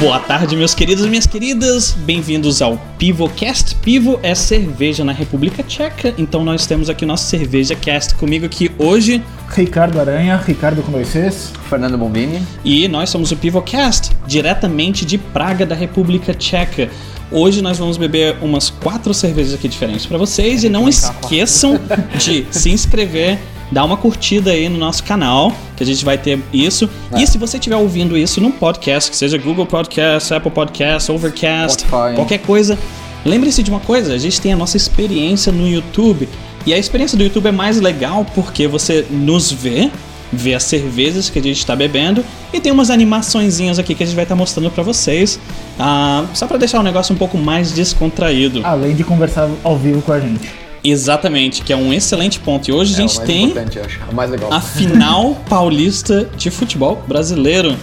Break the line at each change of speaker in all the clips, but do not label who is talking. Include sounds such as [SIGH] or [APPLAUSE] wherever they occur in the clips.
Boa tarde, meus queridos e minhas queridas. Bem-vindos ao Pivocast. Pivo é cerveja na República Tcheca, então nós temos aqui o nosso Cerveja Cast comigo aqui hoje
Ricardo Aranha, Ricardo com dois Cs.
Fernando Bombini.
e nós somos o Pivocast, diretamente de Praga, da República Tcheca. Hoje nós vamos beber umas quatro cervejas aqui diferentes para vocês e não esqueçam de se inscrever, dar uma curtida aí no nosso canal, que a gente vai ter isso. E se você estiver ouvindo isso num podcast, que seja Google Podcast, Apple Podcast, Overcast,
Spotify.
qualquer coisa, lembre-se de uma coisa, a gente tem a nossa experiência no YouTube. E a experiência do YouTube é mais legal porque você nos vê, vê as cervejas que a gente está bebendo e tem umas animaçõezinhas aqui que a gente vai estar mostrando para vocês, ah, só para deixar o negócio um pouco mais descontraído.
Além de conversar ao vivo com a gente.
Exatamente, que é um excelente ponto. E hoje a
é o
gente
mais
tem
importante, eu acho. É o mais legal.
a final paulista de futebol brasileiro.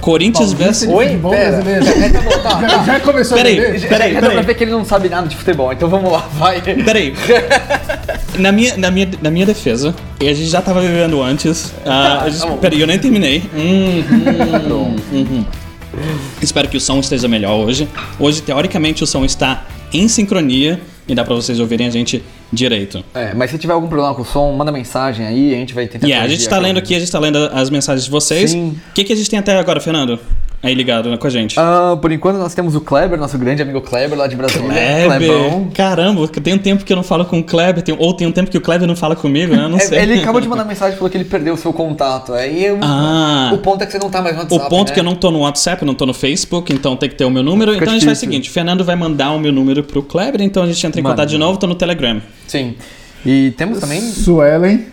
Corinthians versus.
Oi,
Bom
pera.
brasileiro.
Tenta voltar.
Já, já começou
Peraí.
a beber?
Peraí,
Já dá pra
peraí.
ver que ele não sabe nada de futebol, então vamos lá, vai. [LAUGHS]
Peraí. Na minha, na, minha, na minha defesa, e a gente já tava vivendo antes. ah, a gente-
tá bom. Uhum.
peraí, eu nem terminei. Hum, [LAUGHS] hum, hum. Espero que o som esteja melhor hoje. Hoje, teoricamente, o som está em sincronia e dá pra vocês ouvirem a gente direito.
É, mas se tiver algum problema com o som, manda mensagem aí, a gente vai tentar.
E yeah, a gente
corrigir
tá lendo aqui, a gente tá lendo as mensagens de vocês. O
né? Sim.
que, que a gente tem até agora, Fernando? Aí ligado né, com a gente.
Ah, por enquanto nós temos o Kleber, nosso grande amigo Kleber lá de Brasília. Klebão.
Kleber. Caramba, tem um tempo que eu não falo com o Kleber, tem- ou tem um tempo que o Kleber não fala comigo, né? Eu não
É,
sei.
Ele acabou de mandar mensagem e falou que ele perdeu o seu contato. Aí eu-
[LAUGHS] Ah.
o ponto é que você não tá mais no
O
WhatsApp.
ponto
né?
que eu não tô no WhatsApp, não tô no Facebook, então tem que ter o meu número.
Fica
então a gente faz o
difícil.
seguinte: o Fernando vai mandar o meu número pro Kleber, então a gente entra em
Manda.
contato de novo, tô no Telegram.
Sim. E temos também.
Suelen.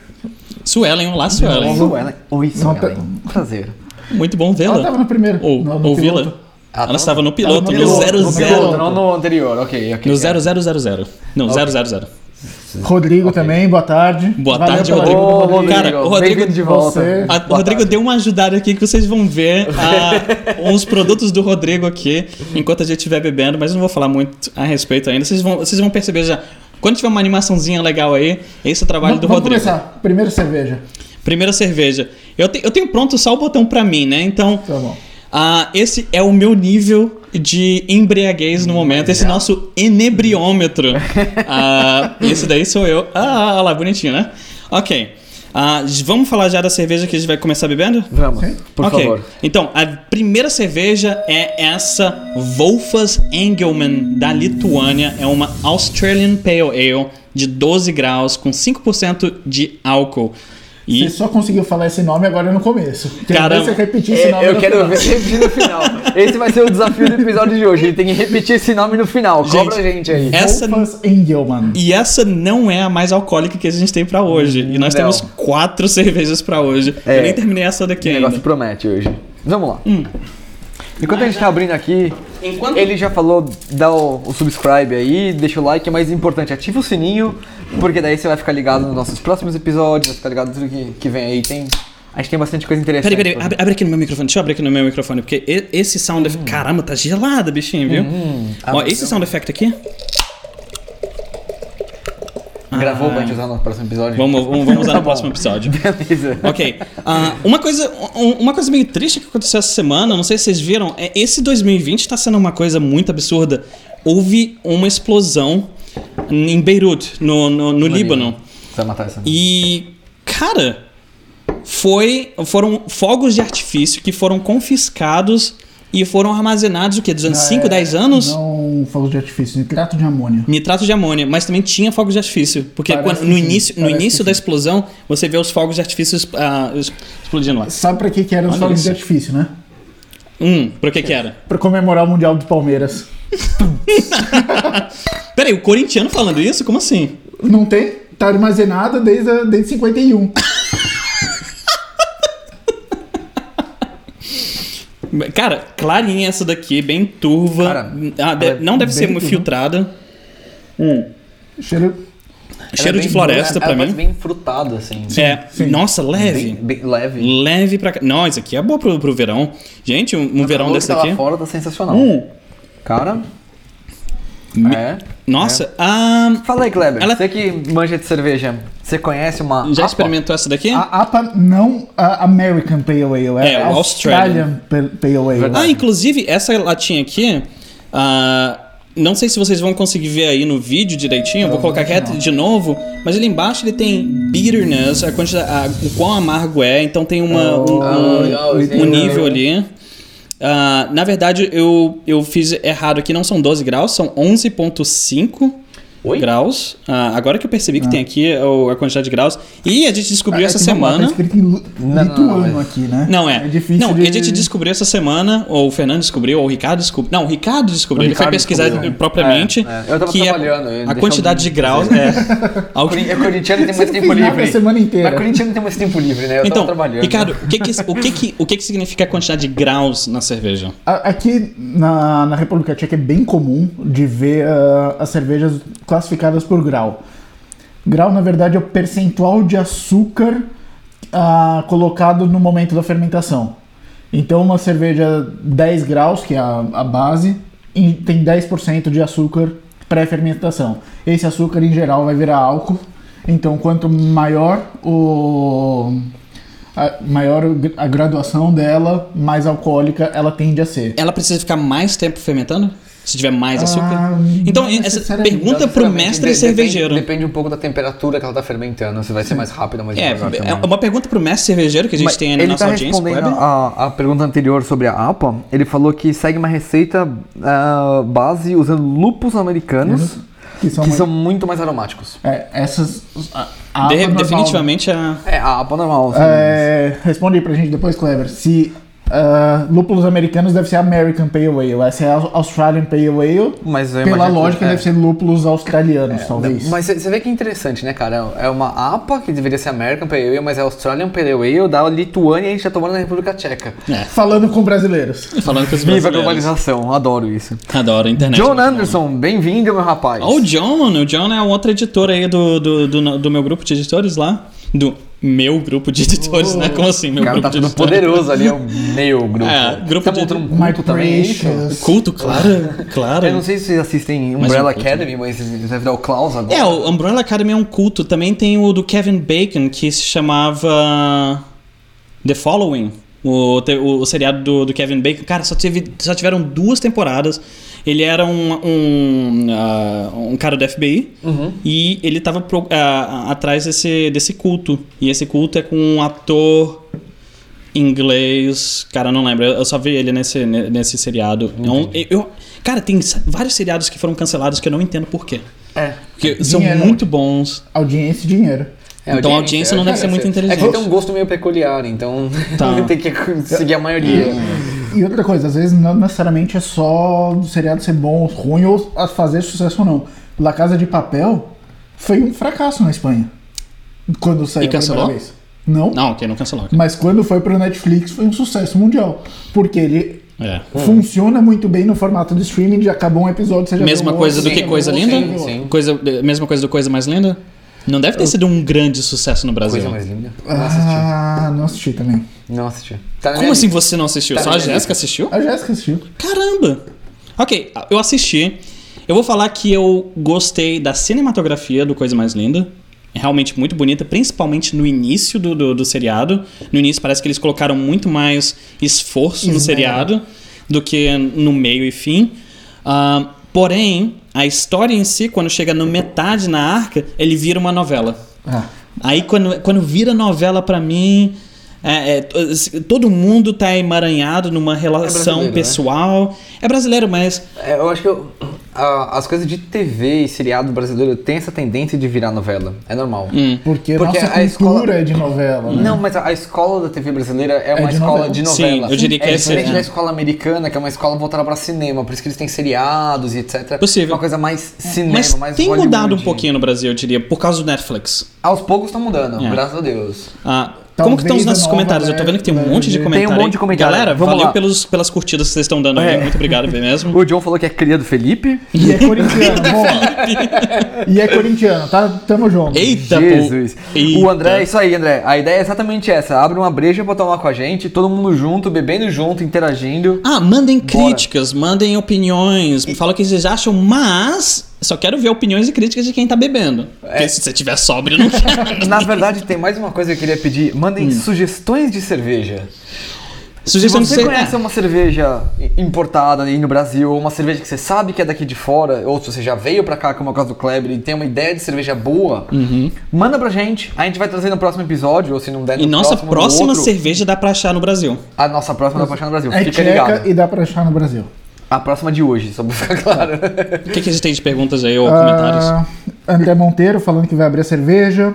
Suelen, olá Suelen.
novo?
Suelen. Oi,
Não tá-
Suelen. Prazer.
Muito bom
Ela tava
vê-la.
no primeiro.
Ou,
no- no
ou
piloto.
vê-la.
Ah,
Ela
tá.
estava no piloto,
no
no
piloto,
00.
no
Não, não no anterior, ok, ok.
No 0000. Não,
[LAUGHS]
000.
Rodrigo também, boa tarde.
Boa
Valeu
tarde,
pela
Rodrigo.
ajuda,
Ô, Rodrigo,
Cara, o Rodrigo-
bem-vindo de volta.
Você-
A- o
Boa
Rodrigo
tarde.
deu uma ajudada aqui que vocês vão ver ah,
[LAUGHS]
uns produtos do Rodrigo aqui enquanto a gente estiver bebendo, mas eu não vou falar muito a respeito ainda. Vocês vão, vocês vão perceber já. Quando tiver uma animaçãozinha legal aí, esse é o trabalho
Vamos,
do
vamos
Rodrigo.
começar. Primeiro cerveja.
Primeira cerveja. Eu, te- eu tenho pronto só o botão pra mim, né? Então,
Tá bom.
ah, esse é o meu nível de embriaguez no momento. Esse nosso enebriômetro.
[LAUGHS]
Ah, esse daí sou eu. Ah, olha lá, bonitinho, né? Ok. Ah, j- vamos falar já da cerveja que a gente vai começar bebendo?
Vamos, por
ok.
favor.
Então, a primeira cerveja é essa Wolfas Engelmann da Lituânia. É uma Australian Pale Ale de 12 graus com 5% de álcool. E
Você só conseguiu falar esse nome agora no começo. Quero
Caramba.
ver você repetir esse
Eu,
nome
É, eu
no
quero
final.
ver ele repetir no final. [LAUGHS] Esse vai ser o desafio do episódio de hoje. Ele tem que repetir esse nome no final. Cobra a gente aí.
é- essa-
Wolfas Engelmann.
E essa não é a mais alcoólica que a gente tem pra hoje. E nós
Não.
temos quatro cervejas pra hoje.
É.
Eu nem terminei essa daqui
O
ainda.
negócio promete hoje. Vamos lá. Enquanto a gente tá abrindo aqui,
Enquanto-
ele já falou, dá o, o subscribe aí, deixa o like, é mais importante, ativa o sininho, porque daí você vai ficar ligado nos nossos próximos episódios, vai ficar ligado em tudo que, que vem aí. Tem, a gente tem bastante coisa interessante.
Peraí, peraí, abre, abre aqui no meu microfone. Deixa eu abrir aqui no meu microfone, porque e- esse sound
Hum.
effect. Caramba, tá gelada, bichinho, viu?
tá
Ó, esse sound effect aqui.
Gravou pra gente usar no próximo episódio?
Vamos, vamos, vamos usar
[LAUGHS] Tá
no
bom.
próximo episódio.
Beleza.
Ok. Ah, uma, coisa, um- uma coisa meio triste que aconteceu essa semana, não sei se vocês viram, é esse 2020 tá sendo uma coisa muito absurda. Houve uma explosão em Beirute, no, no, no Líbano.
Você vai matar essa.
E, cara, foi, foram fogos de artifício que foram confiscados e foram armazenados, o quê? Durante 5, 10 anos?
É, Não fogos de artifício, nitrato de amônio.
Nitrato de amônia, mas também tinha fogos de artifício. Porque
Parece
quando- no
que sim,
início, no
parece
início
que
da
sim.
explosão, você vê os fogos de artifício es- ah, es- explodindo lá.
Sabe pra que, que eram os
Olha
fogos
isso.
de artifício, né?
Hum, pra que que era?
Pra comemorar o Mundial do Palmeiras.
Peraí, o corintiano falando isso? Como assim?
Não tem? Tá armazenado desde, a- desde 51.
Cara, clarinha essa daqui, bem turva.
Cara,
Ah, de-
ela é
não deve ser
bem turva.
filtrada.
Cheiro.
Cheiro
Ela
de
é bem-
floresta
ela-
pra
ela
mim.
parece bem frutado, assim.
é, Um
sim.
nossa, leve.
Bem, bem leve.
Leve pra cá. Não, isso aqui é boa pro, pro verão. Gente, um, um verão
calor
desse
que tá lá
aqui.
fora tá sensacional.
Hum.
Cara.
Me-
É.
Nossa, ah, ahn,
Fala aí, Kleber.
Ela-
Você que manja de cerveja, você conhece uma.
já
APA?
experimentou essa daqui?
A APA não a American Pale Ale, é,
É,
a
o
Australian Pale Pale Ale.
Ah, inclusive, essa latinha aqui. ah, não sei se vocês vão conseguir ver aí no vídeo direitinho, eu vou colocar
Provavelmente
reto de novo, mas ali embaixo ele tem bitterness, a quantidade, a- o quão amargo é, então tem uma, um- um-
legalzinho,
um nível
legal.
ali. Ah, na verdade, eu, eu fiz errado aqui, não são 12 graus, são 11,5
Oi?
graus. Ah, agora que eu percebi que tem aqui o- a quantidade de graus, e a gente descobriu
É
essa
que não, Tá
semana.
escrito em lu-
Não, não, não,
lituano
mas-
aqui, né?
Não é.
É difícil
Não,
de...
a gente descobriu essa semana, ou o Fernando descobriu, ou o Ricardo descobriu. Não, o Ricardo descobriu,
O
ele foi
Ricardo
pesquisar eh,
descobriu.
propriamente.
É, é. Eu tava
que a-
trabalhando, ele
A,
deixou
quantidade de
alguém
graus. É,
[LAUGHS]
Alguém-
É corintiano e tem
Você
mais
não
tempo
fez nada
livre.
a semana inteira.
Mas corintiano tem mais tempo livre, né? Eu
Então,
tava trabalhando.
Ricardo, o que que, o, que que, o que que significa a quantidade de graus na cerveja?
A- Aqui na, na República Tcheca é bem comum de ver ah, as cervejas classificadas por grau. Grau, na verdade, é o percentual de açúcar ah, colocado no momento da fermentação. Então, uma cerveja 10 graus, que é a, a base, em- tem 10% de açúcar pré-fermentação. Esse açúcar, em geral, vai virar álcool. Então, quanto maior o. A maior gra- a graduação dela, mais alcoólica ela tende a ser.
Ela precisa ficar mais tempo fermentando? Se tiver mais
Ah,
açúcar?
não
Então, essa
necessariamente.
pergunta pro
Sinceramente,
mestre
de-
cervejeiro.
Depende, depende um pouco da temperatura que ela tá fermentando, se vai ser mais rápido ou mais
É,
devagar
é
também.
uma pergunta pro mestre cervejeiro que a gente
Mas
tem aí na
ele
nossa
tá
audiência.
respondendo
web.
a, a pergunta anterior sobre a APA. Ele falou que segue uma receita ah, base usando lupus americanos
Que são
que
mais-
são muito mais aromáticos.
É, essas. A, a
De-
aba normal-
definitivamente a. [LAUGHS]
É, a APA normal. assim,
É, responde aí pra gente depois, Clever. Se ah, lúpulos americanos deve ser American Pale Ale, essa é a Australian Pale Ale.
Mas eu
Pela
imagino que-
lógica,
é.
deve ser lúpulos australianos, talvez.
Mas você vê que é interessante, né, cara? É uma APA, que deveria ser American Pale Ale, mas é Australian Pale Ale da Lituânia e a gente tá tomando na República Tcheca.
Falando com brasileiros.
Falando com os
Viva a
brasileiros.
globalização, adoro isso.
Adoro a internet. né?
John
muito bom.
Anderson, bem-vindo, meu rapaz.
Ó, Ah, o John, o John é um outro editor aí do, do, do, do meu grupo de editores lá. Do meu grupo de editores, né? Como assim, meu
o cara
grupo
tá
de
tudo
editores?
poderoso ali, é o meu grupo.
É, grupo
tá
de-
montando um
My
culto também, é isso?
precious.
Culto, claro, claro.
Eu não sei se vocês assistem
Ah, Mas
Umbrella
um culto.
Academy, mas vai virar o Klaus agora.
É, o Umbrella Academy é um culto. Também tem o do Kevin Bacon, que se chamava The Following. O, te- o, o seriado do, do Kevin Bacon. Cara, só, teve, só tiveram duas temporadas. Ele era um, um, ah, um cara do FBI. E ele tava pro- ah, ah, atrás desse, desse culto. E esse culto é com um ator inglês. Cara, eu não lembro. Eu só vi ele nesse, ne- nesse seriado. É um- eu- cara, tem s- vários seriados que foram cancelados que eu não entendo por quê.
É.
Porque são
Dinheiro.
muito bons.
Audiência e dinheiro.
É,
Então a audiência não deve ser muito
É que
inteligente.
tem um gosto meio peculiar, então
Tá.
[LAUGHS]
Hum.
tem que seguir a maioria.
E outra coisa, às vezes não necessariamente é só o seriado ser bom ou ruim ou a fazer sucesso ou não. La Casa de Papel foi um fracasso na Espanha. Quando saiu
E cancelou?
a primeira vez. Não,
Não, Ah, ok, não cancelou. ok.
mas quando foi pro Netflix foi um sucesso mundial. Porque ele
É.
funciona muito bem no formato de streaming, já acabou um episódio, você já
Mesma
viu o
coisa do
outro,
que
já
Coisa
viu o
Linda?
outro, já viu o outro.
Sim.
Coisa, mesma coisa do Coisa Mais Linda? Não deve ter sido um grande sucesso no Brasil.
Coisa mais linda. Não assisti.
Ah, não assisti também.
Não assisti. Tá na
Como
minha
assim
lista.
você não assistiu?
Tá
Só
na
a
minha
Jéssica assistiu?
A Jéssica assistiu.
Caramba! Ok, eu assisti. Eu vou falar que eu gostei da cinematografia do Coisa Mais Linda. É realmente muito bonita, principalmente no início do, do, do seriado. No início parece que eles colocaram muito mais esforço no
Esmero.
seriado do que no meio e fim. Ah, porém, a história em si, quando chega no metade na arca, ele vira uma novela.
Ah,
Aí quando, quando vira novela pra mim, é, é, to- se- todo mundo tá emaranhado numa relação
brasileiro, né?
pessoal. É brasileiro, mas
É, eu acho que eu- a- as coisas de TV e seriado brasileiro têm essa tendência de virar novela. É normal.
Hum.
porque,
Porque
nossa
a
cultura
escola-
é de novela, né?
Não, mas a, a escola da TV brasileira é,
É
uma
de
escola
novela.
de
Sim,
novela.
eu diria que é
é diferente
esse-
da
é.
escola americana, que é uma escola voltada pra cinema, por isso que eles têm seriados e etc.
Possível.
Uma coisa mais cinema,
É. mas
mais
tem
Hollywood.
mudado um pouquinho no Brasil, eu diria, por causa do Netflix.
Aos poucos estão mudando,
É.
graças a Deus.
Ah, como que estão os
Talvez a
nossos
nova
comentários? Eu tô vendo que tem um
leve-
monte de
Tem um
comentário.
monte
aí.
de comentário.
Galera,
Vamos
valeu
lá.
pelos, pelas curtidas que vocês estão dando aí.
É.
Muito obrigado mesmo.
O John falou que é cria do Felipe.
E é corintiano, bom. E é corintiano, tá? Tamo junto.
Eita, pô.
Jesus. O
Eita.
André, é isso aí, André. A ideia é exatamente essa. Abre uma breja pra tomar com a gente, todo mundo junto, bebendo junto, interagindo.
Ah, mandem
Bora.
críticas, mandem opiniões, fala o que vocês acham, mas Só quero ver opiniões e críticas de quem tá bebendo.
É.
Porque se você tiver sóbrio, não
[LAUGHS]
quero.
Na verdade, tem mais uma coisa que eu queria pedir. Mandem
Hum.
sugestões de cerveja. Se
Sugestão de
Tipo, você
cerveja.
conhece um uma cerveja importada aí no Brasil, ou uma cerveja que você sabe que é daqui de fora, ou se você já veio pra cá, como é o caso do Kleber, e tem uma ideia de cerveja boa, manda pra gente. A gente vai trazer no próximo episódio, ou se não der no
Uhum. E nossa
próximo, no
próxima
outro.
cerveja dá pra achar no Brasil.
A nossa próxima da Paixão no Brasil.
É
Fica
tcheca
ligado.
e dá pra achar no Brasil.
A próxima de hoje, só pra ficar claro.
O que, que a gente tem de perguntas aí ou comentários?
Ah, André Monteiro falando que vai abrir a cerveja.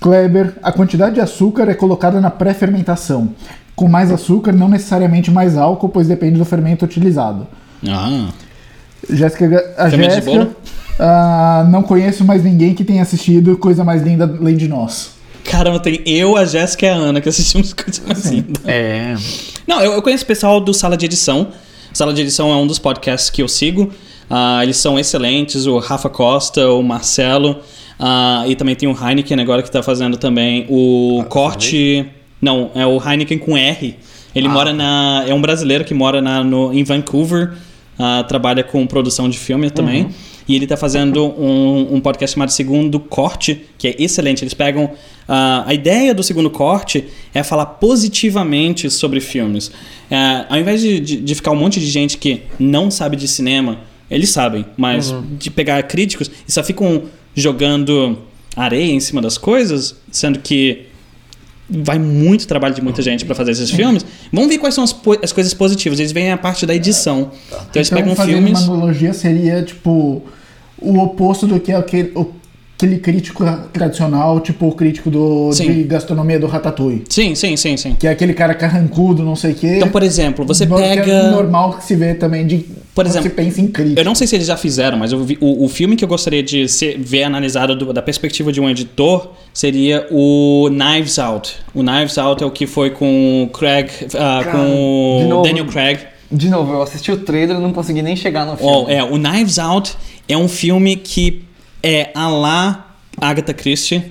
Kleber, a quantidade de açúcar é colocada na pré-fermentação. Com mais açúcar, não necessariamente mais álcool, pois depende do fermento utilizado.
Ah,
Jéssica, a
Fermento de
Jéssica,
bolo?
ah, não conheço mais ninguém que tenha assistido Coisa Mais Linda Além de Nós.
caramba, tem eu, a Jéssica e a Ana que assistimos [LAUGHS] coisas assim.
É.
Não, eu, eu conheço o pessoal do Sala de Edição. Sala de Edição é um dos podcasts que eu sigo. Ah, eles são excelentes, o Rafa Costa, o Marcelo. ah, e também tem o Heineken agora que tá fazendo também
Ah,
o
tá
corte. Não, é o Heineken com R. Ele
Ah,
mora na. É um brasileiro que mora na, no- em Vancouver. ah, trabalha com produção de filme também. E ele tá fazendo um, um podcast chamado Segundo Corte, que é excelente. Eles pegam. ah, a ideia do segundo corte é falar positivamente sobre filmes. É, ao invés de, de, de ficar um monte de gente que não sabe de cinema, eles sabem, mas de pegar críticos e só ficam jogando areia em cima das coisas, sendo que vai muito trabalho de muita gente pra fazer esses filmes. Vamos ver quais são as, po- as coisas positivas. Eles veem a parte da edição.
Tá.
Então, eles pegam
fazer
filmes.
uma analogia seria, tipo, o oposto do que é aquele, o- aquele crítico tradicional, tipo o crítico do,
Sim.
de gastronomia do Ratatouille.
Sim, sim, sim, sim.
Que é aquele cara carrancudo, não sei o quê.
Então, por exemplo, você
Normal- que
pega.
é normal que se vê também de
Por
quando
exemplo,
se pensa em crítica.
Eu não sei se eles já fizeram, mas eu vi- o, o filme que eu gostaria de ser- ver analisado do- da perspectiva de um editor seria o Knives Out. O Knives Out é o que foi com o Craig, ah,
Cara, de
com o
novo.
Daniel Craig.
De novo, eu assisti o trailer e não consegui nem chegar no filme.
Oh, é, o Knives Out é um filme que é a lá Agatha Christie.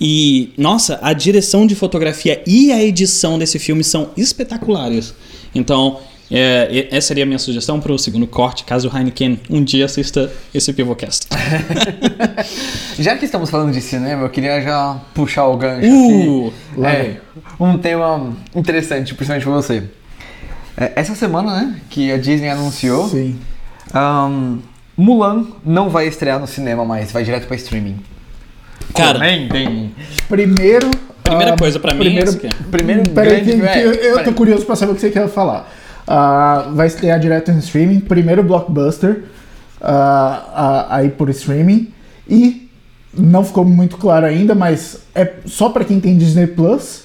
E, nossa, a direção de fotografia e a edição desse filme são espetaculares. Então, é, e- essa seria a minha sugestão para o segundo corte, caso o Heineken um dia assista esse
[LAUGHS]
Pivocast.
Já que estamos falando de cinema, eu queria já puxar o gancho
Uh,
aqui.
lá né?
É,
vem.
um tema interessante, principalmente pra você. É, essa semana, né, que a Disney anunciou,
Sim.
ahn, Mulan não vai estrear no cinema mais, vai direto pra streaming.
Cara.
Comentem.
Primeiro.
Primeira
ah,
coisa pra mim é
primeiro, Hum,
essa aqui.
Primeiro
Peraí,
grande-
que- que
é,
eu, eu tô
peraí.
curioso pra saber o que você quer falar. Ah, vai estrear direto no streaming. Primeiro blockbuster ah, ah, aí por streaming. E não ficou muito claro ainda, mas é só pra quem tem Disney Plus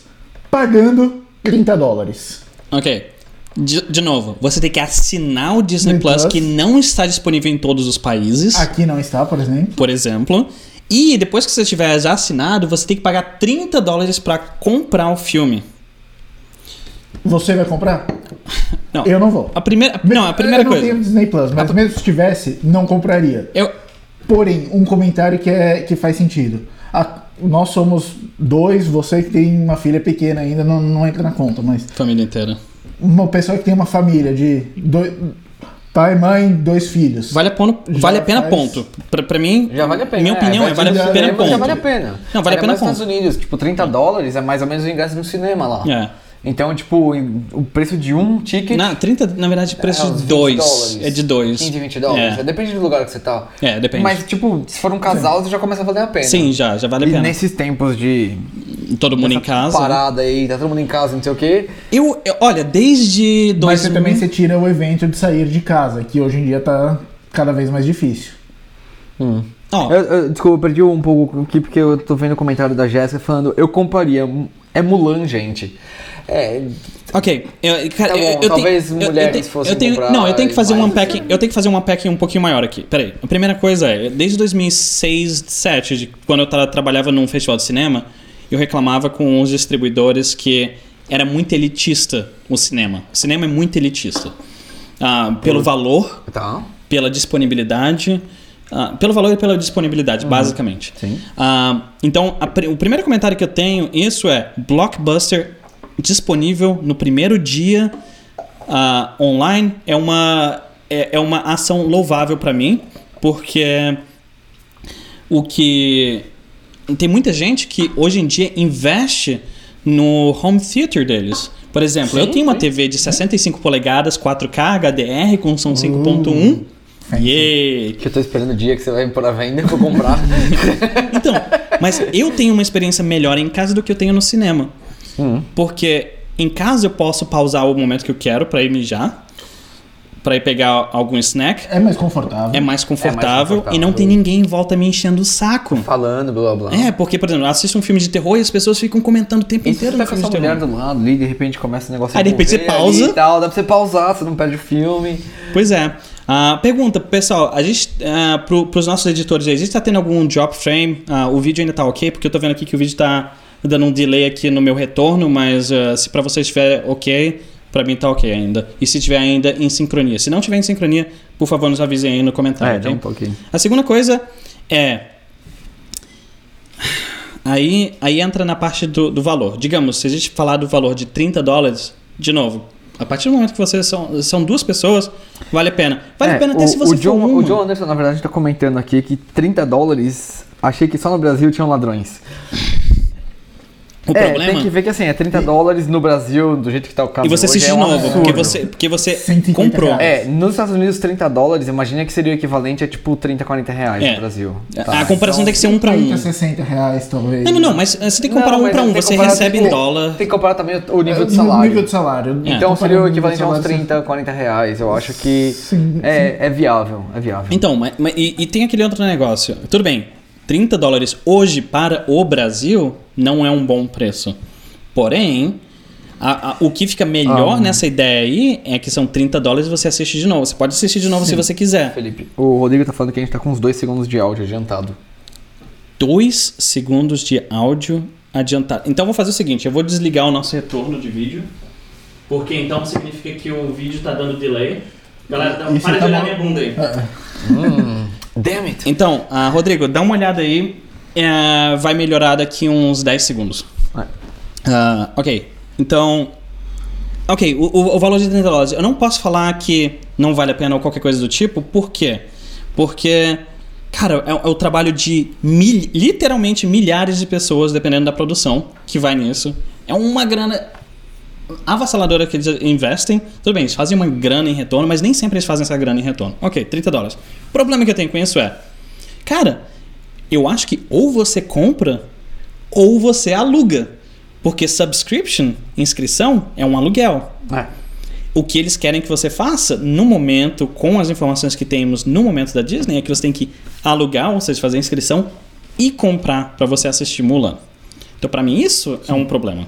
pagando 30 dólares.
ok. De, de novo, você tem que assinar o Disney
Disney
Plus,
Plus.
que não está disponível em todos os países.
Aqui não está, por exemplo.
por exemplo. E depois que você tiver já assinado, você tem que pagar 30 dólares pra comprar o filme.
Você vai comprar?
Não.
Eu não vou.
A primeira, não, a primeira
eu
coisa.
não tenho Disney Plus, mas mesmo se tivesse, não compraria.
Eu,
Porém, um comentário que, é, que faz sentido. A- nós somos dois, você que tem uma filha pequena ainda não, não entra na conta, mas
família inteira.
uma pessoa que tem uma família de dois, pai, mãe, dois filhos.
Vale a, pon-
Já
vale a pena,
faz-
ponto. Pra, pra mim,
Já vale a pena.
minha
né?
opinião é,
Vai
vale
direto
a
pro
pena,
cinema,
ponto.
Já vale a pena.
Não, vale a
Ainda
pena,
mais nos Estados
ponto.
Unidos, tipo, 30 dólares é mais ou menos o ingresso no cinema lá.
É.
Então, tipo, em- o preço de um ticket...
Na, 30, na verdade, preço
É, uns
de
20
dois.
dólares.
É de dois.
15, 20 dólares.
É.
Depende do lugar que você tá.
É, depende.
Mas, tipo, se for um casal, você já começa a valer a pena.
Sim, já, já vale a
E
pena.
nesses tempos de
Todo mundo em casa. né?
parada aí, tá todo mundo em casa, não sei o quê.
Eu, eu- olha, desde
Mas
2000...
você também você tira o evento de sair de casa, que hoje em dia tá cada vez mais difícil.
Ó,
Eu, eu- desculpa, eu perdi um pouco aqui porque eu tô vendo o comentário da Jéssica falando, eu comparia. É Mulan, gente. É.
Ok, eu, cara,
Tá
eu-
bom,
eu tenho-
talvez
eu- eu
mulheres
tenho-
fossem
eu tenho,
comprar
Não, eu tenho que fazer um
mais.
unpacking. Eu tenho que fazer um unpacking um pouquinho maior aqui. Peraí. A primeira coisa é, desde 2006, 2007, de- quando eu tra- trabalhava num festival de cinema, eu reclamava com os distribuidores que era muito elitista o cinema. O cinema é muito elitista. Ah,
Hum.
pelo valor,
Tá.
pela disponibilidade. ah, pelo valor e pela disponibilidade, basicamente.
Sim.
Ah, então, a pri- o primeiro comentário que eu tenho, isso é Blockbuster disponível no primeiro dia ah, online. É uma, é, é uma ação louvável para mim, porque o que. Tem muita gente que hoje em dia investe no home theater deles. Por exemplo, eu tenho uma TV de 65 polegadas, 4K, HDR com som 5.1. Yeah!
Que eu tô esperando o dia que você vai pôr a venda pra
[LAUGHS]
eu comprar.
Então, mas eu tenho uma experiência melhor em casa do que eu tenho no cinema.
Hum.
Porque em casa eu posso pausar o momento que eu quero pra ir mijar, pra ir pegar algum snack.
É mais confortável.
É mais confortável, e não
confortável.
tem ninguém em volta me enchendo o saco.
Falando, blá blá.
É, porque, por exemplo, eu assisto um filme de terror e as pessoas ficam comentando o tempo
E
inteiro
você
no
tá com
filme
essa
de
mulher
terror.
do lado ali, de repente começa o negócio a
Aí, de repente, você
envolver
pausa.
ali e tal, dá pra você pausar, você não perde o filme.
Pois é. Ah, pergunta, pessoal, a gente, ah, pro, pros nossos editores, existe tá tendo algum drop frame? Ah, o vídeo ainda tá ok? Porque eu tô vendo aqui que o vídeo tá dando um delay aqui no meu retorno, mas ah, se pra vocês estiver ok, pra mim tá ok ainda. E se tiver ainda em sincronia. Se não tiver em sincronia, por favor, nos avisem aí no comentário, Ah, ok?
É, um pouquinho.
A segunda coisa é. Aí, aí entra na parte do, do valor. Digamos, se a gente falar do valor de 30 dólares, de novo, a partir do momento que vocês são, são duas pessoas, vale a pena. Vale a pena até
É, o,
se você
o John,
for uma.
o John Anderson, na verdade, tá comentando aqui que 30 dólares, achei que só no Brasil tinham ladrões.
O
é,
problema.
tem que ver que assim, é 30 dólares no Brasil, do jeito que tá o caso
E você
hoje,
assiste
é
de
um
novo,
absurdo.
porque você, porque você
150
comprou.
reais.
É, nos Estados Unidos 30 dólares, imagina que seria o equivalente a tipo 30, 40 reais
É.
no Brasil. tá? Então,
A comparação tem que ser um pra um.
30, 60 reais, talvez.
Não, não, não, mas eh, você tem que comparar
Não,
um
mas
pra um.
tem que
Você
comparar,
recebe em
tipo,
dólar.
Tem que comparar também o, o
É,
nível de
no
salário.
nível de salário.
É.
Então seria o
Comparando
equivalente a
nível
uns
de salário,
30, 40 reais. Eu acho que
Sim,
é, é viável, é viável.
Então, mas, mas- e, e tem aquele outro negócio. Tudo bem, 30 dólares hoje para o Brasil não é um bom preço. Porém, a- a- o que fica melhor nessa ideia aí é que são 30 dólares e você assiste de novo. Você pode assistir de novo se você quiser.
É, Felipe, o Rodrigo tá falando que a gente tá com uns dois segundos de áudio adiantado.
Dois segundos de áudio adiantado. Então, eu vou fazer o seguinte: eu vou desligar o nosso retorno de vídeo. Porque então significa que o vídeo tá dando delay. Galera, dá- um
Isso
para
tá
de olhar
bom.
minha bunda aí.
Damn it!
Então, ah, Rodrigo, dá uma olhada aí. É, vai melhorar daqui uns 10 segundos.
Vai.
Ah, ok. Então. Ok, o, o- o valor de 30 dólares. Eu não posso falar que não vale a pena ou qualquer coisa do tipo. Por quê? Porque. Cara, é, é o trabalho de mil- literalmente milhares de pessoas, dependendo da produção, que vai nisso. É uma grana avassaladora que eles investem. Tudo bem, eles fazem uma grana em retorno, mas nem sempre eles fazem essa grana em retorno. Ok, 30 dólares. O problema que eu tenho com isso é, cara, eu acho que ou você compra ou você aluga. Porque subscription, inscrição, é um aluguel. O que eles querem que você faça no momento, com as informações que temos no momento da Disney, é que você tem que alugar, ou seja, fazer a inscrição e comprar para você assistir Mulan. Então, para mim, isso é um problema.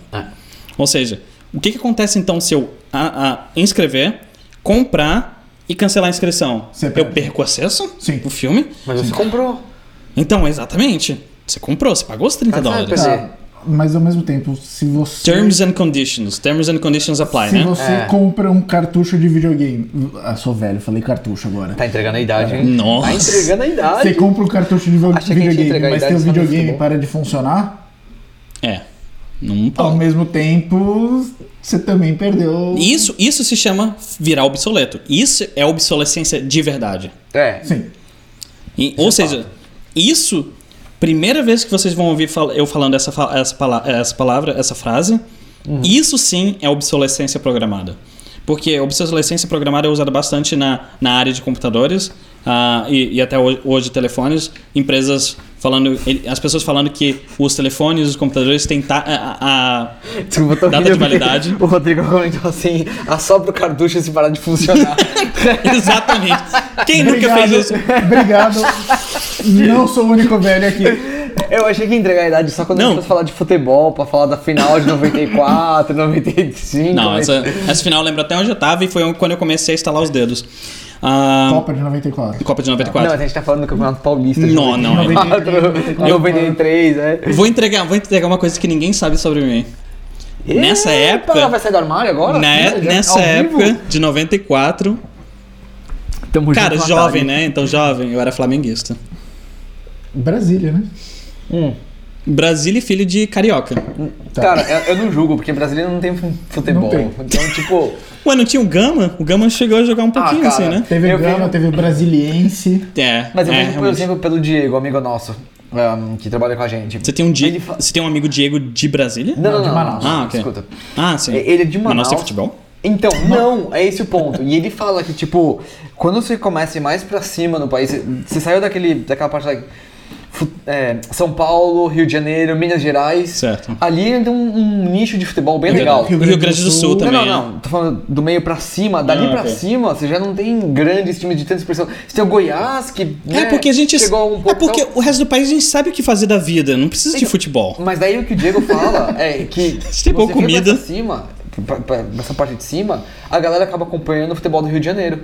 Ou seja, o que, que acontece então se eu a, a, inscrever, comprar e cancelar a inscrição?
Você
eu
perde.
perco acesso
Sim.
pro filme?
Mas você comprou.
Então, exatamente. Você comprou, você pagou os 30
Mas sabe,
dólares.
pessoal,
Tá, mas ao mesmo tempo, se você.
Terms and conditions. Terms and conditions apply,
se
né?
você
É.
compra um cartucho de videogame. Ah, sou velho, falei cartucho agora.
Tá entregando a idade, hein?
Nossa.
Tá entregando a idade.
Você compra um cartucho de vo-
Achei que a gente ia
videogame,
entregar a
mas
idade,
teu
mas
videogame
tudo tá bom.
para de funcionar.
É. Não
Ao
pode.
mesmo tempo, você também perdeu.
Isso, isso se chama virar obsoleto. Isso é obsolescência de verdade.
É.
Sim.
E-
tá.
ou seja, isso, primeira vez que vocês vão ouvir fal- eu falando essa, fa- essa, pala- essa palavra, essa frase,
Uhum.
isso sim é obsolescência programada. Porque obsolescência programada é usada bastante na, na área de computadores ah, e, e até hoje, hoje telefones. Empresas falando, ele- as pessoas falando que os telefones, os computadores têm ta- a-
[LAUGHS]
a- a,
Desculpa, eu tô
Data
rindo
de
porque
validade.
O Rodrigo comentou assim: assopra o cartucho se parar
[LAUGHS]
de funcionar.
Exatamente. Quem nunca
Obrigado.
fez isso?
[LAUGHS] Obrigado. Não sou o único velho aqui.
eu achei que ia entregar a idade só quando a
Não.
gente fosse falar de futebol, pra falar da final
[LAUGHS]
de 94, 95.
Não,
mas-
essa, é essa final eu lembro até onde eu tava e foi quando eu comecei a estalar os dedos. Ah,
Copa de 94.
Copa de
Não,
94.
mas a gente tá falando do Campeonato Paulista. de
Não, não, é.
94, 93, é.
Vou entregar, vou entregar uma coisa que ninguém sabe sobre mim. Nessa
Epa,
época-
Vai sair do armário agora?
Na
Já-
e- nessa
é ao
época
vivo?
de 94,
Tamo
cara,
junto,
jovem,
Atari.
né? Então jovem, eu era flamenguista.
Brasília, né?
Brasília e filho de carioca.
Tá.
Hum, Cara, eu, eu não julgo, porque brasileiro não tem fu- futebol.
Não tem.
Então, tipo.
Ué, não tinha o Gama? O Gama chegou a jogar um pouquinho
Ah, cara.
assim, né?
Teve
Eu vi-
Gama, teve Brasiliense.
É.
Mas eu
é,
vejo, por
realmente.
exemplo, pelo Diego, amigo nosso, ahn, que trabalha com a gente.
Você tem um
Ele
Diego.
fa-
Você tem um amigo Diego de Brasília?
Não, não,
de
não.
Manaus.
não,
Ah, ok.
Escuta.
Ah, sim.
Ele é de
Mas nós
Manaus.
tem futebol?
Então, não, é esse o ponto. E ele fala que, tipo, quando você começa a ir mais pra cima no país, você saiu daquele, daquela parte da, fu- é, São Paulo, Rio de Janeiro, Minas Gerais.
Certo.
Ali tem um, um nicho de futebol bem legal.
Rio Grande, do Sul, também.
Não,
é.
não, não. Tô falando do meio pra cima. Dali
Ah,
pra
ok.
cima, você já não tem grandes times de tanta expressão. Você tem o Goiás, que.
É,
né,
porque a gente.
Chegou a um
é
pouco.
porque o resto do país a gente sabe o que fazer da vida, não precisa de
Então,
futebol.
Mas daí o que o Diego fala é [LAUGHS] que
Se tem boa
for
comida.
pra cima, pra, pra- pra essa parte de cima, a galera acaba acompanhando o futebol do Rio de Janeiro.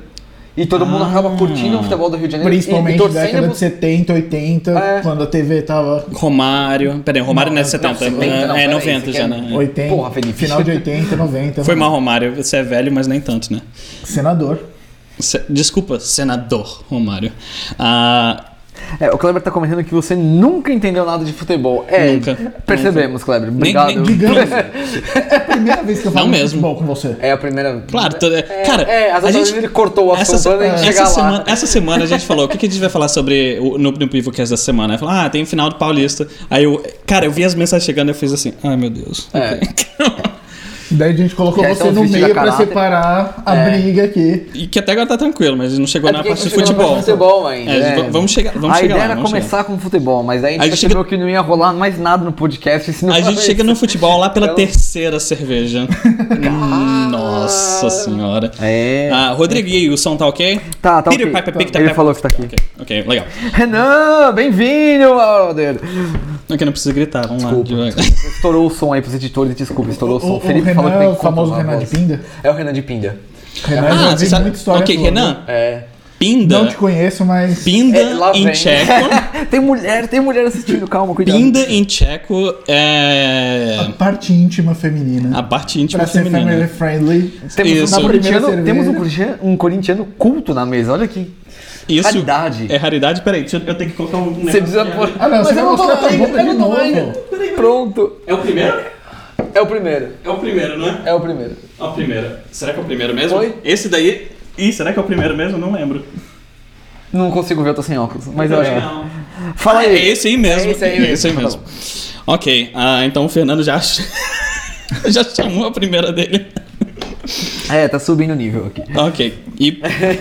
E todo mundo acaba curtindo o futebol do Rio de Janeiro. e- e,
Principalmente na
torcendo
década
pro-
de 70, 80,
É.
quando a TV tava
Romário. Peraí, Romário não, é
Não,
70.
não, 70, não,
é, é
peraí,
90
você
já,
quer-
né?
80,
Porra, Felipe.
final de 80, 90.
Foi mal, Romário. Você é velho, mas nem tanto, né?
Senador.
Se- Desculpa, senador Romário. Ah,
É, o Kleber tá comentando que você nunca entendeu nada de futebol. É,
Nunca.
percebemos, Kleber. Obrigado.
nem-
Digamos, é a primeira vez que eu falo
Não
de
mesmo.
futebol com você.
[LAUGHS] É a primeira.
Claro, toda-
É,
cara,
é, às
a
vezes
gente-
ele cortou o assunto
essa, é,
antes de
essa
chegar lá.
semana, essa semana a gente falou: o que, que a gente vai falar sobre o, no, no Pivocast da semana? Aí falou: ah, tem o final do Paulista. Aí eu, cara, eu vi as mensagens chegando e eu fiz assim: ai meu Deus.
É.
Daí a gente colocou
Que
é
aí
você
são os
no
vídeos
meio
da
pra
caráter.
separar a
É.
briga aqui.
[LAUGHS] E que até agora tá tranquilo, mas não chegou
É
na
porque
parte de
não chegou na
futebol.
parte de futebol ainda,
É,
é.
v- Vamos chegar, vamos
a
chegar
ideia
lá.
era
vamos chegar.
começar com futebol, mas aí a gente
A gente chega-
percebeu que não ia rolar mais nada no podcast. Senão
A
[LAUGHS]
gente chega no futebol lá pela
Então-
terceira cerveja. Nossa senhora.
É.
Ah, Rodrigo, e aí, o som tá ok?
Tá, tá
Peter
ok.
Piper Pig tá
Ele
pe-
falou que tá aqui. [LAUGHS]
Ok, ok, legal.
Renan, bem-vindo, brother.
Ok, não precisa gritar, vamos lá. devagar.
Estourou o som aí pros editores, desculpa, estourou o
O,
som.
o Renan,
que tem
o
que
famoso
controlar a
Renan de
voz.
Pinda.
É o Renan de Pinda.
[LAUGHS]
Renan, eu
Ah,
já
você
vi
sabe.
muita história
Ok,
sua, né?
Renan,
É.
pinda.
Não te conheço, mas...
Pinda
É, lá
em
vem. [LAUGHS]
tcheco.
tem mulher, tem mulher assistindo, calma, cuidado.
Pinda em tcheco é.
A parte íntima feminina.
A parte íntima
pra ser family
feminina.
friendly.
Temos,
Isso.
um corintiano-
Primeira
temos um,
cerveja.
corintiano, um corintiano culto na mesa, olha aqui.
Isso.
Raridade.
É raridade? Peraí, deixa eu, eu tenho que colocar um negócio.
Você precisa pôr.
Ah, não, você vai mostrar tua bunda de novo.
Pronto.
É o primeiro?
É o primeiro.
É o primeiro, não é?
É o primeiro.
É o primeiro. Será que é o primeiro mesmo?
Oi?
Esse daí. Ih, será que é o primeiro mesmo? Não lembro.
Não consigo ver, eu tô sem óculos, mas eu acho que.
Não.
Fala
É
aí.
esse aí mesmo.
É esse aí mesmo.
mesmo. Ok, ah, então o Fernando já, ach- [LAUGHS] já chamou a primeira dele.
É, tá subindo o nível aqui.
Ok. E,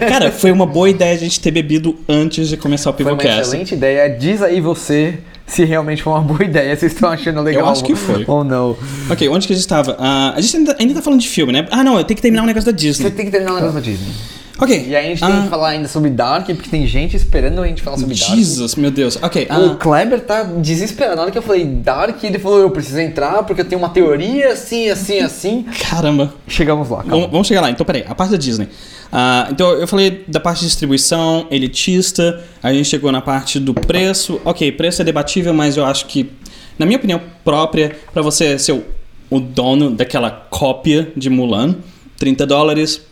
cara, foi uma boa ideia a gente ter bebido antes de começar o
Foi uma
Pivocast.
excelente ideia. Diz aí você se realmente foi uma boa [LAUGHS] ideia, vocês estão achando legal
acho que foi.
ou não.
Ok, onde que a gente tava? Ah, a gente ainda, ainda tá falando de filme, né? Ah, não, eu tenho que terminar o negócio da
Você
Disney.
tem que terminar o negócio da Disney.
Ok.
E aí a gente
ah,
tem que falar ainda sobre Dark, porque tem gente esperando a gente falar sobre
Jesus, meu Deus. Ok,
Dark. O
ah,
Kleber tá desesperado. Na hora que eu falei Dark, ele falou: Eu preciso entrar porque eu tenho uma teoria assim, assim, assim.
caramba.
Chegamos lá, calma.
Vamos, vamos chegar lá. Então, peraí, a parte da Disney. Ah, então, eu falei da parte de distribuição, elitista, a gente chegou na parte do preço. Ok, preço é debatível, mas eu acho que, na minha opinião própria, pra você ser o, o dono daquela cópia de Mulan, 30 dólares,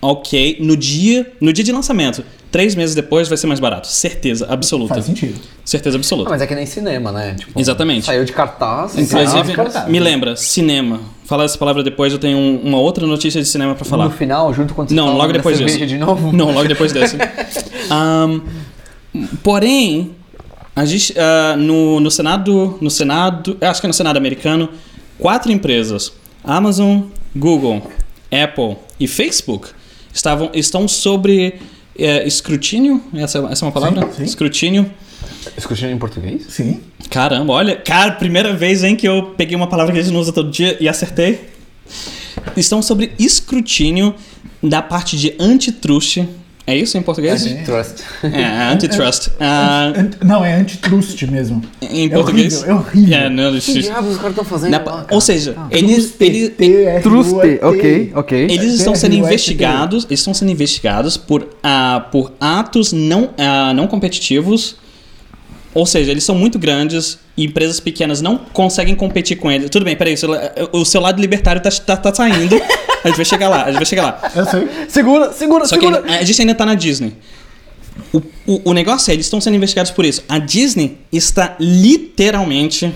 ok. No dia, no dia de lançamento, três meses depois vai ser mais barato. Certeza absoluta.
Faz sentido.
Certeza absoluta.
Ah, mas é que nem cinema, né? Tipo,
Exatamente.
Saiu de cartaz. tá? saiu de
Inclusive,
cartaz.
me lembra, cinema. Fala essa palavra depois, eu tenho um- uma outra notícia de cinema pra falar.
No final, junto com o
Não, logo depois disso.
de novo.
Não, logo depois dessa. Ahn, porém, a gente, ah, no, no Senado, no Senado, eu acho que é no Senado americano, quatro empresas, Amazon, Google, Apple e Facebook, estavam, estão sobre eh, escrutínio, essa, essa é uma palavra?
sim.
Escrutínio.
Escutando é em português?
Sim.
Caramba, olha, cara, primeira vez hein, que eu peguei uma palavra que a gente não usa todo dia e acertei. Estão sobre escrutínio da parte de antitruste. É isso em português?
Trust.
É, antitrust. Ah,
Ant- Não, é antitrust mesmo.
em
É
português.
horrível, é horrível.
É, não,
Que
justiça.
diabos os caras estão fazendo?
Na
lá,
pa-
cara?
ou seja,
é.
eles,
um
eles,
T-R-U-S-T.
Truste, ok, ok.
eles estão sendo
TRUST.
investigados, eles estão sendo investigados por, ah, por atos não, ah, não competitivos. Ou seja, eles são muito grandes e empresas pequenas não conseguem competir com eles. Tudo bem, peraí, o seu, la- o seu lado libertário tá, tá, tá saindo. A gente vai chegar lá, a gente vai chegar lá.
Eu sei.
Segura, segura,
Só que
segura.
ainda- a gente ainda tá na Disney. O, o, o negócio é, eles estão sendo investigados por isso. A Disney está literalmente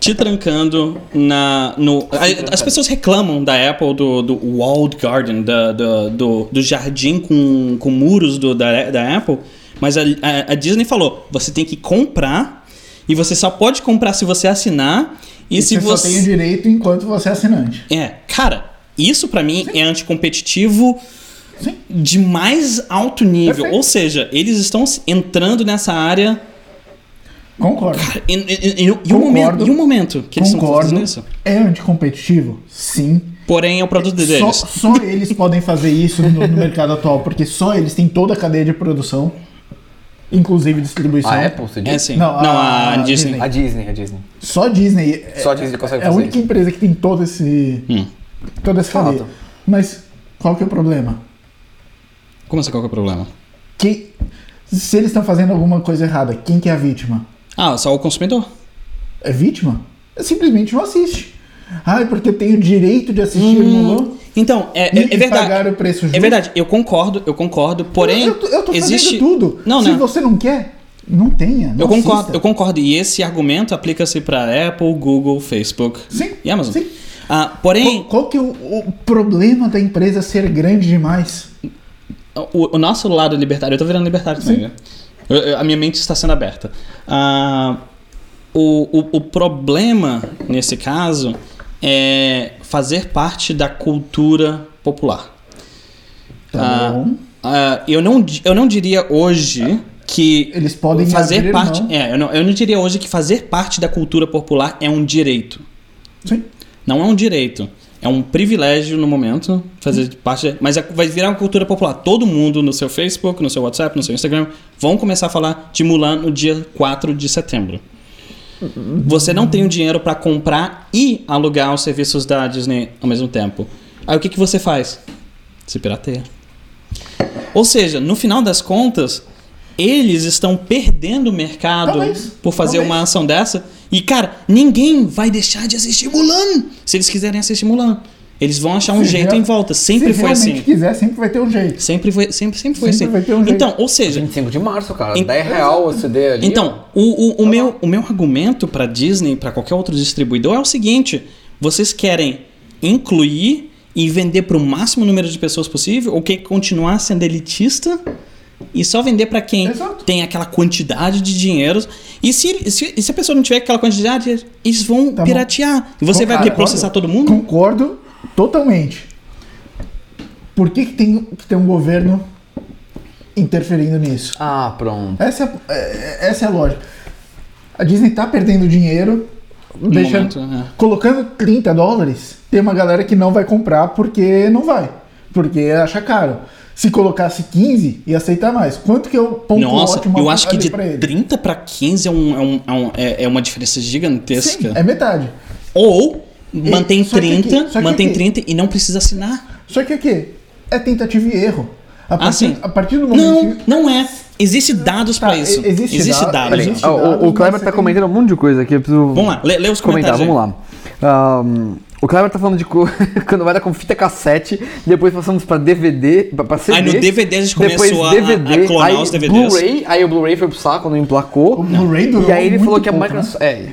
te trancando na. No, a- as pessoas reclamam da Apple do, do Walled Garden, da, do, do, do jardim com, com muros do, da, da Apple, mas a, a, a Disney falou: você tem que comprar e você só pode comprar se você assinar e, se
você só tem o
você.
direito enquanto você é assinante.
É, cara, isso pra mim é anticompetitivo
Sim.
de mais alto nível.
Perfeito.
Ou seja, eles estão entrando nessa área.
Concordo.
E, e- e- e o, um momento, e o momento que eles
Concordo.
estão fazendo isso?
É anticompetitivo? Sim.
Porém, é o produto
Só,
deles.
só eles podem fazer isso no, no mercado atual, porque só eles têm toda a cadeia de produção, inclusive distribuição.
A Apple, Ah, você diz?
É sim.
Não,
Não, a,
a
Disney.
Disney.
A Disney, a Disney.
Só a Disney. é-
Só a Disney consegue
É a
fazer
única empresa que tem todo esse.
Hum.
toda essa
Fato.
cadeia. Mas qual que é o problema?
Como assim, qual que é o problema?
Que se eles estão fazendo alguma coisa errada, quem que é a vítima?
Ah, só o consumidor.
É vítima? Simplesmente não assiste. Ah, é porque eu tenho direito de assistir Mulan
Então, é,
e
é, é
pagar
verdade.
o preço justo.
É verdade, eu concordo, eu concordo, porém.
eu, tô- eu tô
existe...
fazendo tudo.
Não,
Se
não.
você não quer, não tenha. não
Eu concordo,
assista.
eu concordo. E esse argumento aplica-se para Apple, Google, Facebook
Sim.
e Amazon.
Sim.
Ah, porém,
Qual, qual que é o, o problema da empresa ser grande demais?
O, o nosso lado libertário, eu tô virando libertário também, né? Eu- eu- a minha mente está sendo aberta. Ah, o, o, o problema, nesse caso, é fazer parte da cultura popular.
Tá
Ah,
bom.
Ah, eu, não, di- eu não diria hoje que.
Eles podem
fazer
abrir
parte.
mão.
É, eu não, eu não diria hoje que fazer parte da cultura popular é um direito.
Sim.
Não é um direito. É um privilégio no momento fazer parte. Mas é- vai virar uma cultura popular. Todo mundo no seu Facebook, no seu WhatsApp, no seu Instagram vão começar a falar de Mulan no dia 4 de setembro. Você não tem o dinheiro para comprar e alugar os serviços da Disney ao mesmo tempo. Aí o que, que você faz? Se pirateia. Ou seja, no final das contas, eles estão perdendo o mercado
Talvez,
por fazer
talvez.
uma ação dessa. E, cara, ninguém vai deixar de assistir Mulan se eles quiserem assistir Mulan. Eles vão achar um
Se
jeito
real-
em volta. Sempre
Se
foi
realmente
assim.
quiser, sempre vai ter um jeito.
Sempre foi, sempre, sempre foi
Sempre vai
assim.
ter um jeito.
então, ou seja,
25 de março, cara.
Em-
10 real o CD ali.
então,
Tá
o, o, o meu, o meu argumento pra Disney, pra qualquer outro distribuidor, é o seguinte: vocês querem incluir e vender pro máximo número de pessoas possível, ou quer continuar sendo elitista e só vender pra quem
Exato.
tem aquela quantidade de dinheiro? E se, se, e se a pessoa não tiver aquela quantidade, eles vão
Tá bom.
piratear. E você
Então,
vai
cara,
querer processar todo mundo?
Concordo totalmente. Por que, que tem que ter um governo interferindo nisso?
Ah, pronto.
Essa é, é- essa é a lógica. A Disney tá perdendo dinheiro, deixando,
momento, é.
colocando 30 dólares, tem uma galera que não vai comprar porque não vai, porque acha caro. Se colocasse 15, ia aceitar mais. Quanto que é o ponto
Nossa,
ótimo
eu acho que
ali
de
pra ele?
30 pra 15 é, um, é, um, é, um- é- é uma diferença gigantesca.
Sim, é metade.
Ou mantém
só que aqui-
30,
só que
mantém
aqui-
30 e não precisa assinar.
Só que o quê? É tentativa e erro. A partir,
Ah, sim.
a partir do momento
Não,
que...
não é. Existe dados pra
Tá,
isso.
e- existe da-
dados.
existe-
Ah, o, o Kleber tá comentando um monte de coisa aqui. Eu preciso
Vamos lá, lê, lê os
comentar.
comentários.
Vamos lá. Ahm, o Kleber tá falando de co- [LAUGHS] quando era com fita cassete, depois passamos pra DVD, pra- pra CD.
Aí no DVD a gente
depois
começou a-
DVD,
a clonar
aí
os DVDs.
Blu-ray, aí o Blu-ray foi pro saco, não emplacou.
O Blu-ray durou
E aí ele
muito
falou que a
pouco,
Microsoft. É.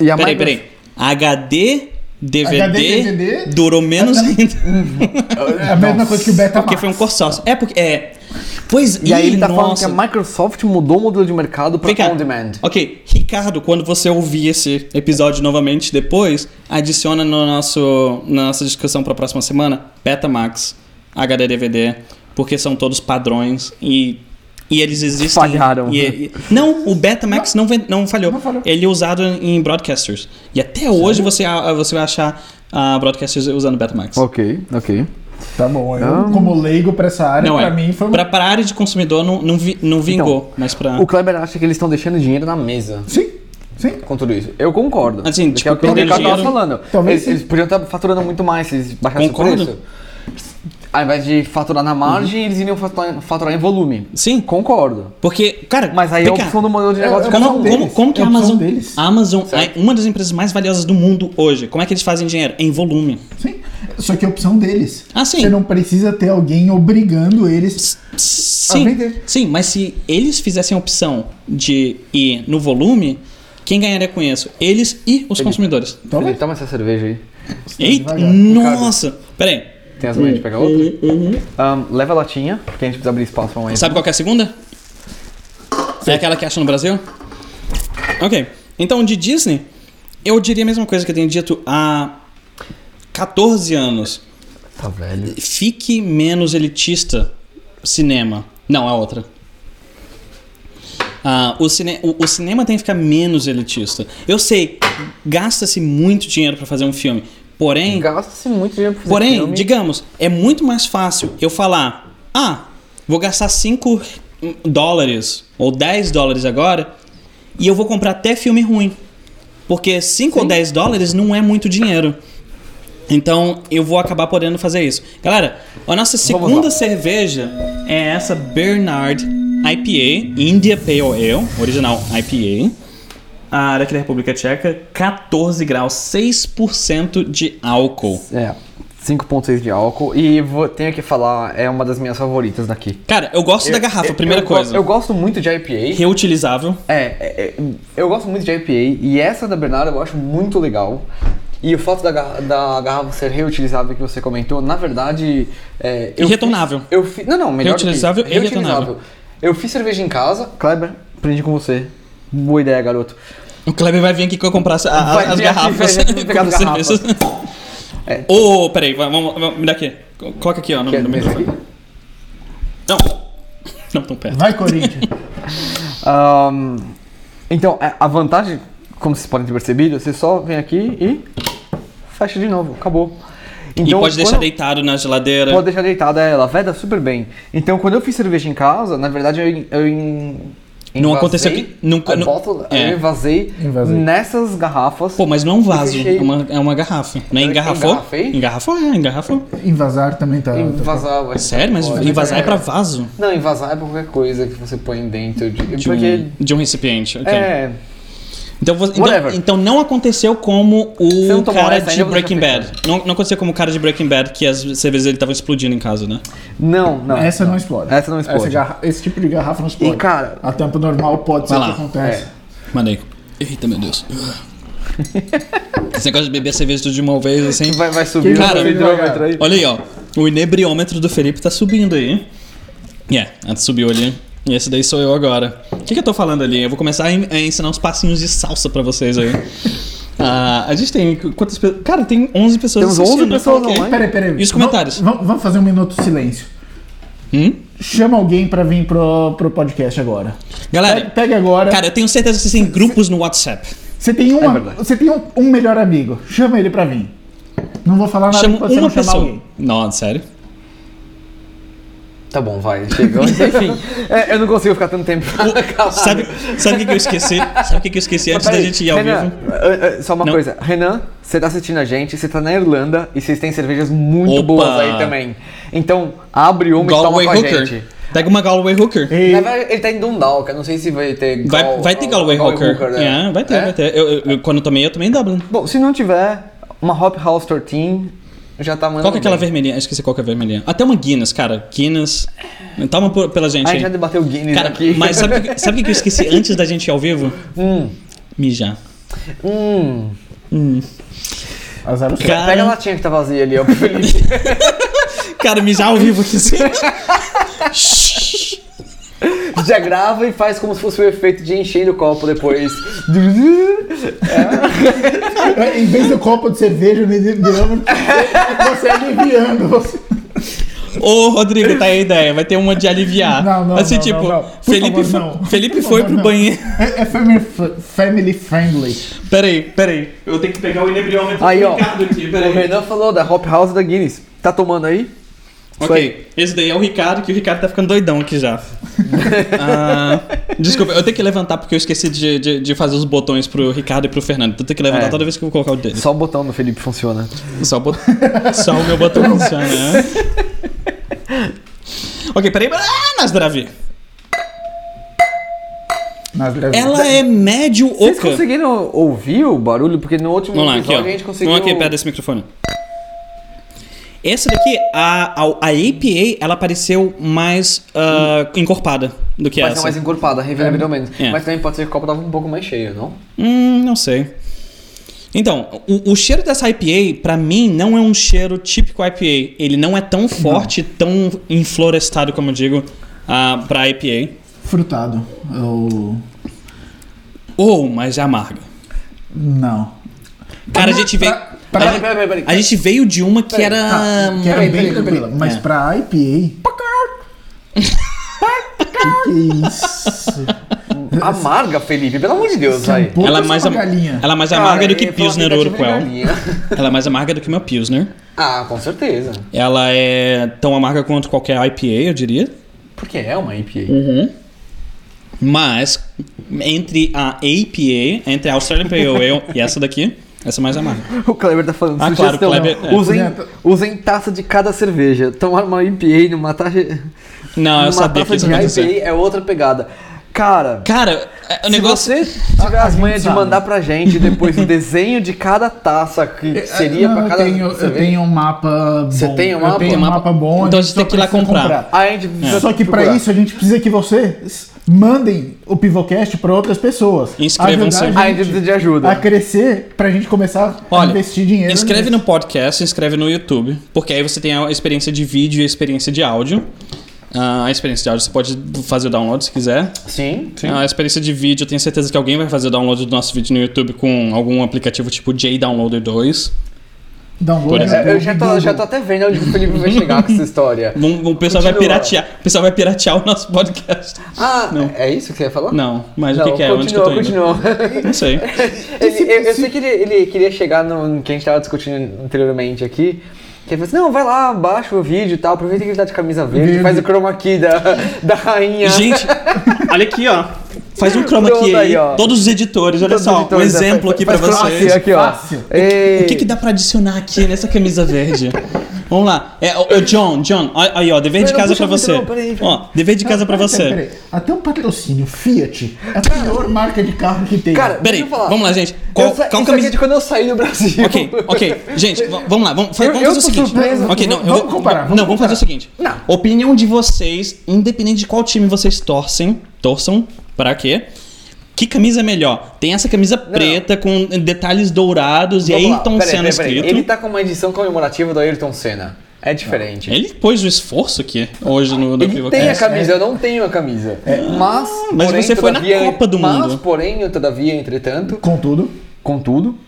E a
Peraí,
Microsoft-
peraí. HD, DVD,
HD, DVD,
durou menos ainda
É a mesma coisa que o Beta
porque foi um consórcio. É porque. É. Pois
E aí
ih,
ele tá falando que
nossa.
a Microsoft mudou o modelo de mercado pra
Vem cá.
on demand.
Ok, Ricardo, quando você ouvir esse episódio novamente depois, adiciona no nosso, na nossa discussão para a próxima semana Betamax, HD DVD, porque são todos padrões e, e eles existem.
Falharam.
e- e- não, o Betamax não, ven- não, falhou.
Não falhou.
Ele é usado em broadcasters. E até hoje você, ah, você vai achar ah, broadcasters usando Betamax.
Ok, ok.
Tá bom, eu como leigo pra essa área,
Não
pra
é.
mim foi um...
Pra, pra área de consumidor não, não, vi- não vingou, mas pra.
O Kleber acha que eles estão deixando dinheiro na mesa.
Sim, sim.
Com tudo isso. Eu concordo.
Assim,
Que
tipo,
é o que o
perdendo
Ricardo tava
dinheiro.
falando.
Talvez
Eles,
sim.
eles podiam estar faturando muito mais se eles baixassem
Concordo. Uhum.
o preço. Ao invés de faturar na margem, eles iriam faturar, faturar em volume.
Sim.
Concordo.
Porque, cara.
Mas aí é a
vem cá.
opção do modelo de
É,
negócio
é
de cada
opção
Como,
um.
dele.
como, como que
É
a
a opção
Amazon,
deles.
a Amazon é
Certo.
uma das empresas mais valiosas do mundo hoje? Como é que eles fazem dinheiro? Em volume.
Sim. Só que é opção deles.
Ah, sim.
Você não precisa ter alguém obrigando eles.
Sim,
vender.
sim, mas se eles fizessem a opção de ir no volume, quem ganharia com isso? Eles e os consumidores.
Toma.
Felipe, toma essa cerveja aí.
Eita,
devagar.
nossa! Pera aí.
Tem as manhas de pegar outra? Ahn, leva a latinha, porque a gente precisa abrir espaço pra amanhã.
Sabe qual que é a segunda? É aquela que acha no Brasil? Ok. Então, de Disney, eu diria a mesma coisa que eu tenho dito há 14 anos.
Tá velho.
Fique menos elitista, cinema. Não, a outra. Ah, o, cine o, o cinema tem que ficar menos elitista. Eu sei, gasta-se muito dinheiro pra fazer um filme. Porém,
Gasta-se muito dinheiro pra fazer
é? Porém,
filme.
digamos, é muito mais fácil eu falar: ah, vou gastar 5 dólares ou 10 dólares agora e eu vou comprar até filme ruim. Porque 5 ou 10 dólares não é muito dinheiro. Então eu vou acabar podendo fazer isso. Galera, a nossa
Vamos
segunda
lá.
cerveja é essa Bernard IPA, India Pale Ale, original IPA. Ah, daqui da República Tcheca, 14 graus, 6% de álcool.
É, 5.6 de álcool. E vou, tenho que falar, é uma das minhas favoritas daqui.
Cara, eu gosto da garrafa,
Eu-
primeira
eu go-
coisa.
eu gosto muito de IPA.
Reutilizável.
É, é, é, eu gosto muito de IPA e essa da Bernardo eu acho muito legal. E o fato da, garra- da garrafa ser reutilizável que você comentou, na verdade. É, eu
E retornável.
Fiz, eu fiz, não, não, melhor. do que-
Reutilizável e retornável.
Eu fiz cerveja em casa, Kleber, aprendi com você. Boa ideia, garoto.
O Kleber vai vir aqui que eu comprar as, a-
Vai
as
vir aqui,
garrafas. [LAUGHS]
vai vir pegar as
com
garrafas.
cervejas.
É.
Ô, peraí, vai, vamos, vamos- me dá aqui. Coloca aqui, ó, no,
Quer
no
esse aqui?
microfone. Não. Não tão perto.
Vai, Corinthians. [LAUGHS]
Ahn, então, é, a vantagem, como vocês podem ter percebido, você só vem aqui e fecha de novo, acabou.
E
Então,
pode deixar
quando-
deitado na geladeira.
Pode deixar deitada, ela veda super bem. Então, quando eu fiz cerveja em casa, na verdade eu. en- eu en-
Não
envasei
aconteceu que- nunca-
a
nu-
bottle,
é.
Eu invasei,
Invasei.
nessas garrafas.
Pô, mas não é um vaso,
Fechei.
é uma, é uma garrafa. Não é engarrafou?
Engarrafei?
Engarrafou, é, engarrafou.
Invasar também tá. tá-
Invasar, ué.
é Sério, mas
Pode.
envasar é pra vaso
Não, invasar é qualquer coisa que você põe dentro de.
de
porque.
um, de um recipiente. ok.
É.
Então, vo- então,
Whatever.
então não aconteceu como
Você
o
não tomou
cara
essa
de
ainda, você
Breaking
já fez.
Bad. Não, não aconteceu como o cara de Breaking Bad, que às vezes ele tava explodindo em casa, né?
Não, não.
Essa não explode.
Essa não explode.
garra- esse tipo de garrafa não explode.
E, cara-
A tampa normal pode ser
Vai
que
lá.
acontece.
Mandei. Eita, meu Deus. Esse negócio de beber cerveja tudo de uma vez, assim.
Vai, vai subir
Cara,
o hidrômetro aí.
Olha aí, ó. O inebriômetro do Felipe tá subindo aí. Yeah, ah, subiu ali. E esse daí sou eu agora. O que, que eu tô falando ali? Eu vou começar a en- a ensinar uns passinhos de salsa pra vocês aí. Ah, a gente tem quantas pessoas? Cara, tem 11 pessoas
Temos 11
assistindo,
pessoas
ok.
online.
Peraí, peraí.
E os comentários?
Vam- Vamos, vamos fazer um minuto de silêncio.
Hum?
Chama alguém pra vir pro, pro podcast agora. Pe-
Galera,
Pega agora.
É. cara, eu tenho certeza que vocês têm grupos no WhatsApp.
Você tem,
É
uma,
verdade.
você tem um, um melhor amigo. Chama ele pra vir. Não vou falar nada
Chama
enquanto você
uma
não chamar
pessoa.
alguém.
Não, sério.
Tá bom, vai,
[LAUGHS]
chega. Enfim, é, eu não consigo ficar tanto tempo. calado.
Sabe sabe o que, que eu esqueci? Sabe o que, que eu esqueci antes
Mas
da
peraí,
gente ir ao
Renan,
vivo?
eh, eh, Só uma
Não.
coisa, Renan, você tá assistindo a gente, você tá na Irlanda e vocês têm cervejas muito
Opa!
boas aí também. Então, abre uma
Galway
e toma com a
Hooker.
gente.
Pega uma Galway Hooker.
Ei,
Na verdade, ele tá em Dundalk, eu não sei se vai ter
Vai,
Gal-
vai ter Galway, Hooker.
né?
É, vai ter,
É?
vai ter. Eu, eu- eu- quando eu tomei, eu tomei em Dublin.
Bom, se não tiver, uma Hop House 13 já tá mandando
Qual que é aquela
bem.
vermelhinha? Eu Esqueci qual que é a vermelhinha. Até uma Guinness, cara. Guinness. Toma por- pela gente
A gente
aí.
já debateu Guinness
Cara,
aqui.
mas sabe
[LAUGHS]
o que, sabe o que que eu esqueci antes da gente ir ao vivo?
Hum,
Mijar.
hum.
azar o seu.
Cara,
Pega a latinha que tá vazia ali, ó, pro Felipe.
cara, mijar ao vivo aqui.
[LAUGHS]
assim.
já grava e faz como se fosse o efeito de enchendo o copo depois. [LAUGHS]
É, Em vez do copo de cerveja, me deu- você é aliviando. Você...
Ô, Rodrigo, tá aí a ideia. Vai ter uma de aliviar.
Não, não,
assim,
não,
tipo,
não, não. Por
Felipe,
favor,
fo-
não.
Felipe
Por
foi
favor,
pro
não.
banheiro.
É, é family, family friendly.
Peraí, peraí. Eu tenho que pegar o inebriômetro
Aí,
do
ó.
Ricardo aqui,
O
peraí.
Renan falou da Hop House e da Guinness. Tá tomando aí? Isso aí.
Ok, esse daí é o Ricardo, que o Ricardo tá ficando doidão aqui
[LAUGHS]
já. Ah, desculpa, eu tenho que levantar porque eu esqueci de, de, de fazer os botões pro Ricardo e pro Fernando. Então eu tenho que levantar
É.
toda vez que eu vou colocar o dedo.
Só o botão do Felipe funciona.
Só, o bot- [LAUGHS] Só o meu botão funciona. né? ok, peraí. Ah, Nasdravi.
Nas
Ela é médio
Vocês
oca.
conseguiram ouvir o barulho? Porque no último
Vamos lá, aqui,
episódio
ó.
a gente conseguiu.
Vamos aqui, perto desse microfone. Essa daqui, a, a, a APA, ela pareceu mais ah, encorpada do que
Mas
essa.
é mais encorpada, reverberou menos.
É.
Mas também pode ser que o copo tava um pouco mais cheio, não?
Hum, não sei. Então, o, o cheiro dessa IPA, pra mim, não é um cheiro típico IPA. Ele não é tão forte, tão enflorestado, como eu digo, ah, pra IPA.
Frutado. Eu...
Ou, mas é amarga.
Não.
Cara, a gente veio.
pra- pra-
a, gente-
peraí, peraí, peraí.
a gente veio de uma que era.
Tá, que era
Ah, peraí,
bem
peraí,
tranquila.
peraí.
Mas
É.
pra IPA. que que é isso?
Amarga, Felipe, pelo amor de Deus, vai.
Pô,
ela, é
pensa
mais
uma
am-
galinha.
ela é mais
Cara,
amarga do que
eu ia falar
Pilsner
tentativa de
Uruguaiana.
galinha.
Ela é mais amarga do que meu Pilsner.
Ah, com certeza.
Ela é tão amarga quanto qualquer IPA, eu diria.
Porque é uma IPA.
Mas, entre a APA, entre a Australian Pale Ale e essa daqui, essa é mais amarga.
O Kleber tá falando,
Ah, claro,
sugestão.
o Kleber- é.
usem,
Neto.
usem taça de cada cerveja. Tomar uma IPA numa taça,
Não, Ah, eu
numa
sabia que
taça
isso
de
ia acontecer.
IPA é outra pegada. Cara,
Cara, é- o
se
negócio.
você tiver
Ah, a
as
gente
manhas de
sabe.
mandar pra gente depois
[LAUGHS]
o desenho de cada taça que seria
Não,
pra cada
eu tenho, eu
cerveja.
tenho um mapa bom.
Você tem um mapa?
Eu tenho um
Mapa-
mapa bom.
Então
a gente
você
só
tem que ir lá
precisa
comprar.
Ah, a gente precisa
Só que pra
procurar.
isso a gente precisa que vocês mandem o Pivocast pra outras pessoas.
Inscrevam-se.
Ajudar
Ah, a
a
gente
gente
precisa de ajuda.
a crescer pra gente começar a
Olha,
investir dinheiro. né?
inscreve
né?
nisso.
no podcast, inscreve no YouTube, porque aí você tem a experiência de vídeo e a experiência de áudio. Ah, a experiência de áudio você pode fazer o download se quiser. Ah,
Sim, sim.
A experiência de vídeo, eu tenho certeza que alguém vai fazer o download do nosso vídeo no YouTube com algum aplicativo tipo J-Downloader 2.
Download.
Por
no
É, Eu já tô,
Google.
já tô até vendo onde o
[LAUGHS]
Felipe vai chegar com essa história.
Vão- vão- O pessoal vai
Continua.
piratear. O pessoal vai piratear o nosso
[LAUGHS]
podcast.
Ah, é isso que você ia falar?
Não, mas
Não,
o que, que é? Onde que eu tô
continua,
indo?
continua.
Não sei.
Ele- eu, eu sei que ele, ele queria chegar no no que a gente tava discutindo anteriormente aqui. Que ele falou assim, não, vai lá, baixa o vídeo e tal, aproveita que ele tá de camisa verde,
Verde.
faz o chroma key da, [LAUGHS] da rainha. [LAUGHS]
Gente, olha aqui, ó. Faz um chroma
Pronto
aqui
aí,
aí.
ó.
Todos os editores, olha
Todos
só.
os
um
editores, é,
exemplo
faz-
aqui pra
faz chroma
vocês.
key aqui, ó.
Fácil.
O que, que dá pra adicionar aqui nessa camisa verde? Vamos lá. É, ô, ô, John, John, ó, aí, ó, dever de
Não, não
casa
puxa
pra
muito
você.
não, peraí, peraí.
Ó, dever de casa pra
Peraí, peraí,
você.
peraí. Até o patrocínio Fiat é a pior marca de carro que tem.
Cara,
Peraí,
deixa eu falar.
vamos lá, gente. Qual-
Eu sa-
qual
isso
camisa-
aqui é de quando eu saí do Brasil. [LAUGHS]
Ok, ok. Gente, v- vamos lá. Vamos, fa-
Eu-
vamos fazer
eu
o
tô
seguinte.
surpreso.
Ok, não, eu
Vamos
vou-
comparar, vamos
não, vamos fazer o seguinte.
Não.
Opinião de vocês, independente de qual time vocês torcem, torçam pra quê? Que camisa é melhor? Tem essa camisa preta com detalhes dourados e
Vamos lá,
Ayrton
peraí,
Senna
peraí, peraí.
escrito.
Ele tá com uma edição comemorativa do Ayrton Senna. É diferente.
Ele é pôs o esforço aqui hoje no, no
Ele tem a
Pivocast.
camisa, eu não tenho a camisa.
É,
Mas,
mas
porém,
você foi na
todavia-
Copa do
Mas,
Mundo.
porém, todavia, entretanto,
Contudo,
contudo,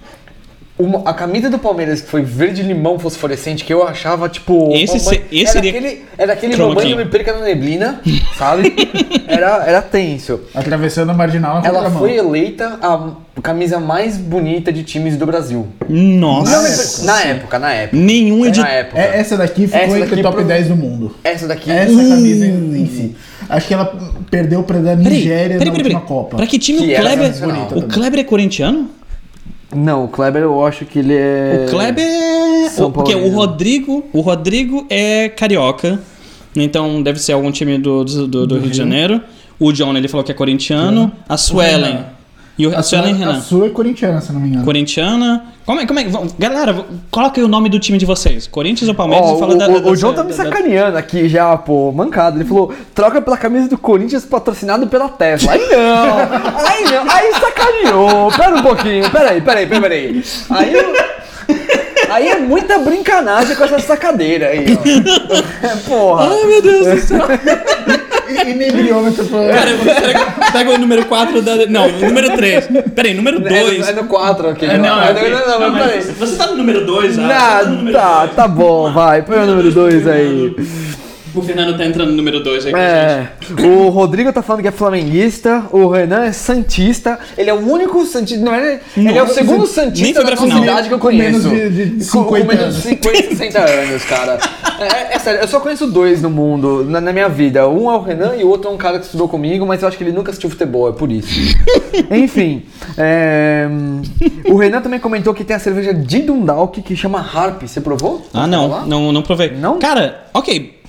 uma- a camisa do Palmeiras que foi verde-limão fosforescente, que eu achava, tipo...
Esse
mamãe-
se- esse
era
seria
aquele, era aquele
chroma
mamãe
key.
não me perca
[LAUGHS]
na neblina, sabe? Era, era tenso.
atravessando a marginal é na
Ela
contramão.
foi eleita a camisa mais bonita de times do Brasil.
Nossa.
Não é. me per- na época, na época.
Nenhum
Na
editor.
época.
É, essa daqui ficou
Essa
entre
daqui
o top
pro-
10 do mundo.
Essa daqui.
Essa
Hum.
camisa em si. Acho que ela perdeu pra da Nigéria na última Copa.
Pra que time
Que
o
era
Kleber.
sensacional.
O Kleber é corintiano?
Não, o Kleber eu acho que ele é.
O Kleber é.
São
o- Porque o
Paulino.
Rodrigo. O Rodrigo é carioca. Então deve ser algum time do, do, do- do Rio de Janeiro. O John ele falou que é corintiano.
Tá.
A Suelen.
Renan.
E o, a
A sua,
Suelen
a
Renan.
sua é corintiana, se não me engano.
Corintiana. Como é, como é? vamos- Galera, v- coloca aí o nome do time de vocês. Corinthians ou Palmeiras?
Ó,
e
o,
fala da-
o-
da-
o João
da-
tá me
da- da-
sacaneando aqui já, pô, mancado. Ele falou, troca pela camisa do Corinthians patrocinado pela Tesla. Aí não, aí não, aí sacaneou. Pera um pouquinho, peraí, peraí, peraí, peraí. Aí, eu- aí é muita brincanagem com essa sacadeira aí, ó. [LAUGHS] Porra.
Ai, meu Deus do céu.
E, e migliômetro pro...
Cara, será que pega o número 4 da. Não, o número 3. Pera aí, número 2.
É, é no 4 aqui.
É,
não,
é
não,
ok.
não, mas peraí.
mas Você tá no número 2,
Não, tá, tá bom, vai. Põe o número 2 aí.
O Fernando tá entrando no número 2 aí com a gente.
É, o Rodrigo tá falando que é flamenguista, o Renan é santista, ele é o único santista, não é? ele é o
Nossa,
segundo
nem
santista
foi
da
pra
nossa
final.
idade que eu
Com menos
conheço.
de- de
Com- com
50
menos de 50, 60 anos, cara. É, é sério, eu só conheço dois no mundo, na, na minha vida. Um é o Renan e o outro é um cara que estudou comigo, mas eu acho que ele nunca assistiu futebol, é
[LAUGHS]
por isso. Enfim, é, o Renan também comentou que tem a cerveja de Dundalk que chama Harp, você provou? Tá
Ah, não, não, não provei.
Não?
Cara, ok.
Ah.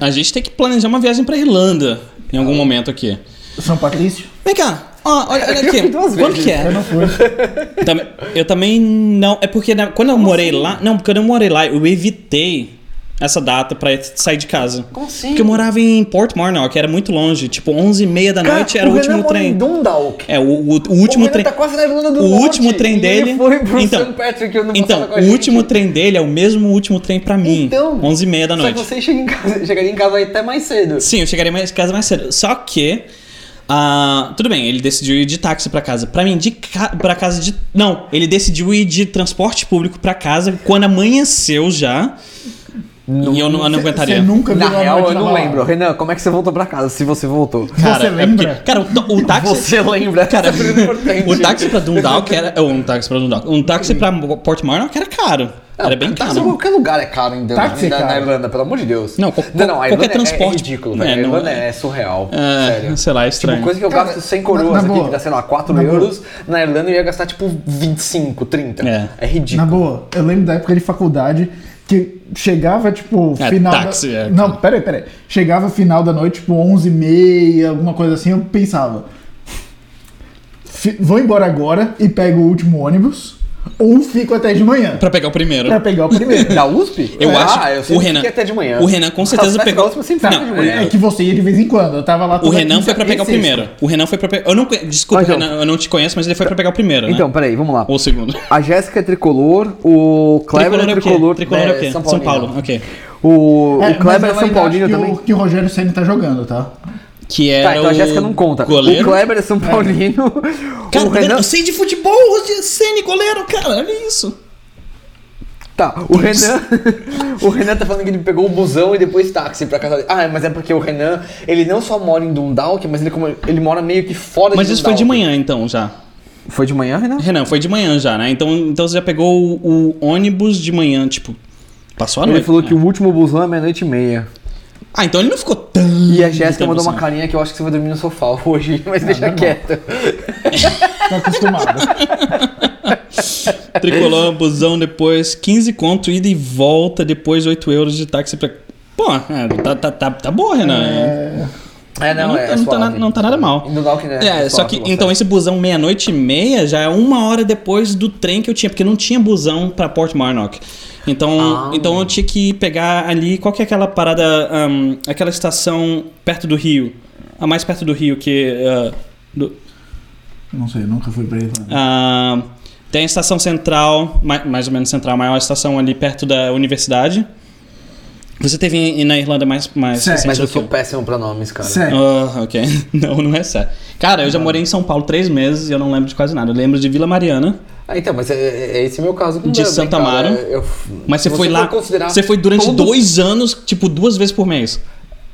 A gente tem que planejar uma viagem pra Irlanda em algum momento aqui.
São Patrício?
Vem cá, Ah, olha, olha
[LAUGHS] Eu fui
aqui.
duas
Quando
vezes.
que é?
Eu não fui.
Também- eu também não. É porque né, quando eu morei
assim?
lá. Não, porque quando eu morei lá, eu evitei essa data pra sair de casa.
Como assim?
Porque eu morava em Port Marnock, que era muito longe. Tipo, 11h30 da noite era o último
é Em
trem.
Dundalk.
É, o, o- o último
o Renan
trem.
tá quase na Irlanda do
o
Norte,
último trem
e
dele.
Ele foi pro
então,
St. Patrick ano
então
passado com a
o
gente.
último um, trem dele é o mesmo último trem pra mim.
Então,
11h30 da
Só
noite.
que você chega em casa, chegaria em casa aí até mais cedo.
Sim, eu chegaria mais em casa mais cedo. Só que. ah, tudo bem, ele decidiu ir de táxi pra casa. Pra mim, de ca pra casa de. Não, ele decidiu ir de transporte público pra casa quando amanheceu já. e eu não, eu não aguentaria.
Você nunca viu
Na
uma
real,
noite
eu
na
não
balada.
lembro. Renan, como é que você voltou pra casa, se você voltou?
Cara,
Você
é
lembra?
porque- cara, o, o táxi.
Você lembra?
Cara,
Essa coisa importante.
o táxi pra Dundalk era. é, Um táxi pra Dundalk. Um táxi pra Port Marnock era caro. Era bem
Táxi em
caro.
qualquer lugar é caro ainda
Táxi é
na, na
caro.
Irlanda, pelo amor de Deus.
Não, co-
a
qualquer
Irlanda é-
transporte.
É ridículo,
É,
velho. a
não-
Irlanda é surreal.
É,
sério.
sei lá, é
Tipo,
estranho.
coisa que eu
Cara,
gasto 100
na-
coroas
na
aqui,
boa.
que dá, sei lá, 4
Na boa.
euros. Na Irlanda eu ia gastar, tipo, 25, 30.
É.
Na
ridículo.
boa, eu lembro da época de faculdade que chegava, tipo,
É,
final.
táxi,
da...
é.
Não, peraí, peraí. Chegava final da noite, tipo, 11h30, alguma coisa assim, eu pensava. "Fi- Vou embora agora e pego o último ônibus, ou fico até de manhã
Pra pegar o primeiro.
pra pegar
[LAUGHS]
o primeiro.
[LAUGHS] Da USP?
Eu
ah,
acho
eu
que o
sempre
Renan.
fiquei até de manhã.
O Renan com certeza
As festas
pegou.
da USP eu sempre ficava
Não, então,
de manhã.
É que você ia de vez em quando, eu tava lá
O
toda
Renan
quinta
foi pra
e
pegar o
sexta.
primeiro. O Renan foi pra pegar. Eu não conhe- Desculpa,
é Mas,
Renan, eu não te conheço, mas ele foi pra pegar o primeiro, né?
Então, peraí, vamos lá.
Ou o segundo.
A Jéssica é tricolor, o
Tricolor
Kleber
é o
é
quê?
tricolor.
Tricolor é o quê? São,
Paulino.
Paulo, ok.
O,
É,
o Kleber
mas
é
eu
São
ainda acho
Paulino
que
também.
O, que o Rogério Senna tá jogando, tá?
Que era
Tá, então a
o
Jéssica não conta.
Goleiro.
O Kleber é São Paulino.
Cara,
o Renan.
eu sei de futebol, o Ceni goleiro, cara, olha isso.
Tá, o Renan. o Renan [LAUGHS] tá falando que ele pegou o busão e depois táxi pra casa dele. Ah, mas é porque o Renan, ele não só mora em Dundalk, mas ele, como, ele mora meio que fora
Mas
de
isso foi de
Dundalk.
manhã então já.
Foi de manhã, Renan?
Renan, foi de manhã já, né? Então, então você já pegou o, o ônibus de manhã, tipo, passou a
Ele
noite.
falou
né?
que o último busão é meia-noite e meia.
Ah, então ele não ficou tão
E a Jéssica
tempo
mandou uma
assim.
carinha que eu acho que você vai dormir no sofá [LAUGHS] hoje, mas
é
deixa
normal.
quieto.
Tô Tá acostumado.
[LAUGHS]
é
Tricolor, busão depois, 15 conto, ida e volta, depois 8 euros de táxi pra. Pô, é, tá, tá, tá, tá boa, Renan.
É,
É, não,
Não
é.
tá- não tá
suave.
nada- não tá nada mal.
Em Dundalk, né?
É, só
suave,
que
você.
então esse busão meia-noite e meia já é uma hora depois do trem que eu tinha, porque não tinha busão pra Port Marnock. Então,
Ah.
então eu tinha que pegar ali, qual que é aquela parada, ahm, aquela estação perto do rio, a mais perto do rio que ah, do-
não sei, nunca fui pra ele.
ah, tem a estação central, mais, mais ou menos central, a maior estação ali perto da universidade. Você teve em- na Irlanda mais mais
Certo,
recente
Mas eu
do que eu.
sou péssimo pra nomes, cara.
Sério.
[LAUGHS] Ah, ok. Não, não é sério. Cara, eu já morei em São Paulo três meses e eu não lembro de quase nada. Eu lembro de Vila Mariana,
Ah, então, mas é, é esse meu caso com
De
Dublin,
Santa Amaro.
cara. Eu-
mas você
se
foi
for
lá.
considerar
Você foi durante
todo-
dois anos, tipo, duas vezes por mês.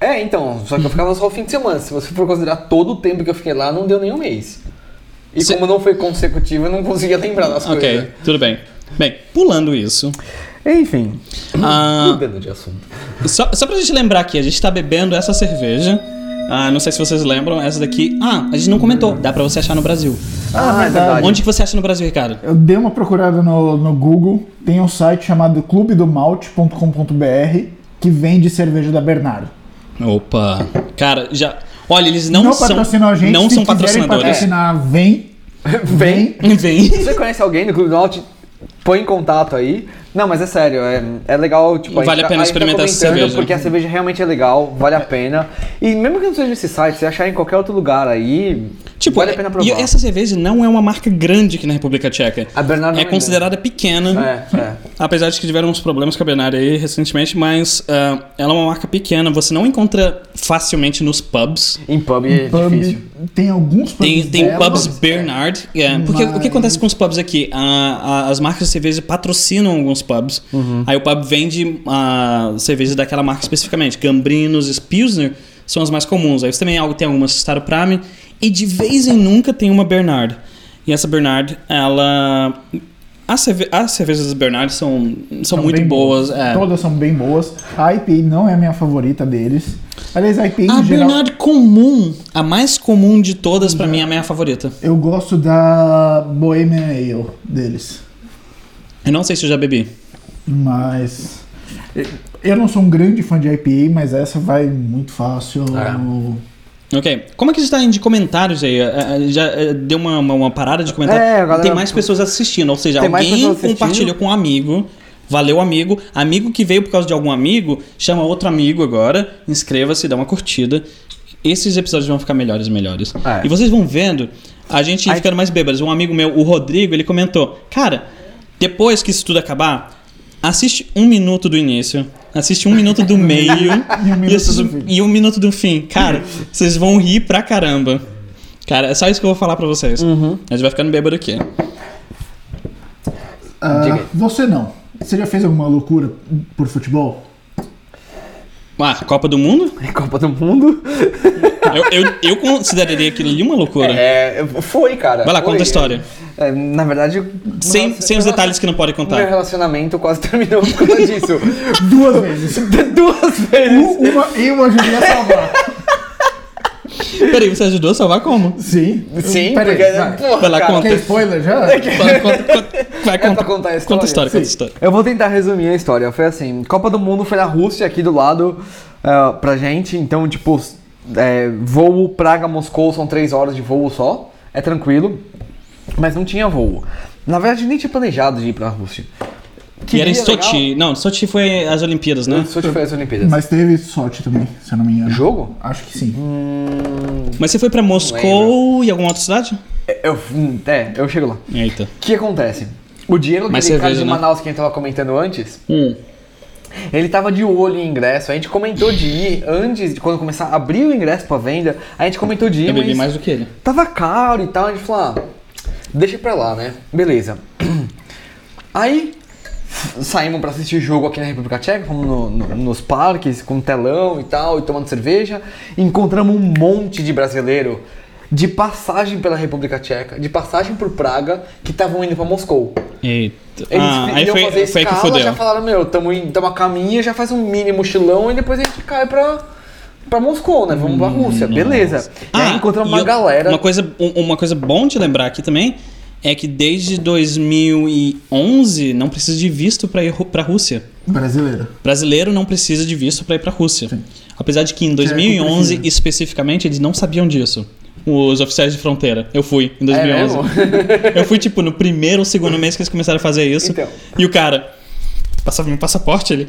É, então, só que eu ficava só o fim de semana. Se você for considerar todo o tempo que eu fiquei lá, não deu nenhum mês. E
Cê-
como não foi consecutivo, eu não conseguia lembrar das
ok,
coisas.
tudo bem. Bem, pulando isso.
Enfim,
ah,
mudando de assunto.
só, só pra gente lembrar aqui, a gente tá bebendo essa cerveja. Ah, não sei se vocês lembram, essa daqui. Ah, a gente não comentou. Dá pra você achar no Brasil.
Ah, é verdade.
Onde que você acha no Brasil, Ricardo?
Eu dei uma procurada no, no Google, tem um site chamado clubedomalte.com.br que vende cerveja da Bernardo.
Opa. Cara, já. Olha, eles não,
Não,
são.
patrocinam a gente,
não
se
são
quiserem
patrocinadores.
patrocinar, vem.
Vem.
[LAUGHS] Vem.
Se você conhece alguém do Clube do Norte, põe em contato aí. Não, mas é sério, é, é legal, tipo,
Vale a
gente tá-
pena
gente tá
experimentar essa
comentando
cerveja.
Porque a cerveja realmente é legal, vale a pena. E mesmo que não seja esse site, se achar em qualquer outro lugar aí,
Tipo,
vale a pena provar.
e essa cerveja não é uma marca grande aqui na República Tcheca.
A Bernardo
é
não é
considerada pequena,
É, é.
apesar de que tiveram uns problemas com a Bernardo aí recentemente, mas ah, ela é uma marca pequena, você não encontra facilmente nos pubs.
Em pub é
Pub,
difícil. [LAUGHS]
tem alguns pubs.
Tem, tem
dela.
pubs Bernard. é, porque o que
Mas-
acontece com os pubs aqui? A- a- as marcas de cerveja patrocinam alguns pubs.
Uhum.
Aí o pub vende a cerveja daquela marca especificamente. Gambrinos, Pilsner são as mais comuns. Aí você também al- tem algumas Star Prime. E de vez em nunca tem uma Bernard. E essa Bernard, ela. As, cerve as cervejas das Bernard são, são,
São
muito
bem
boas. é.
Todas são bem boas. A IPA não é a minha favorita deles. Aliás, a IPA
A
em geral. Uhum.
Bernard comum, a mais comum de todas, pra mim, é a minha favorita.
Eu gosto da Bohemian Ale deles.
Eu não sei se eu já bebi.
Mas. Eu não sou um grande fã de IPA, mas essa vai muito fácil.
É.
no-
Ok. Como é que está de comentários aí? Ah, ah, Já ah, deu uma, uma, uma parada de comentários?
É, a galera-
Tem mais pessoas assistindo, ou seja,
Tem mais
alguém
pessoas assistindo.
compartilhou com um amigo. Valeu, amigo. Amigo que veio por causa de algum amigo, chama outro amigo agora. Inscreva-se, dá uma curtida. Esses episódios vão ficar melhores e melhores.
É.
E vocês vão vendo, a gente
Aí-
ficando mais bêbados. Um amigo meu, o Rodrigo, ele comentou: Cara, depois que isso tudo acabar, assiste um minuto do início, assiste um minuto do meio
[LAUGHS]
E um minuto
assiste-
do fim.
e um minuto do fim. Cara, vocês vão rir pra caramba. Cara, é só isso que eu vou falar pra vocês. A gente vai ficando bêbado aqui.
Ah,
Diga aí.
você não. Você já fez alguma loucura por futebol?
Ah, Copa do Mundo?
Copa do Mundo?
Eu, eu, eu consideraria aquilo ali uma loucura.
É, eu- foi, cara.
Vai lá,
foi.
conta a história.
É, na verdade, meu
Sem,
relacion-
sem os detalhes que não pode
Meu
contar.
relacionamento quase [LAUGHS] terminou por causa disso. [LAUGHS]
Duas [LAUGHS] vezes.
Duas vezes.
Um- uma, eu ajudei a salvar.
Peraí, você ajudou a salvar como?
Sim.
Sim,
Uh, Peraí,
porque. é,
vai.
Porra,
Vai lá,
cara.
conta.
Quer spoiler
[LAUGHS]
já?
Vai, conta, conta- vai,
pra
conta-
contar a história?
Conta a história, conta a
Sim.
história.
Eu vou tentar resumir a história. Foi assim: Copa do Mundo foi na Rússia, aqui do lado, ah, pra gente. Então, tipo, é, voo Praga-Moscou são três horas de voo só. É tranquilo. Mas não tinha voo. Na verdade, nem tinha planejado de ir pra Rússia.
E era em
Queria, legal.
Sochi. Não, Sochi foi as Olimpíadas, né?
Sochi foi as Olimpíadas.
Mas teve sorte também, se eu não me engano.
Jogo? Hum,
Acho que sim.
Mas você foi pra Moscou e alguma outra cidade?
Eu, é, eu chego lá.
Eita.
O que acontece? O Diego,
Mais
aquele cara
cerveja, né?
de Manaus que a gente tava comentando antes,
Hum.
Ele tava de olho em ingresso, a gente comentou de ir antes de quando começar a abrir o ingresso pra venda, a gente comentou de ir,
Eu bebi
mas
mais um. do que ele.
tava caro e tal, a gente falou, ah, deixa pra lá, né? Beleza. [CLEARS THROAT] Aí saímos pra assistir jogo aqui na República Tcheca, fomos no- no- nos parques com telão e tal, e tomando cerveja, encontramos um monte de brasileiro de passagem pela República Tcheca, de passagem por Praga, que estavam indo pra Moscou.
Eita.
Eles
ah, aí
iam
foi,
fazer
foi aí que
escala,
fodeu.
já falaram, meu, tamo, em, tamo a caminho, já faz um mini mochilão e depois a gente cai pra, pra Moscou, né? Vamos pra Rússia, beleza. E aí encontramos
Hum, Ah, e
É, uma
eu-
galera.
Uma coisa, um- uma coisa bom de lembrar aqui também é que desde 2011 não precisa de visto para ir ru- pra Rússia.
Brasileiro.
Brasileiro não precisa de visto para ir pra Rússia. Apesar de
é
que em 2011
precisa.
especificamente eles não sabiam disso. Os oficiais de fronteira. Eu fui em
É
2011.
mesmo?
eu fui tipo no primeiro ou segundo mês que eles começaram a fazer isso.
Então.
E o cara passava meu passaporte ele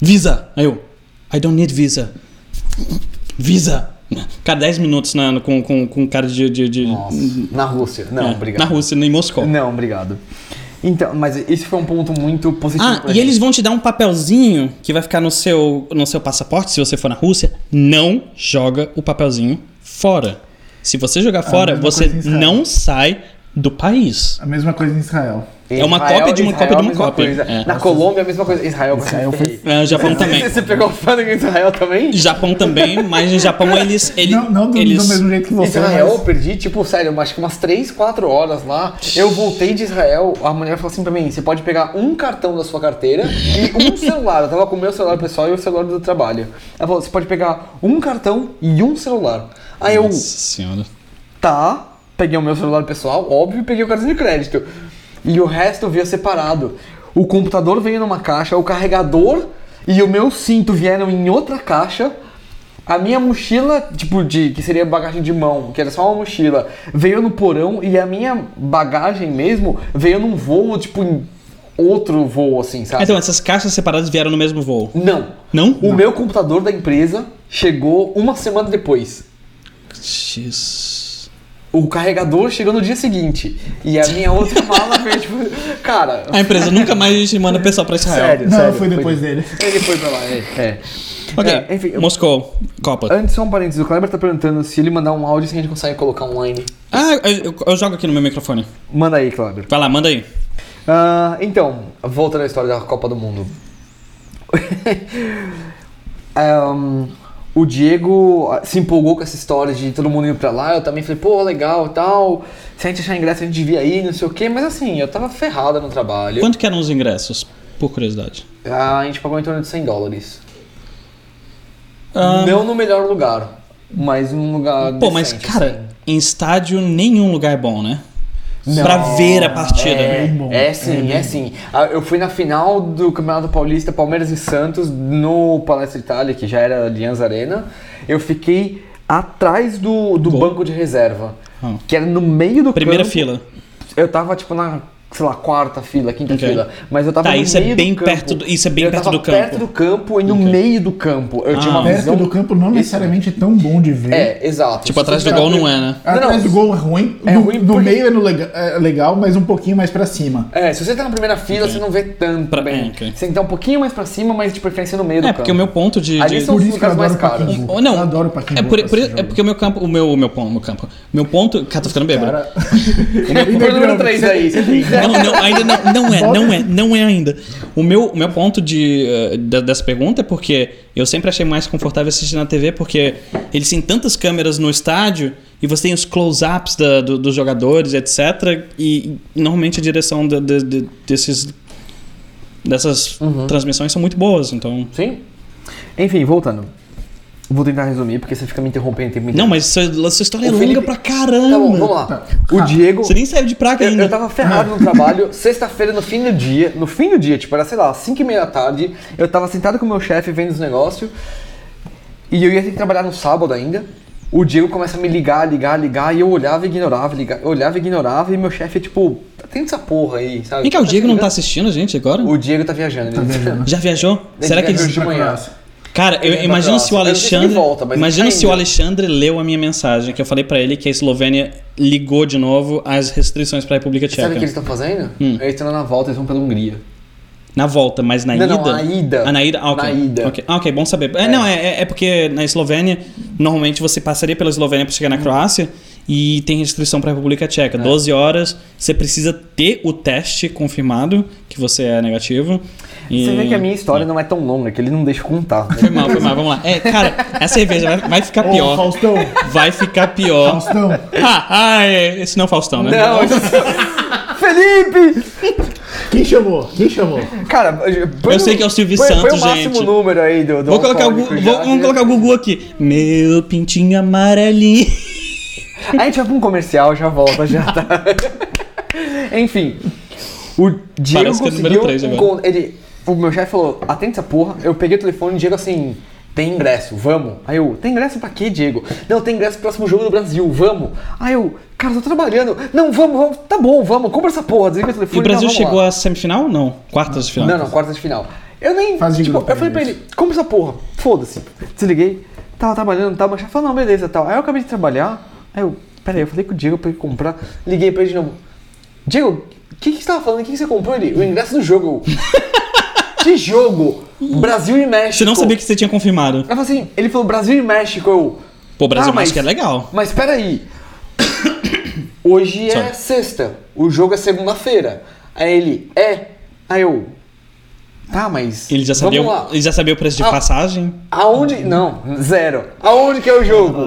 Visa. Aí eu I don't need visa. Visa. Cara, 10 minutos na- no- com, com, com cara de. de, de-
Nossa, na Rússia. Não,
é,
obrigado.
na Rússia, em Moscou.
Não, obrigado. Então, mas esse foi um ponto muito positivo.
Ah,
pra
e
gente.
eles vão te dar um papelzinho que vai ficar no seu, no seu passaporte se você for na Rússia. Não joga o papelzinho fora. Se você jogar fora,
Ah, é
mesma
você
coisa em Israel.
não sai do país.
A mesma coisa em Israel.
é uma
Israel-
cópia de uma
Israel
cópia de
é a
uma
mesma
cópia.
coisa.
É.
Na Colômbia é a mesma coisa. Israel,
Israel
você-
foi-
É, o Japão também.
[LAUGHS] Você pegou o fã em Israel também?
Japão também, mas no Japão eles. eles
não não do,
eles,
do mesmo jeito que você.
Israel, eu
Mas...
perdi, tipo, sério, acho que umas 3, 4 horas lá. Eu voltei de Israel, a mulher falou assim pra mim: você pode pegar um cartão da sua carteira e
[LAUGHS]
um celular. Eu tava com o meu celular pessoal e o celular do trabalho. Ela falou: você pode pegar um cartão e um celular. Aí eu,
Nossa senhora.
tá, peguei o meu celular pessoal, óbvio, e peguei o cartão de crédito. E o resto veio separado. O computador veio numa caixa, o carregador e o meu cinto vieram em outra caixa. A minha mochila, tipo, de que seria bagagem de mão, que era só uma mochila, veio no porão e a minha bagagem mesmo veio num voo, tipo, em outro voo, assim, sabe?
Então, essas caixas separadas vieram no mesmo voo.
não.
Não?
O meu computador da empresa chegou uma semana depois.
X.
O carregador chegou no dia seguinte. E a minha [LAUGHS] outra mala veio, tipo, cara.
A empresa nunca mais manda pessoal pra Israel.
Sério,
Não,
sério,
foi depois dele.
Ele foi pra lá, é. é.
Ok,
É, enfim, eu-
Moscou, Copa.
Antes, só um parênteses, o Kleber tá perguntando se ele mandar um áudio se a gente consegue colocar online.
Ah, eu, eu- eu jogo aqui no meu microfone.
Manda aí, Kleber.
Vai lá, manda aí.
Ah, então, voltando à história da Copa do Mundo. [LAUGHS] Ahn, o Diego ah, se empolgou com essa história de todo mundo indo pra lá. Eu também falei, pô, legal tal. Se a gente achar ingresso, a gente devia ir, não sei o quê. Mas assim, eu tava ferrada no trabalho.
Quanto que eram os ingressos? Por curiosidade.
Ah, A gente pagou em torno de 100 dólares.
Ah,
Não no melhor lugar, mas num lugar.
Pô, mas,
decente,
cara,
assim.
em estádio nenhum lugar é bom, né? Pra ver a partida. né?
É,
bem bom.
é sim, é, sim. Ah, Eu fui na final do Campeonato Paulista, Palmeiras e Santos, no Palestra Itália, que já era Allianz Arena. Eu fiquei atrás do, do
Bom.
banco de reserva.
Ah.
Que era no meio do
Primeira
campo.
fila.
Eu tava, tipo, na, sei lá, quarta fila, quinta
Ok.
fila. Mas eu tava
Tá,
no
isso é
meio
bem
do campo.
perto do- isso é bem
eu
perto
tava
do campo.
perto do campo e no meio do campo. Eu tinha
Ah.
uma
Perto
visão...
do campo não necessariamente é tão bom de ver.
É, exato.
Tipo, atrás do gol não é, né?
Não,
Atrás
não.
do gol é ruim.
É
no
ruim
no
porque-
meio é, no lega- é legal, mas um pouquinho mais pra cima.
É, se você tá na primeira fila, você não vê tanto
Pra- é,
bem.
ok.
Você tá um pouquinho mais pra cima, mas de preferência no meio do
É,
campo.
porque o meu ponto de.
Ali
de-
são
Por isso que eu
lugares mais
adoro o
caros.
Paquimbu.
Ou não.
Eu adoro o Paquimbu.
É, por,
pra
por-
esse
é
jogo.
porque o meu campo. O meu, o meu, pon- o meu campo. Meu ponto. Cara, tô ficando bêbado.
Cara...
é
Foi o é número 3 aí.
Não, não, ainda não, não é, não é, não é ainda. O meu, o meu ponto de, eh, da- dessa pergunta é porque eu sempre achei mais confortável assistir na TV, porque eles têm tantas câmeras no estádio e você tem os close-ups da- do- dos jogadores, etc. E normalmente a direção da- da- de- desses, dessas
Uhum.
transmissões são muito boas, então.
Sim. Enfim, voltando. Vou tentar resumir, porque você fica me interrompendo o tempo inteiro.
Não, mas sua, sua história é
O
longa
Felipe-
pra caramba.
Tá bom, vamos lá. O Diego...
Você nem saiu de praga
Eu,
ainda.
eu tava ferrado no trabalho, sexta-feira, no fim do dia, no fim do dia, tipo, era, sei lá, 5 e meia da tarde, eu tava sentado com o meu chefe vendo os negócios, e eu ia ter que trabalhar no sábado ainda. O Diego começa a me ligar, ligar, ligar, e eu olhava e ignorava, ligava, eu olhava e ignorava, e meu chefe, tipo, atende essa porra aí, sabe?
Vem cá, o
Tá
Diego não tá
ligando?
assistindo a gente agora?
O Diego tá viajando, ele
Já viajou?
Ele
Será que
viajou
eles.
de manhã.
Cara, eu
Ele
imagino
vai pra
se o
lá. É, Eu não sei se ele
Alexandre.
volta, mas ele
imagina
tá
se o
indo.
Alexandre leu a minha mensagem, que eu falei pra ele que a Eslovênia ligou de novo as restrições pra República
Sabe o que
Tcheca.
eles estão fazendo? Eles estão na volta, eles vão pela Hungria.
Na volta, mas na
Não,
ida.
não, na ida.
Ah, na ida? Ah, ok.
Na ida.
Ok. Ah, ok, bom saber. É, Não, é, é- é porque na Eslovênia, normalmente você passaria pela Eslovênia pra chegar
Hum.
na Croácia e tem restrição pra República
É.
Tcheca. 12 horas, você precisa ter o teste confirmado que você é negativo. E...
Você vê que a minha história não é tão longa, que ele não deixa
[LAUGHS]
eu contar.
Foi mal, foi mal, vamos lá. É, cara, a cerveja vai, vai ficar
Ô,
pior.
Faustão,
Vai ficar pior.
Faustão,
Ah, ah, é, esse não é o Faustão, né?
Não, eu- [LAUGHS] Felipe!
quem chamou? Quem chamou?
Cara, põe
Eu sei
no-
que é o Silvio
põe-
Santos,
põe o máximo
gente.
número aí do, do
Vou colocar o, Gu-
alcoólico
vou,
já,
vamos
né?
colocar o Gugu aqui. Meu pintinho amarelinho.
A gente vai pra um comercial, já volta, já tá. [LAUGHS] Enfim, o Diego
Parece que é o número
conseguiu...
três agora.
encon- ele, o meu chefe falou, atende essa porra. Eu peguei o telefone e o Diego assim... Tem ingresso, vamos. Aí eu, tem ingresso pra quê, Diego? Não, tem ingresso pro próximo jogo do Brasil, vamos. Aí eu, cara, eu tô trabalhando. Não, vamos, vamos. Tá bom, vamos, compra essa porra, desliga o telefone.
E o Brasil
não, vamos lá.
chegou à semifinal? Não, quartas de final.
Não, não, quartas de final. Eu nem.
Fase de
tipo,
grupo,
eu falei pra
né?
ele, compra essa porra, foda-se. Desliguei, tava trabalhando, tava, mas falou, não, beleza, tal. Aí eu acabei de trabalhar, aí eu, peraí, eu falei com o Diego pra ele comprar, liguei pra ele de novo. Diego, o que, que você tava falando? O que, que você comprou ali? O ingresso do
[LAUGHS]
jogo. que jogo? Brasil e México.
Você não sabia que você tinha confirmado.
Eu falei assim, ele falou Brasil e México, eu.
Pô, Brasil
Ah,
mas...
mas-
que é legal.
Mas peraí. [COUGHS] Hoje é
Sorry.
sexta. O jogo é segunda-feira. Aí ele, é. Aí eu. Tá, mas.
Ele já sabia,
Vamos lá.
o- ele já sabia o preço de
Ah.
passagem.
Aonde. Não, zero. Aonde que é o jogo?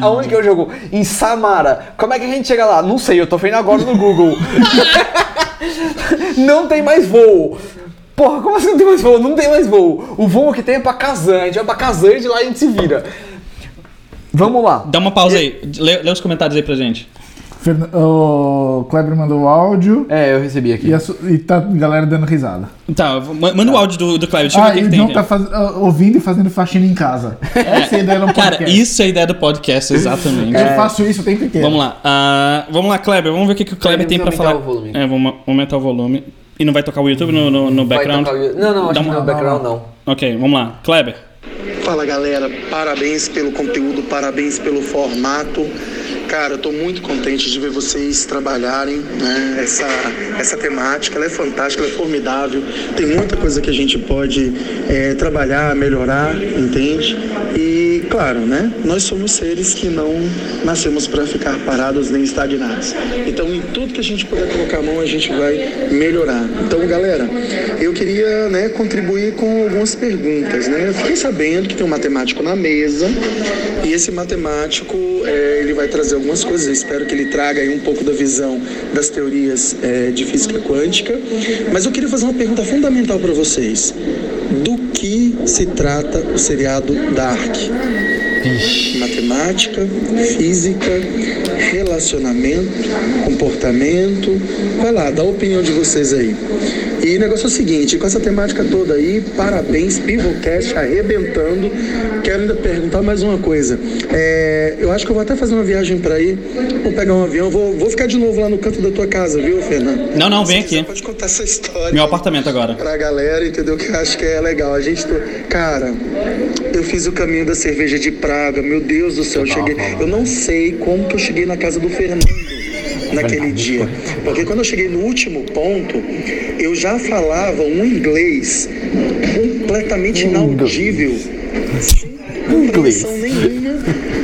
Aonde que é o jogo? Em Samara. Como é que a gente chega lá? Não sei, eu tô vendo agora no Google. [LAUGHS] não tem mais voo. Porra, como assim não tem mais voo? Não tem mais voo. O voo que tem é pra Kazan. A gente vai pra Kazan e de lá a gente se vira. Vamos lá.
Dá uma pausa aí. Lê, lê os comentários aí pra gente.
Fern... O Kleber mandou o áudio
É, eu recebi aqui.
e, a su- e tá a galera dando risada.
Tá, ma- manda o áudio do, do Cláudio. Deixa eu ver o
ah,
que,
e
que
o
tem.
John
aqui.
tá faz... ah, ouvindo e fazendo faxina em casa. Essa é a ideia do
Cara,
podcast.
isso é a ideia do podcast, exatamente.
É.
Eu faço isso o tempo inteiro.
Vamos lá. Ah, vamos lá, Kleber. Vamos ver o que, que o Kleber
Kleber,
tem pra
vamos
falar.
aumentar o volume.
É, vamos aumentar o volume. E não vai tocar o YouTube no, no, no
Vai
background?
tocar o- Não, não, acho
Dá
que
uma-
não, é background não.
Ok, vamos lá. Kleber.
Fala galera, parabéns pelo conteúdo, parabéns pelo formato. Cara, eu tô muito contente de ver vocês trabalharem né, essa, essa temática. Ela é fantástica, ela é formidável. Tem muita coisa que a gente pode eh, trabalhar, melhorar, entende? E, claro, né? Nós somos seres que não nascemos para ficar parados nem estagnados. Então, em tudo que a gente puder colocar a mão, a gente vai melhorar. Então, galera, eu queria né, contribuir com algumas perguntas. Né? Eu fiquei sabendo que tem um matemático na mesa e esse matemático eh, ele vai trazer algumas coisas. Eu espero que ele traga aí um pouco da visão das teorias eh, de física quântica. Mas eu queria fazer uma pergunta fundamental para vocês. Do que se trata o seriado Dark? matemática, física, relacionamento, comportamento. Vai lá, dá a opinião de vocês aí. E o negócio é o seguinte, com essa temática toda aí, parabéns, Pivocast arrebentando. Quero ainda perguntar mais uma coisa. É, eu acho que eu vou até fazer uma viagem pra aí, vou pegar um avião, vou, vou ficar de novo lá no canto da tua casa, viu, Fernando?
Não, não, vem
Se quiser,
aqui.
Pode contar essa história.
Meu apartamento agora.
Pra galera, entendeu? Que eu acho que é legal. A gente. to- Cara, eu fiz o caminho da cerveja de Praga. Meu Deus do céu, eu cheguei. Eu não sei como que eu cheguei na casa do Fernando naquele dia. Porque quando eu cheguei no último ponto, eu já falava um inglês completamente inaudível. sem compreensão nenhuma.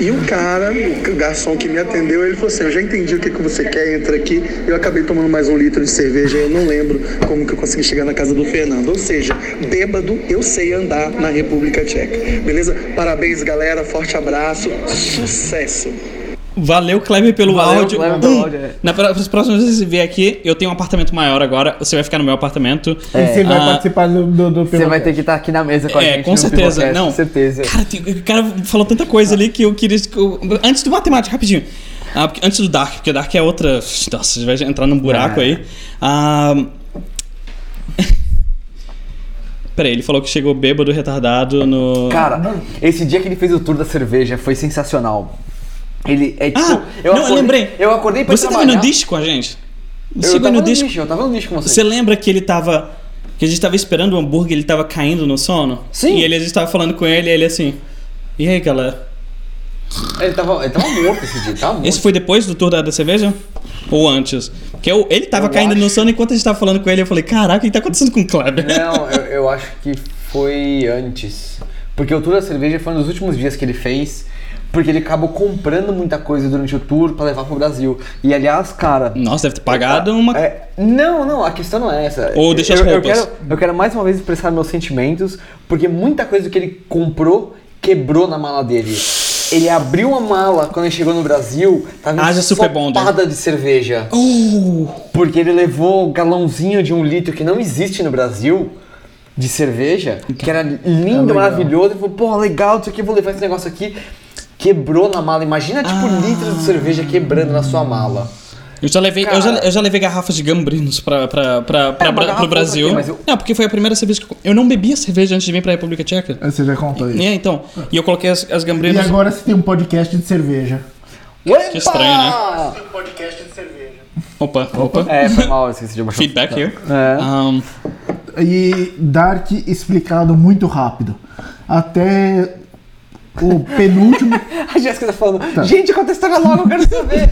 E o cara, o garçom que me atendeu, ele falou assim: Eu já entendi o que, que você quer, entra aqui. Eu acabei tomando mais um litro de cerveja. Eu não lembro como que eu consegui chegar na casa do Fernando. Ou seja, bêbado, eu sei andar na República Tcheca. Beleza? Parabéns, galera. Forte abraço. Sucesso.
Valeu, Kleber, pelo
Valeu,
áudio. Uh,
Kleber, pelo áudio, é.
Na, pra- pras próximas vezes que você vier aqui, eu tenho um apartamento maior agora. Você vai ficar no meu apartamento.
E
É.
você vai
Ah,
participar do, do, do
Você vai
Pivocast.
ter que estar aqui na mesa com a
é,
gente.
com
no
certeza.
Pivocast,
Não.
Com certeza.
Cara, tem- o cara falou tanta coisa ali que eu queria. que eu- antes do matemática, rapidinho. Ah, porque- antes do Dark, porque o Dark é outra. Nossa, vai entrar num buraco
Ah.
aí. Ah, [LAUGHS] Peraí, ele falou que chegou bêbado, retardado no.
Cara, esse dia que ele fez o tour da cerveja foi sensacional. Ele é tipo.
ah,
eu
não, eu
acordei-
lembrei.
Eu acordei pra ir
Você tava
trabalhar.
no disco com a gente?
Eu,
Você
tava
foi
no
no disco?
disco, eu tava no disco com você.
Você lembra que ele tava. Que a gente tava esperando o hambúrguer, ele tava caindo no sono?
Sim.
E ele, a gente tava falando com ele, e ele assim. E aí, galera?
Ele tava, ele tava morto esse dia, tava morto.
Esse foi depois do tour da, da cerveja? Ou antes? Porque eu- ele tava
Eu
caindo
acho.
no sono enquanto a gente tava falando com ele, eu falei, caraca, o que tá acontecendo com o Kleber?
[LAUGHS] Não, eu, eu acho que foi antes. Porque o tour da cerveja foi um dos últimos dias que ele fez. Porque ele acabou comprando muita coisa durante o tour pra levar pro Brasil. E aliás, cara.
Nossa, deve ter pagado uma.
É, não, não, a questão não é essa.
Ou deixa as
eu, eu,
roupas.
quero, eu quero mais uma vez expressar meus sentimentos, porque muita coisa que ele comprou quebrou na mala dele. Ele abriu a mala quando ele chegou no Brasil, tava
Haja Ah, Super né? Bonder.
ensopada de cerveja.
Uh,
Porque ele levou galãozinho de um litro que não existe no Brasil de cerveja, que era lindo,
legal.
maravilhoso. Ele falou, pô, legal, isso aqui, vou levar esse negócio aqui. Quebrou na mala. Imagina, tipo,
Ah.
litros de cerveja quebrando na sua mala.
eu, já levei, eu, já, eu já levei garrafas de gambrinos pra, pra, pra, pra,
É, uma
pra-
garrafa
pro Brasil.
aqui, mas eu-
Não, porque foi a primeira cerveja que eu. Eu não bebia cerveja antes de vir pra República Tcheca.
Você já contou isso.
É, então. E eu coloquei as, as
E
gambrinos.
agora você tem um podcast de cerveja.
Opa!
estranho, né?
Podcast de cerveja.
Opa, opa.
É, foi mal, eu esqueci de baixar.
Feedback here.
É.
Um,
E Dark explicado muito rápido. Até o penúltimo.
A Jéssica tá falando, gente, conta a história logo, eu quero saber.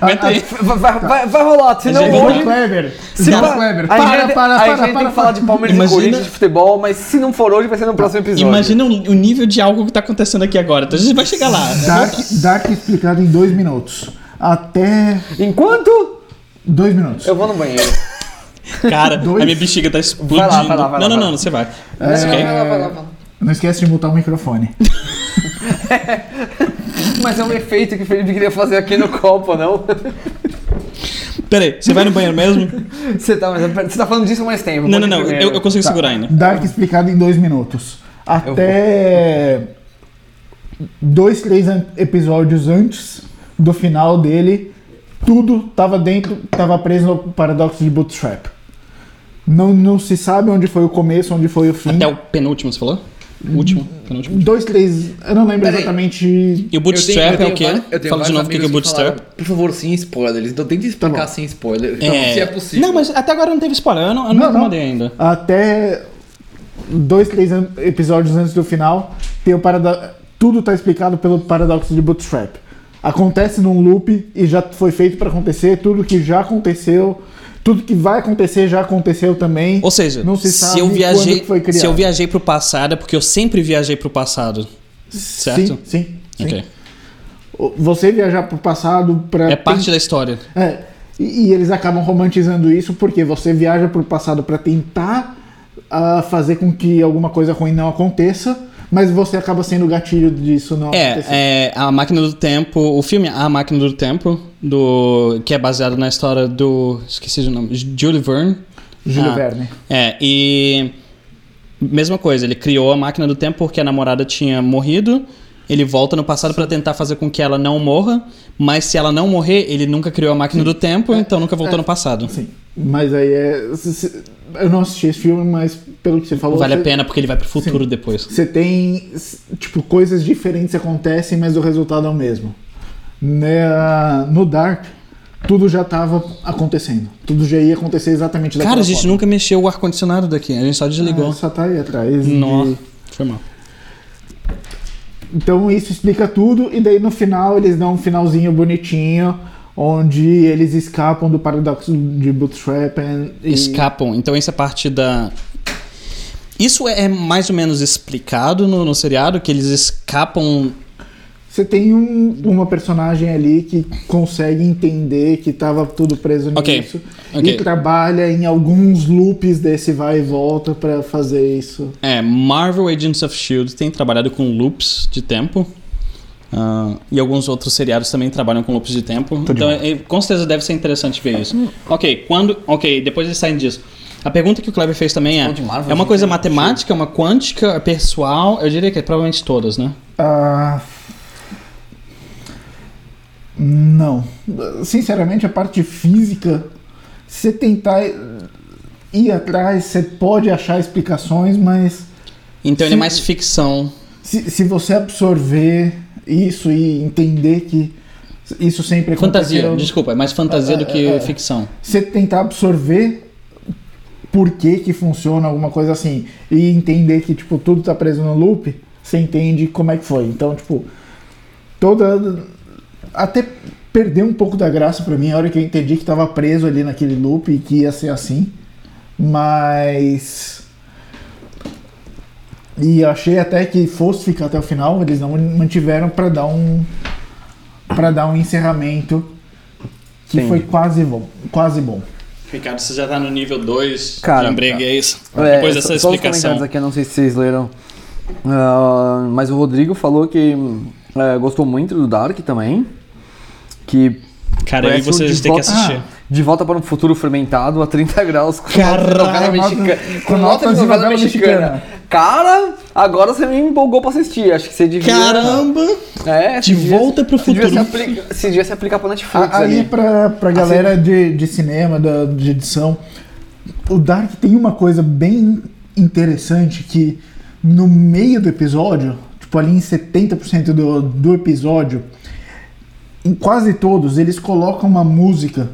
aguenta aí.
vai,
Tá.
vai, vai, vai rolar, senão
gente-
Ô,
hoje...
Kleber!
Se
Não,
pa-
Kleber!
a gente
Para,
vai-
para,
a
para,
gente
para,
tem
para.
que falar de Palmeiras
Imagina-
e Corinthians de futebol, mas se não for hoje, vai ser no próximo episódio.
Imagina o o nível de álcool que tá acontecendo aqui agora. Então a gente vai chegar lá.
Dark, Dark explicado em dois minutos. Até
Enquanto
dois minutos.
eu vou no banheiro.
Cara,
Dois.
a minha bexiga tá explodindo.
Vai lá, vai lá, vai
não,
lá,
não,
vai
não,
lá.
você vai. Mas ok.
Vai lá, vai lá, vai lá.
Não esquece de mutar o microfone.
Mas é um efeito que o Felipe queria fazer aqui no copo,
[LAUGHS]
não?
Pera aí, você vai no banheiro mesmo?
Você tá,
é
mas você tá falando disso há mais tempo.
Não,
pode
não,
ir
não.
primeiro.
Eu, eu consigo segurar ainda.
Dark explicado em dois minutos. Até dois, três an- episódios antes do final dele, tudo tava dentro, tava preso no paradoxo de Bootstrap. Não, não se sabe onde foi o começo, onde foi o fim.
Até É o penúltimo, você falou? Último, penúltimo.
Dois, três. Eu não lembro
Peraí.
E
exatamente.
o
Eu tenho- eu
Bootstrap
tenho
é
vários-
o
eu
quê?
tenho
Fala de
vários
novo o que que é
amigos
Bootstrap.
falaram, por favor, sem spoilers. Então tenta explicar sem spoiler. Então, [LAUGHS] se é possível.
Não, mas até agora não teve spoiler. Eu não, eu não, mandei ainda.
Até dois, três an- episódios antes do final, tem o parado... tudo tá explicado pelo paradoxo de Bootstrap. Acontece num loop e já foi feito para acontecer, tudo que já aconteceu, tudo que vai acontecer já aconteceu também.
Ou seja,
não se,
se,
sabe
eu
quando
viajei,
que foi criado.
se eu viajei pro passado é porque eu sempre viajei pro passado. Certo?
Sim, sim. sim.
Ok.
O- Você viajar pro passado para
É parte da história.
É, e, e eles acabam romantizando isso porque você viaja pro passado para tentar ah, fazer com que alguma coisa ruim não aconteça, mas você acaba sendo o gatilho disso não acontecer.
É, é, a máquina do tempo, o filme A Máquina do Tempo, do que é baseado na história do, esqueci o nome, Jules Verne.
Júlio
Ah,
Verne.
É, e mesma coisa, ele criou a máquina do tempo porque a namorada tinha morrido. Ele volta no passado pra tentar fazer com que ela não morra, mas se ela não morrer, ele nunca criou a máquina do tempo, então nunca voltou no passado.
É, Sim. Mas aí é. se- se- Eu não assisti esse filme, mas pelo que você falou.
Vale a
você-
pena porque ele vai pro futuro depois.
Você tem, s- tipo, coisas diferentes acontecem, mas o resultado é o mesmo. Né, no Dark, tudo já tava acontecendo. Tudo já ia acontecer exatamente daquela
Cara, a gente
forma.
nunca mexeu o ar-condicionado daqui, a gente só desligou.
Ah, Só tá aí atrás. de-
Nossa, foi mal.
Então isso explica tudo, e daí no final eles dão um finalzinho bonitinho, onde eles escapam do paradoxo de Bootstrap and- e...
Escapam. Então essa parte da. Isso é é mais ou menos explicado no, no seriado, que eles escapam.
Você tem um- uma personagem ali que consegue entender que tava tudo preso
Ok,
nisso.
ok.
E trabalha em alguns loops desse vai e volta pra fazer isso.
É, Marvel Agents of Shield tem trabalhado com loops de tempo. ah, e alguns outros seriados também trabalham com loops de tempo. então, é- é- com certeza deve ser interessante ver isso. Ok, quando. Ok, depois eles saem disso. A pergunta que o Kleber fez também é:
de Marvel,
é uma
né?
gente,
coisa
é
matemática, uma quântica, é pessoal? Eu diria que é provavelmente todas, né?
Ah, Não. Sinceramente, a parte física, se você tentar ir atrás, você pode achar explicações, mas
Então ele é
Sim.
mais ficção.
se, se você absorver isso e entender que isso sempre
Fantasia,
aconteceu...
desculpa, é mais fantasia do que
É, é, é.
ficção.
você tentar absorver por que que funciona alguma coisa assim e entender que tipo tudo tá preso no loop, você entende como é que foi. Então, tipo, toda até perdeu um pouco da graça pra mim a hora que eu entendi que tava preso ali naquele loop e que ia ser assim. Mas e eu achei até que fosse ficar até o final, eles não mantiveram pra dar um para dar um encerramento que foi quase bom, quase bom.
Ricardo, você já tá no nível 2
Cara,
de empreguês.
É,
Depois dessa
só- só os
explicação.
comentários aqui, eu não sei se vocês leram. Ah, mas o Rodrigo falou que hum, é, gostou muito do Dark também. Que
Cara, aí
parece o
vocês
De
têm que
Volta-
assistir.
Ah, de volta para um futuro fermentado a 30 [LAUGHS] graus com
Caralho,
novela
nossa,
mexicana.
com notas de novela mexicana.
Cara, agora você me empolgou pra assistir. Acho que você devia.
Caramba!
É,
De
você devia-
volta pro
você devia
futuro. Ah,
se aplica- Você devia se aplicar pra Netflix
A-
ali.
Aí pra, pra galera de, de cinema, da, de edição, o Dark tem uma coisa bem interessante que no meio do episódio, tipo ali em 70% do, do episódio, em quase todos eles colocam uma música.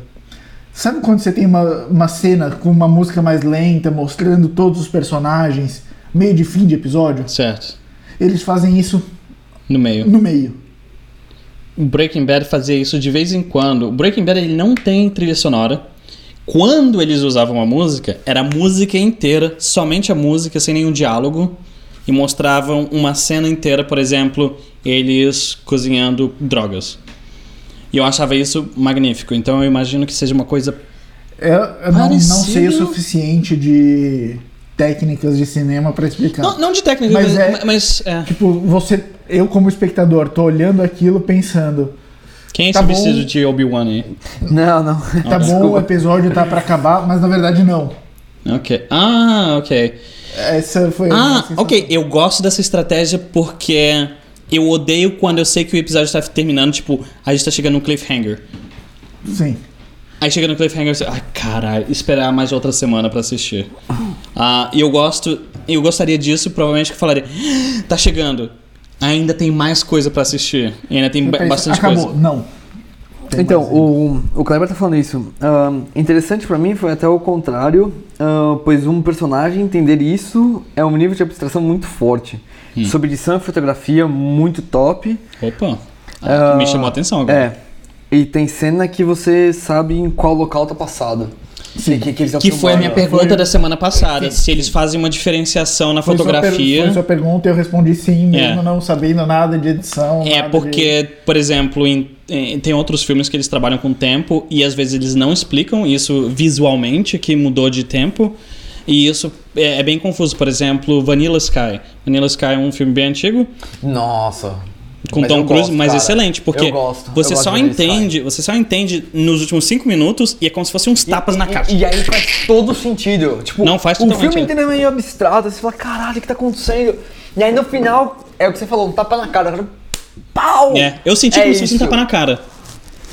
Sabe quando você tem uma, uma cena com uma música mais lenta, mostrando todos os personagens, meio de fim de episódio?
Certo.
Eles fazem isso
No meio.
no meio.
O Breaking Bad fazia isso de vez em quando. O Breaking Bad ele não tem trilha sonora. Quando eles usavam a música, era a música inteira, somente a música, sem nenhum diálogo. E mostravam uma cena inteira, por exemplo, eles cozinhando drogas. E eu achava isso magnífico. Então eu imagino que seja uma coisa.
Eu, É, eu não, não sei
Parecido.
o suficiente de técnicas de cinema pra
Tá.
explicar.
Não, não de técnica, mas.
Mas
mas,
é-
é.
Tipo, você, eu como espectador, tô olhando aquilo pensando,
Quem é esse
Tá bom.
vestido de Obi-Wan aí?
Não, [LAUGHS] não.
Ah,
tá bom, o episódio tá pra acabar, mas na verdade não.
Ok. Ah, ok.
Essa foi a minha
Ah,
sensação.
ok. Eu gosto dessa estratégia porque eu odeio quando eu sei que o episódio tá terminando, tipo, a gente tá chegando no cliffhanger.
Sim.
Aí chega no cliffhanger você. Ai, caralho, esperar mais outra semana pra assistir. Ah, e eu gosto. Eu gostaria disso, provavelmente que eu falaria. "Ah, Tá chegando. Ainda tem mais coisa pra assistir. E ainda tem ba-
Pensa,
bastante
Acabou.
coisa.
Não. Tem
Então,
mais.
o, o Kleber tá falando isso. Ahn, interessante pra mim foi até o contrário, ahn, pois um personagem entender isso é um nível de abstração muito forte.
Hum.
Sobre edição e fotografia muito top.
Opa. Ah,
Ah,
me chamou a atenção agora.
É. E tem cena que você sabe em qual local tá passado.
Sim.
Que, que eles tão
Que foi a minha
filmando.
pergunta da semana passada. Se eles fazem uma diferenciação na
Foi sua per-
fotografia.
Foi sua pergunta, eu respondi sim, mesmo
É.
não sabendo nada de edição.
É
nada
porque, por exemplo, em- em- tem outros filmes que eles trabalham com tempo e às vezes eles não explicam isso visualmente, que mudou de tempo. E isso é, é bem confuso. Por exemplo, Vanilla Sky. Vanilla Sky é um filme bem antigo,
Nossa.
com
Mas eu
Tom Cruise,
gosto,
mas
cara.
excelente, porque
Eu gosto, eu
você
gosto
só
de Vanilla Sky.
entende, você só entende nos últimos cinco minutos e é como se fossem uns tapas
e,
na
e-
cara.
E, aí faz todo sentido. Tipo,
Não, faz
o
totalmente,
filme
é.
inteiro é meio abstrato. Você fala, caralho, o que tá acontecendo? E aí no final, é o que você falou, um tapa na cara. cara, Pau!
É, eu senti
É
como se fosse um
isso.
tapa na cara.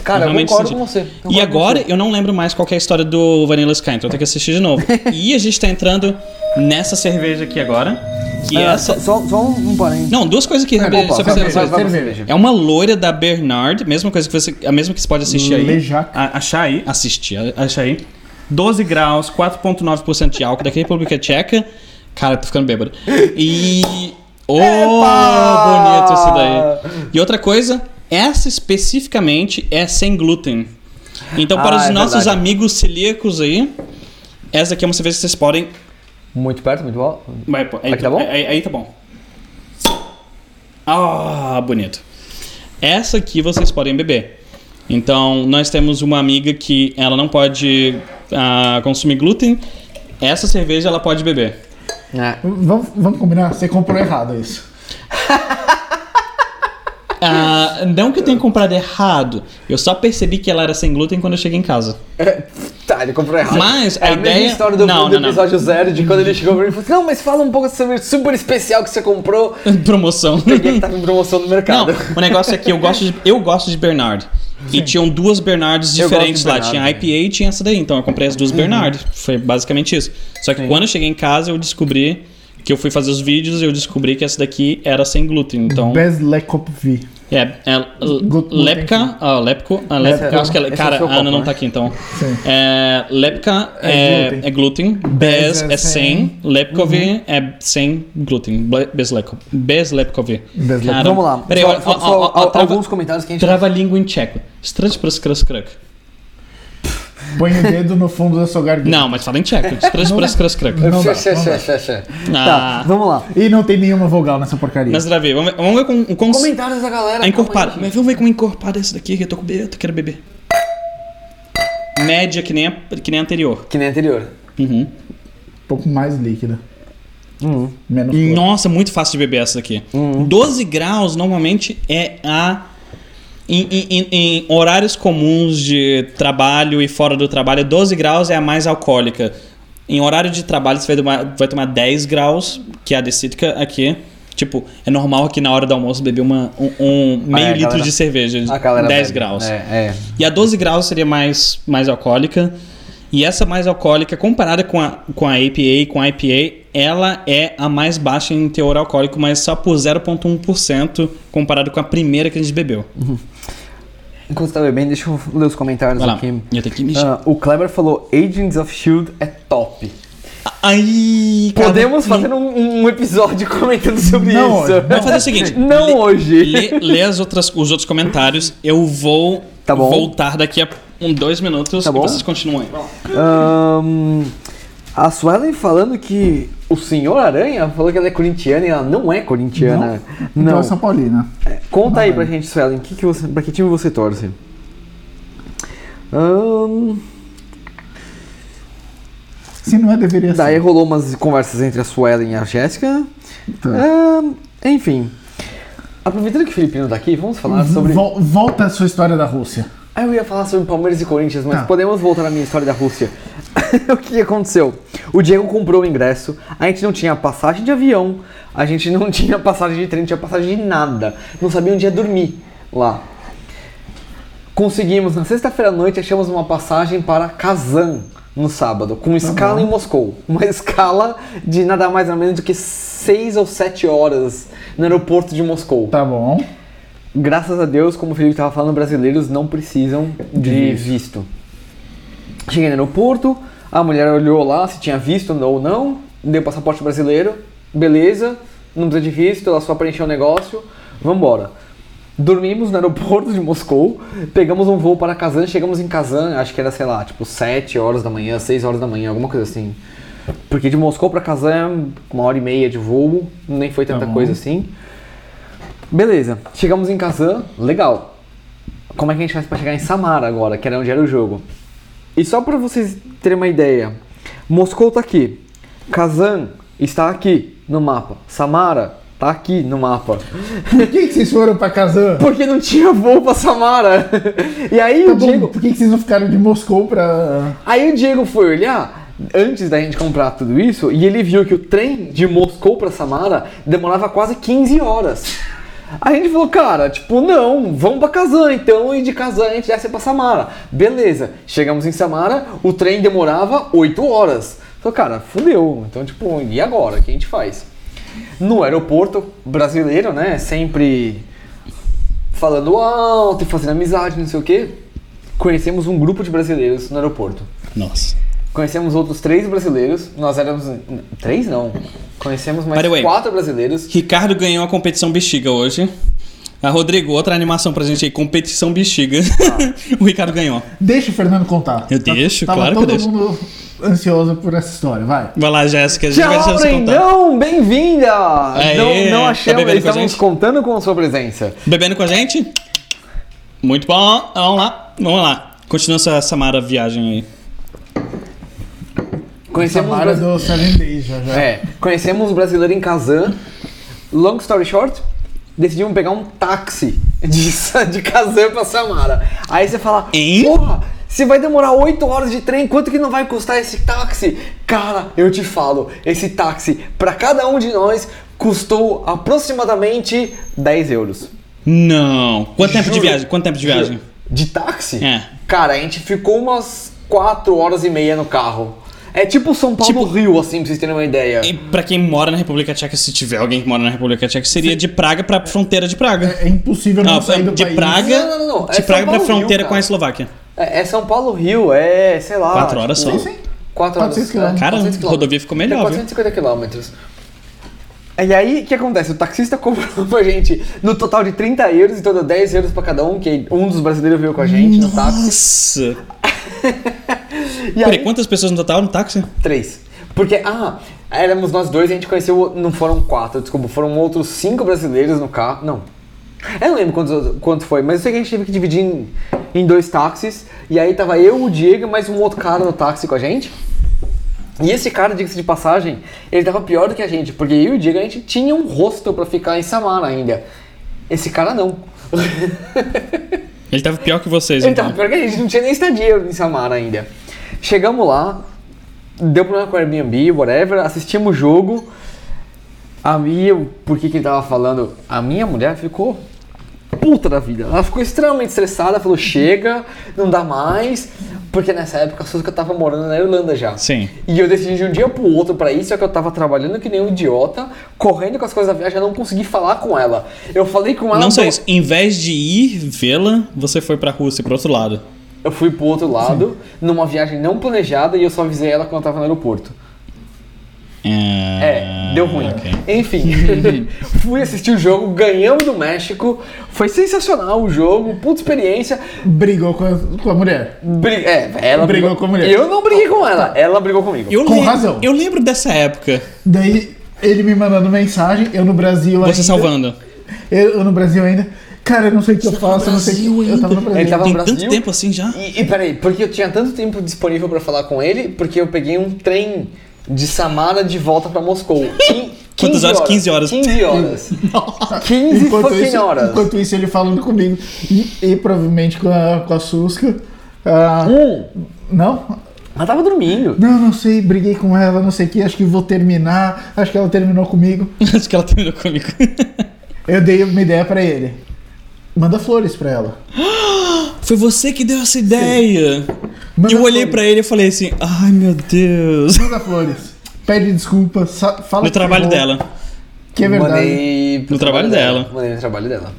Cara, eu
realmente
concordo
senti.
com você.
E agora eu não lembro mais qual que é a história do Vanilla Sky, então eu tenho que assistir de novo. e a gente tá entrando nessa cerveja aqui agora, que
Ah.
é essa...
Só, só um, um parênteses.
Não, duas coisas que...
Opa,
só pra você-
vai, vai, vai, vai pra
cerveja.
cerveja.
é uma loira da Bernard, mesma coisa que você, a mesma que você pode assistir aí.
Lejac.
A- achar aí, assistir, a- achar aí. 12 graus, 4.9% de álcool da República é Tcheca. Cara, tô ficando bêbado. E ô, bonito isso daí. E outra coisa, essa especificamente é sem glúten. Então para
Ah,
os
é
nossos
verdade.
amigos celíacos aí, essa aqui é uma cerveja que vocês podem
Muito perto, muito alto.
Vai, pô, aí,
Aqui tá bom?
Aí, aí tá bom. Ah, bonito. Essa aqui vocês podem beber. Então, nós temos uma amiga que ela não pode ah, consumir glúten. Essa cerveja ela pode beber. É.
Vamos, vamos combinar? Você comprou errado isso.
Ah, não que eu tenha comprado errado. Eu só percebi que ela era sem glúten quando eu cheguei em casa. [LAUGHS]
Tá, ele comprou errado.
Mas
é
a
a
ideia-
mesma história do,
Não,
do
não, não.
episódio zero, de quando ele chegou pra mim e falou assim, não, mas fala um pouco dessa cerveja super especial que você comprou [LAUGHS]
Promoção.
e que tava em promoção no
Não,
mercado.
o negócio é que eu gosto de, eu gosto de Bernard. E tinham duas Bernards
Eu gosto de
diferentes lá.
Bernard Uhum.
tinha a IPA e tinha essa daí. Então eu comprei as duas Bernard. Foi basicamente isso. Só que quando eu cheguei em casa, eu descobri que eu fui fazer os vídeos e eu descobri que essa daqui era sem glúten. Então,
Beslekop V.
é. é l-
glúten.
Lepka. Ah, Lepko. Ah, Lepka.
Essa-
eu acho que é,
esse
cara,
é o seu
a Ana
copo,
não
né?
tá aqui então.
Sim.
É, Lepka
É
é, é glúten. Bez é sem. Lepkov
Uhum.
é sem glúten. Ble- Besleko- Beslepkov.
Beslekov.
Cara,
Vamos lá.
Peraí,
só,
ó,
só-
ó,
só
ó, ó,
al-
trava-
alguns comentários que a gente...
Trava-língua em tcheco. Strange para skraskruk.
Põe o dedo no fundo da sua garganta.
Não, mas fala em tcheco. Strange para skraskruk.
Não dá,
Xe,
não
[LAUGHS] xe,
dá.
xe, xe. Tá,
Ah,
vamos lá.
E não tem nenhuma vogal nessa porcaria.
mas Davi, vamos ver, vamos ver com, com
Comentários da galera.
a encorpada.
calma aí,
Mas vamos ver com encorpada esse daqui que eu tô com medo, eu quero beber. Média que nem a, que nem a anterior.
gente. Que nem anterior.
Uhum.
Um pouco mais líquida.
Hum.
Menos cor.
Nossa, muito fácil de beber essa daqui.
Uhum.
12 graus normalmente é a. Em, em- em- em horários comuns de trabalho e fora do trabalho, 12 graus é a mais alcoólica. Em horário de trabalho, você vai tomar, vai tomar 10 graus, que é a decítrica aqui. Tipo, é normal aqui na hora do almoço beber uma, um, um meio
a
litro
galera-
de cerveja.
A galera
10
bebe.
graus.
É, é.
E a 12 graus seria mais, mais alcoólica. E essa mais alcoólica, comparada com a, com a APA e com a IPA, ela é a mais baixa em teor alcoólico, mas só por 0,1% comparado com a primeira que a gente bebeu.
Enquanto você tá bebendo, deixa eu ler os comentários
Vai lá.
aqui.
Eu tenho que mexer.
Ah, o Kleber falou, Agents of S.H.I.E.L.D. é top.
Aí, cara,
Podemos
não-
fazer um, um episódio [LAUGHS] comentando sobre
Não,
isso.
olha,
Vamos fazer o seguinte.
[LAUGHS] Não
lê-
hoje.
Lê, lê as outras, os outros comentários. Eu vou
Tá bom.
voltar daqui a um, dois minutos
Tá
e
bom.
vocês continuam aí.
Ahn, a Suelen falando que o senhor Aranha falou que ela é corintiana e ela não é corintiana.
Então
Não.
é São Paulina.
Conta aí pra gente, Suelen, que que você, pra que time você torce? Ahn,
Se não é, deveria
daí
ser.
rolou umas conversas entre a Suelen e a Jéssica.
Tá.
Ahn, enfim. Aproveitando que o Filipino tá aqui, vamos falar sobre.
Vol- volta a sua história da Rússia.
Ah, eu ia falar sobre Palmeiras e Corinthians, mas
Tá.
podemos voltar à minha história da Rússia. [LAUGHS] o que aconteceu? O Diego comprou o ingresso, a gente não tinha passagem de avião, a gente não [LAUGHS] tinha passagem de trem, não tinha passagem de nada. Não sabia onde ia dormir lá. Conseguimos, na sexta-feira à noite, achamos uma passagem para Kazan no sábado, com escala em Moscou. Uma [LAUGHS] escala de nada mais ou menos do que seis ou sete horas no aeroporto de Moscou.
Tá bom.
Graças a Deus, como o Felipe estava falando, brasileiros não precisam de visto. Cheguei no aeroporto, a mulher olhou lá se tinha visto ou não, deu passaporte brasileiro, beleza, não precisa de visto, ela só preencheu o negócio, vambora. Dormimos no aeroporto de Moscou, pegamos um voo para Kazan, chegamos em Kazan, acho que era, sei lá, tipo 7 horas da manhã, 6 horas da manhã, alguma coisa assim. Porque de Moscou para Kazan, uma hora e meia de voo, nem foi tanta coisa assim. Beleza, chegamos em Kazan, legal. Como é que a gente faz para chegar em Samara agora, que era onde era o jogo? E só para vocês terem uma ideia, Moscou tá aqui, Kazan está aqui no mapa, Samara tá aqui no mapa. [LAUGHS]
Por que, que vocês foram pra Kazan?
Porque não tinha voo pra Samara. [LAUGHS] E aí
Tá
o
bom,
Diego,
Por que, que vocês não ficaram de Moscou pra.
aí o Diego foi olhar antes da gente comprar tudo isso e ele viu que o trem de Moscou pra Samara demorava quase 15 horas. A gente falou, cara, tipo, não, vamos pra Kazan, então, e de Kazan a gente desce pra Samara. Beleza, chegamos em Samara, o trem demorava 8 horas. Falei, cara, fudeu, então, tipo, e agora? O que a gente faz? No aeroporto brasileiro, né, sempre falando alto e fazendo amizade, não sei o quê, conhecemos um grupo de brasileiros no aeroporto.
Nossa.
Conhecemos outros três brasileiros, nós éramos. Três não. Conhecemos mais
By the way,
quatro brasileiros.
Ricardo ganhou a competição bexiga hoje. A Rodrigo, outra animação pra gente aí, competição bexiga. [LAUGHS] o Ricardo ganhou.
Deixa o Fernando contar. Tá-
Eu deixo,
tava
claro que eu
todo
deixo.
mundo ansioso por essa história, vai.
Vai lá, Jéssica, a gente vai
Tchau,
deixar você contar.
Brendão! Bem-vinda!
Aê,
Não, não
tá
achamos,
bebendo com a
estávamos
gente?
contando com a sua presença.
Bebendo com a gente? Muito bom. Vamos lá, vamos lá. Continua essa Samara viagem aí.
Conhecemos
Samara
brasi-
do Seven Days já já.
É, conhecemos um brasileiro em Kazan. Long story short, decidimos pegar um táxi de, [LAUGHS] Sa- de Kazan pra Samara. Aí você fala,
Hein?
porra, se vai demorar 8 horas de trem, quanto que não vai custar esse táxi? Cara, eu te falo, esse táxi pra cada um de nós custou aproximadamente 10 euros.
Não. Quanto tempo de
Juro.
viagem? Quanto tempo de viagem?
De táxi?
É.
Cara, a gente ficou umas 4 horas e meia no carro. É tipo São Paulo
Tipo-
Rio, assim, pra vocês terem uma ideia.
E pra quem mora na República Tcheca, se tiver alguém que mora na República Tcheca, seria de Praga pra fronteira de Praga.
É impossível não,
Não,
sair do
Ah, de
país.
Praga,
Não, não, não, não. É
de
São
Praga pra
Paulo,
fronteira
Rio,
com a
cara.
Eslováquia.
É, é São Paulo Rio, é, sei lá.
Quatro horas só.
Sim, sim.
4 horas.
400 quilômetros.
Cara,
400 quilômetros.
rodovia ficou melhor,
É
viu?
450 quilômetros. E aí, o que acontece? O taxista [LAUGHS] comprou pra gente no total de 30 euros, então deu 10 euros pra cada um, que um dos brasileiros veio com a gente no táxi.
Nossa!
E
Peraí,
aí,
quantas pessoas no total no táxi?
Três. Porque, ah, éramos nós dois e a gente conheceu. Não foram quatro, desculpa, foram outros cinco brasileiros no carro. Não. Eu não lembro quantos- quanto foi, mas eu sei que a gente teve que dividir em, em dois táxis. E aí tava eu, o Diego e mais um outro cara no táxi com a gente. E esse cara, diga-se de passagem, ele tava pior do que a gente, porque eu e o Diego a gente tinha um rosto pra ficar em Samara ainda. Esse cara não.
Ele tava pior que vocês,
Então,
então.
pior que a gente não tinha nem estadia em Samara ainda. Chegamos lá, deu problema com o Airbnb, whatever, assistimos o jogo. A minha, por que que ele tava falando? A minha mulher ficou puta da vida. Ela ficou extremamente estressada, falou: chega, não dá mais. Porque nessa época a Susca tava morando na Irlanda já.
Sim.
E eu decidi de um dia pro outro pra ir, só que eu tava trabalhando que nem um idiota, correndo com as coisas da viagem, eu não consegui falar com ela. Eu falei com ela.
Não só
do-
isso, em vez de ir vê-la, você foi pra Rússia, pro outro lado.
Eu fui pro outro lado, numa viagem não planejada, e eu só avisei ela quando eu tava no aeroporto. É, deu ruim.
Ah, ok. [LAUGHS]
Enfim, [LAUGHS] fui assistir o jogo, ganhamos do México, foi sensacional o jogo, puta experiência.
Brigou com a, com a mulher.
Bri- é, ela
Brigou com a mulher.
Eu não briguei com
Tá.
ela, ela brigou comigo.
Eu
Com
lem-
razão.
Eu lembro dessa época,
Daí ele me mandando mensagem, eu no Brasil ainda.
você salvando. [LAUGHS]
Eu, eu no Brasil ainda. Cara, eu não sei o que eu faço, eu não sei o
Brasil
que. Eu tava no tá Brasil.
Ele tá tava
Tem
no Brasil.
tanto tempo assim já?
E, e peraí, porque eu tinha tanto tempo disponível pra falar com ele, porque eu peguei um trem de Samara de volta
[LAUGHS]
pra Moscou. Quin-
Quantas
15
horas? 15 horas.
15
[LAUGHS]
horas. 15 fucking
isso,
horas.
enquanto isso, ele falando comigo. E, e provavelmente com a, com a Susca. Ah,
Hum,
não?
ela tava dormindo.
Não, não sei, briguei com ela, não sei o que, acho que vou terminar, acho que ela terminou comigo.
Acho que ela terminou
[LAUGHS]
comigo.
Eu dei uma ideia pra ele. Manda flores pra ela.
Foi você que deu essa ideia.
Manda
eu olhei
flores.
pra ele e falei assim: ai meu Deus.
Manda flores. Pede desculpa, sa- fala
No
que
trabalho
errou,
dela.
Que é verdade.
Mandei pro
No trabalho dela.
Mandei no trabalho dela.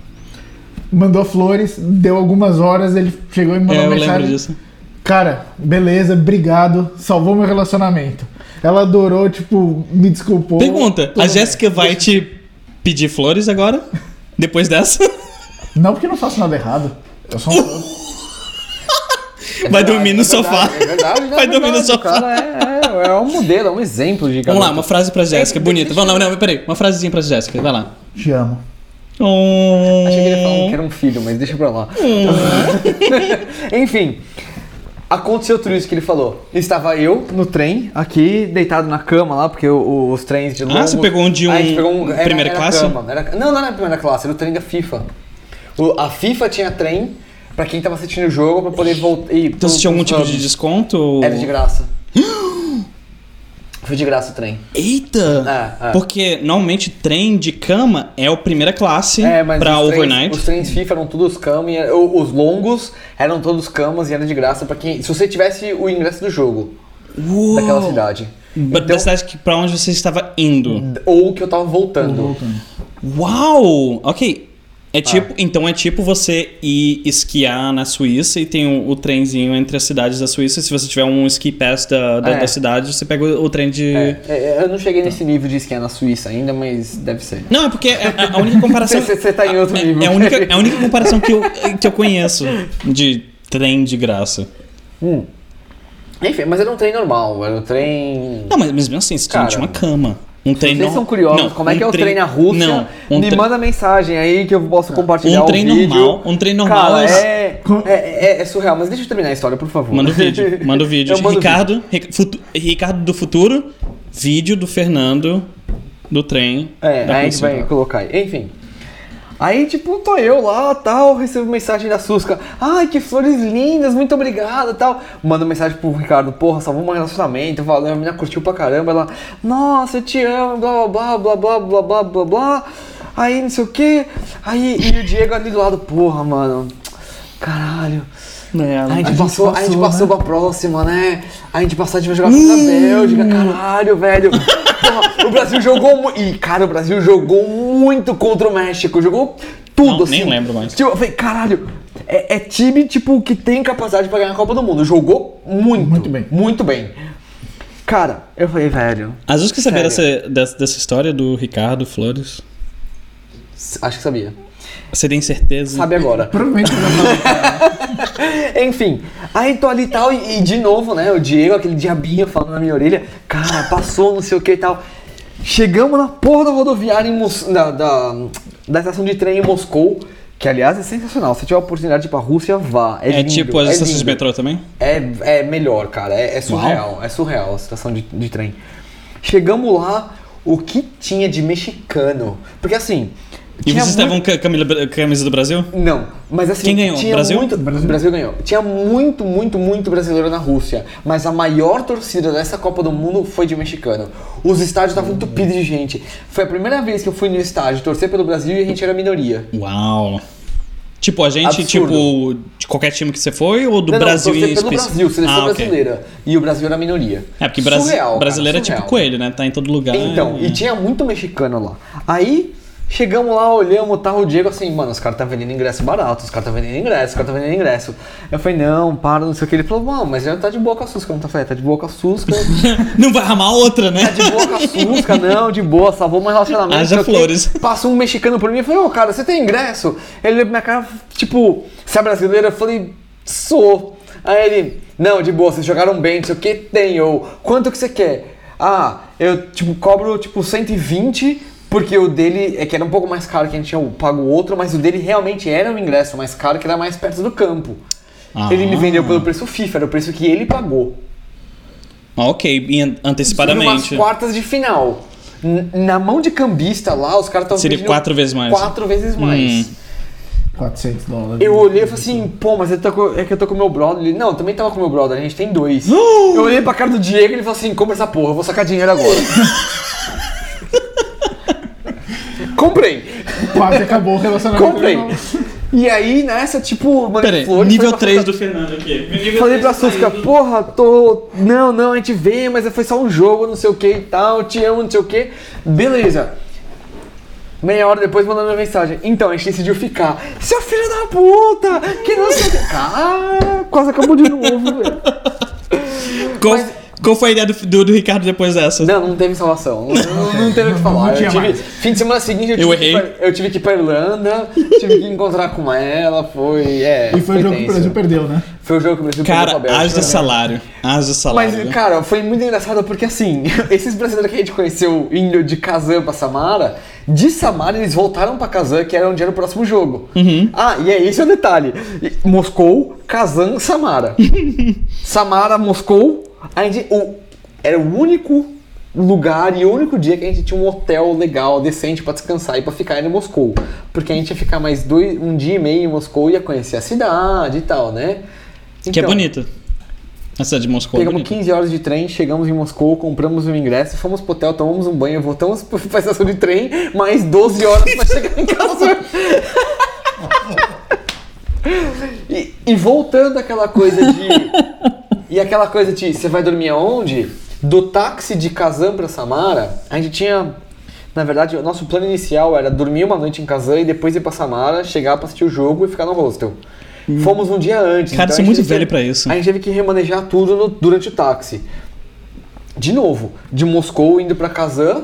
Mandou flores, deu algumas horas, ele chegou e mandou
É, eu
mensagem.
lembro disso.
Cara, beleza, obrigado, salvou meu relacionamento. Ela adorou, tipo, me desculpou.
Pergunta:
Tudo
a
bem.
Jéssica vai te pedir flores
[LAUGHS]
agora? Depois dessa?
É
Não porque eu não faço nada errado.
[LAUGHS]
Eu sou um...
Vai dormir no sofá.
É verdade, é verdade.
Vai dormir no
O
sofá.
Cara, é, é, é um modelo, é um exemplo de
Vamos
garoto.
lá, uma frase pra Jéssica,
É,
bonita. Vamos lá, não, peraí. Uma frasezinha pra Jéssica, vai lá.
Te amo.
Oh.
Achei que ele ia falar que era um filho, mas deixa pra lá.
Hum.
[LAUGHS] Enfim, aconteceu tudo isso que ele falou. Estava eu no trem, aqui, deitado na cama lá, porque o- os trens de longo... Ah,
você pegou um de
A gente
um-
pegou era-
primeira
era
classe?
cama, era- não, não era primeira classe, era o trem da FIFA. O- a FIFA tinha trem pra quem tava assistindo o jogo, pra poder voltar... É, [GASPS]
Então você tinha algum tipo de desconto? ou-
Era de graça. Fui Tipo, de graça o trem.
Eita!
É, é.
Porque normalmente trem de cama é o primeira classe pra
É, os trens-
overnight.
os trens FIFA eram todos camas, os longos eram todos camas e era de graça pra quem. Se você tivesse o ingresso do jogo
Uou!
daquela cidade.
Ba-
Então-
da cidade que, pra onde você estava indo.
Ou que eu tava voltando.
Uau! Ok. É
Ah.
tipo, então é tipo você ir esquiar na Suíça e tem o, o trenzinho entre as cidades da Suíça. E se você tiver um ski pass da, da,
É.
da cidade, você pega o, o trem de.
É, é, eu não cheguei nesse nível de esquiar na Suíça ainda, mas deve ser.
Não, é porque é- é a única comparação.
[LAUGHS] Você- você tá em outro
é,
nível.
É a única, é a
[LAUGHS]
única comparação que eu, que eu conheço de trem de graça.
Enfim, mas era um trem normal, era um trem.
Não, mas mesmo assim, você
Cara,
tinha uma cama. Um trem
Vocês
não-
são curiosos,
não,
como é
um
que é o trem na Rússia?
Não, um
Me
tre-
manda mensagem aí que eu posso compartilhar
Um trem
o vídeo.
normal- um trem normal
Cara,
é-
é... É, é- é surreal, mas deixa eu terminar a história, por favor.
Manda o vídeo,
[LAUGHS]
manda o vídeo.
Eu mando o
Ricardo, Ri- futu- Ricardo do Futuro, vídeo do Fernando do trem.
É,
da
aí a gente vai
Rússia.
colocar aí. Enfim. Aí, tipo, tô eu lá, tal, recebo mensagem da Susca. Ai, que flores lindas, muito obrigada, tal. Mando mensagem pro Ricardo, porra, salvou um relacionamento, valeu, a menina curtiu pra caramba. Ela, nossa, eu te amo, blá, blá, blá, blá, blá, blá, blá, blá. Aí, não sei o quê. Aí, e o Diego ali do lado, porra, mano, caralho. A gente passou, a gente passou pra próxima, né? A gente passou, a gente vai jogar contra a Bélgica, caralho, velho. Porra, o Brasil jogou muito. Ih, cara, o Brasil jogou muito contra o México. Jogou tudo
Não,
assim.
nem lembro mais.
Tipo, eu falei, caralho, é, é time, tipo, que tem capacidade pra ganhar a Copa do Mundo. Jogou muito.
Muito bem.
Muito bem. Cara, eu falei, velho.
As duas que saber
Sério.
dessa, dessa, dessa história do Ricardo Flores,
Acho que sabia.
você tem certeza?
Sabe agora.
Provavelmente que não
Enfim, aí tô ali e tal, e, e de novo, né? O Diego, aquele diabinho falando na minha orelha, cara, passou, não sei o que e tal. Chegamos na porra da rodoviária em Mos- da, da, da estação de trem em Moscou, que aliás é sensacional. Se tiver a oportunidade de ir pra Rússia, vá. É,
é
lindo,
tipo as
é
estações de
lindo.
metrô também?
É, é melhor, cara. É, é surreal. É surreal a situação de, de trem. Chegamos lá, o que tinha de mexicano? Porque assim.
E
tinha
vocês
muito-
estavam com a camila- camisa do Brasil?
não, mas assim.
Quem ganhou?
Tinha
Brasil?
Muito... Brasil. ganhou. Tinha muito, muito, muito brasileiro na Rússia. Mas a maior torcida dessa Copa do Mundo foi de mexicano. Os estádios estavam entupidos de gente. Foi a primeira vez que eu fui no estádio torcer pelo Brasil e a gente era minoria.
Uau. Tipo, a gente,
Absurdo.
tipo, de qualquer time que você foi ou do
Não, não,
Brasil
torcer
em
pelo
específico?
Brasil, seleção
ah, ok.
brasileira. E o Brasil era a minoria.
É porque Brasi-
Surreal, cara,
brasileiro é
surreal.
tipo coelho, né? Tá em todo lugar.
Então,
[LAUGHS] é.
e tinha muito mexicano lá. Aí chegamos lá, olhamos, tá o Diego assim, mano, os caras tá vendendo ingresso barato, os caras tá vendendo ingresso, os caras tá vendendo ingresso. Eu falei, não, para, não sei o que. Ele falou, mano, mas já tá de boa com a Susca. Eu não falei, tá de boa com a Susca, tá
Não vai armar outra, né?
de boa com a Susca, não, de boa, salvou meu relacionamento.
Haja
não sei o quê.
flores.
Passou um mexicano por mim e falou, ô cara, você tem ingresso? Ele olhou pra minha cara, tipo, você é brasileiro? Eu falei, sou. Aí ele, não, de boa, vocês jogaram bem, não sei o que, tem, ou quanto que você quer? Ah, eu, tipo, cobro, tipo, 120, porque o dele é que era um pouco mais caro que a gente tinha pago o outro, mas o dele realmente era um ingresso mais caro, que era mais perto do campo. Ele me
Ah.
vendeu pelo preço FIFA, era o preço que ele pagou
Ah, ok, e an-
umas
antecipadamente.
quartas de final. N- Na mão de cambista lá, os caras estão
Seria quatro vezes mais. Hum.
Quatro vezes mais.
400 dólares.
Eu olhei e falei assim, pô, mas eu tô com- é que eu tô com meu brother. Ele, não, eu também tava com meu brother, a gente
[GASPS]
tem dois. Eu olhei pra cara do Diego e ele falou assim, compra essa porra, eu vou sacar
[LAUGHS]
dinheiro agora. Comprei,
Quase acabou o relacionamento.
comprei. E aí, nessa, tipo, mano,
Pera aí, nível 3 do Fernando aqui. Nível
Falei pra
três do
Susca,
Fernando.
porra, tô. Não, não, a gente vem, mas foi só um jogo, não sei o que e tal, te amo, não sei o que. Beleza. Meia hora depois mandando uma mensagem. Então, a gente decidiu ficar. Seu filho da puta! Que não sei o que. Cara, quase acabou de novo, velho.
Qual, qual foi a ideia do, do- do Ricardo depois dessa?
[LAUGHS] Não, não teve salvação. Não, não teve o que falar. Eu
tinha
tive,
mais.
fim de semana seguinte eu tive,
Eu
que
errei.
ir pra- eu tive que ir pra Irlanda, tive que encontrar com ela, foi. É,
E foi o jogo que o
tenso.
Brasil perdeu, né?
Foi o jogo que o Brasil perdeu
Cara,
pra Bélgica. né?
haja salário. Haja salário. né?
Mas, cara, foi muito engraçado porque, assim, [LAUGHS] esses brasileiros que a gente conheceu indo de Kazan pra Samara, de Samara eles voltaram pra Kazan, que era onde era o próximo jogo.
Uhum.
Ah, e é esse é o detalhe. E- Moscou,
[LAUGHS]
Kazan, Samara. Samara, Moscou, a gente... O, era o único lugar e o único dia que a gente tinha um hotel legal, decente pra descansar e pra ficar em Moscou. Porque a gente ia ficar mais dois, um dia e meio em Moscou, ia conhecer a cidade e tal, né?
que é
Então, um
bonito. A cidade de Moscou. é
Pegamos
bonita.
15 horas de trem, chegamos em Moscou, compramos um ingresso, fomos pro hotel, tomamos um banho, voltamos [LAUGHS] pra estação de trem, mais 12 horas pra chegar em casa. e, e voltando àquela coisa de. E aquela coisa de você vai dormir aonde? Do táxi de Kazan pra Samara, a gente tinha. Na verdade, o nosso plano inicial era dormir uma noite em Kazan e depois ir pra Samara, chegar pra assistir o jogo e ficar no hostel. Fomos um dia antes.
Hum. Cara,
então
eu sou
a gente
muito
teve que-
velho pra isso.
a gente teve que remanejar tudo no- durante o táxi. De novo, de Moscou indo pra Kazan,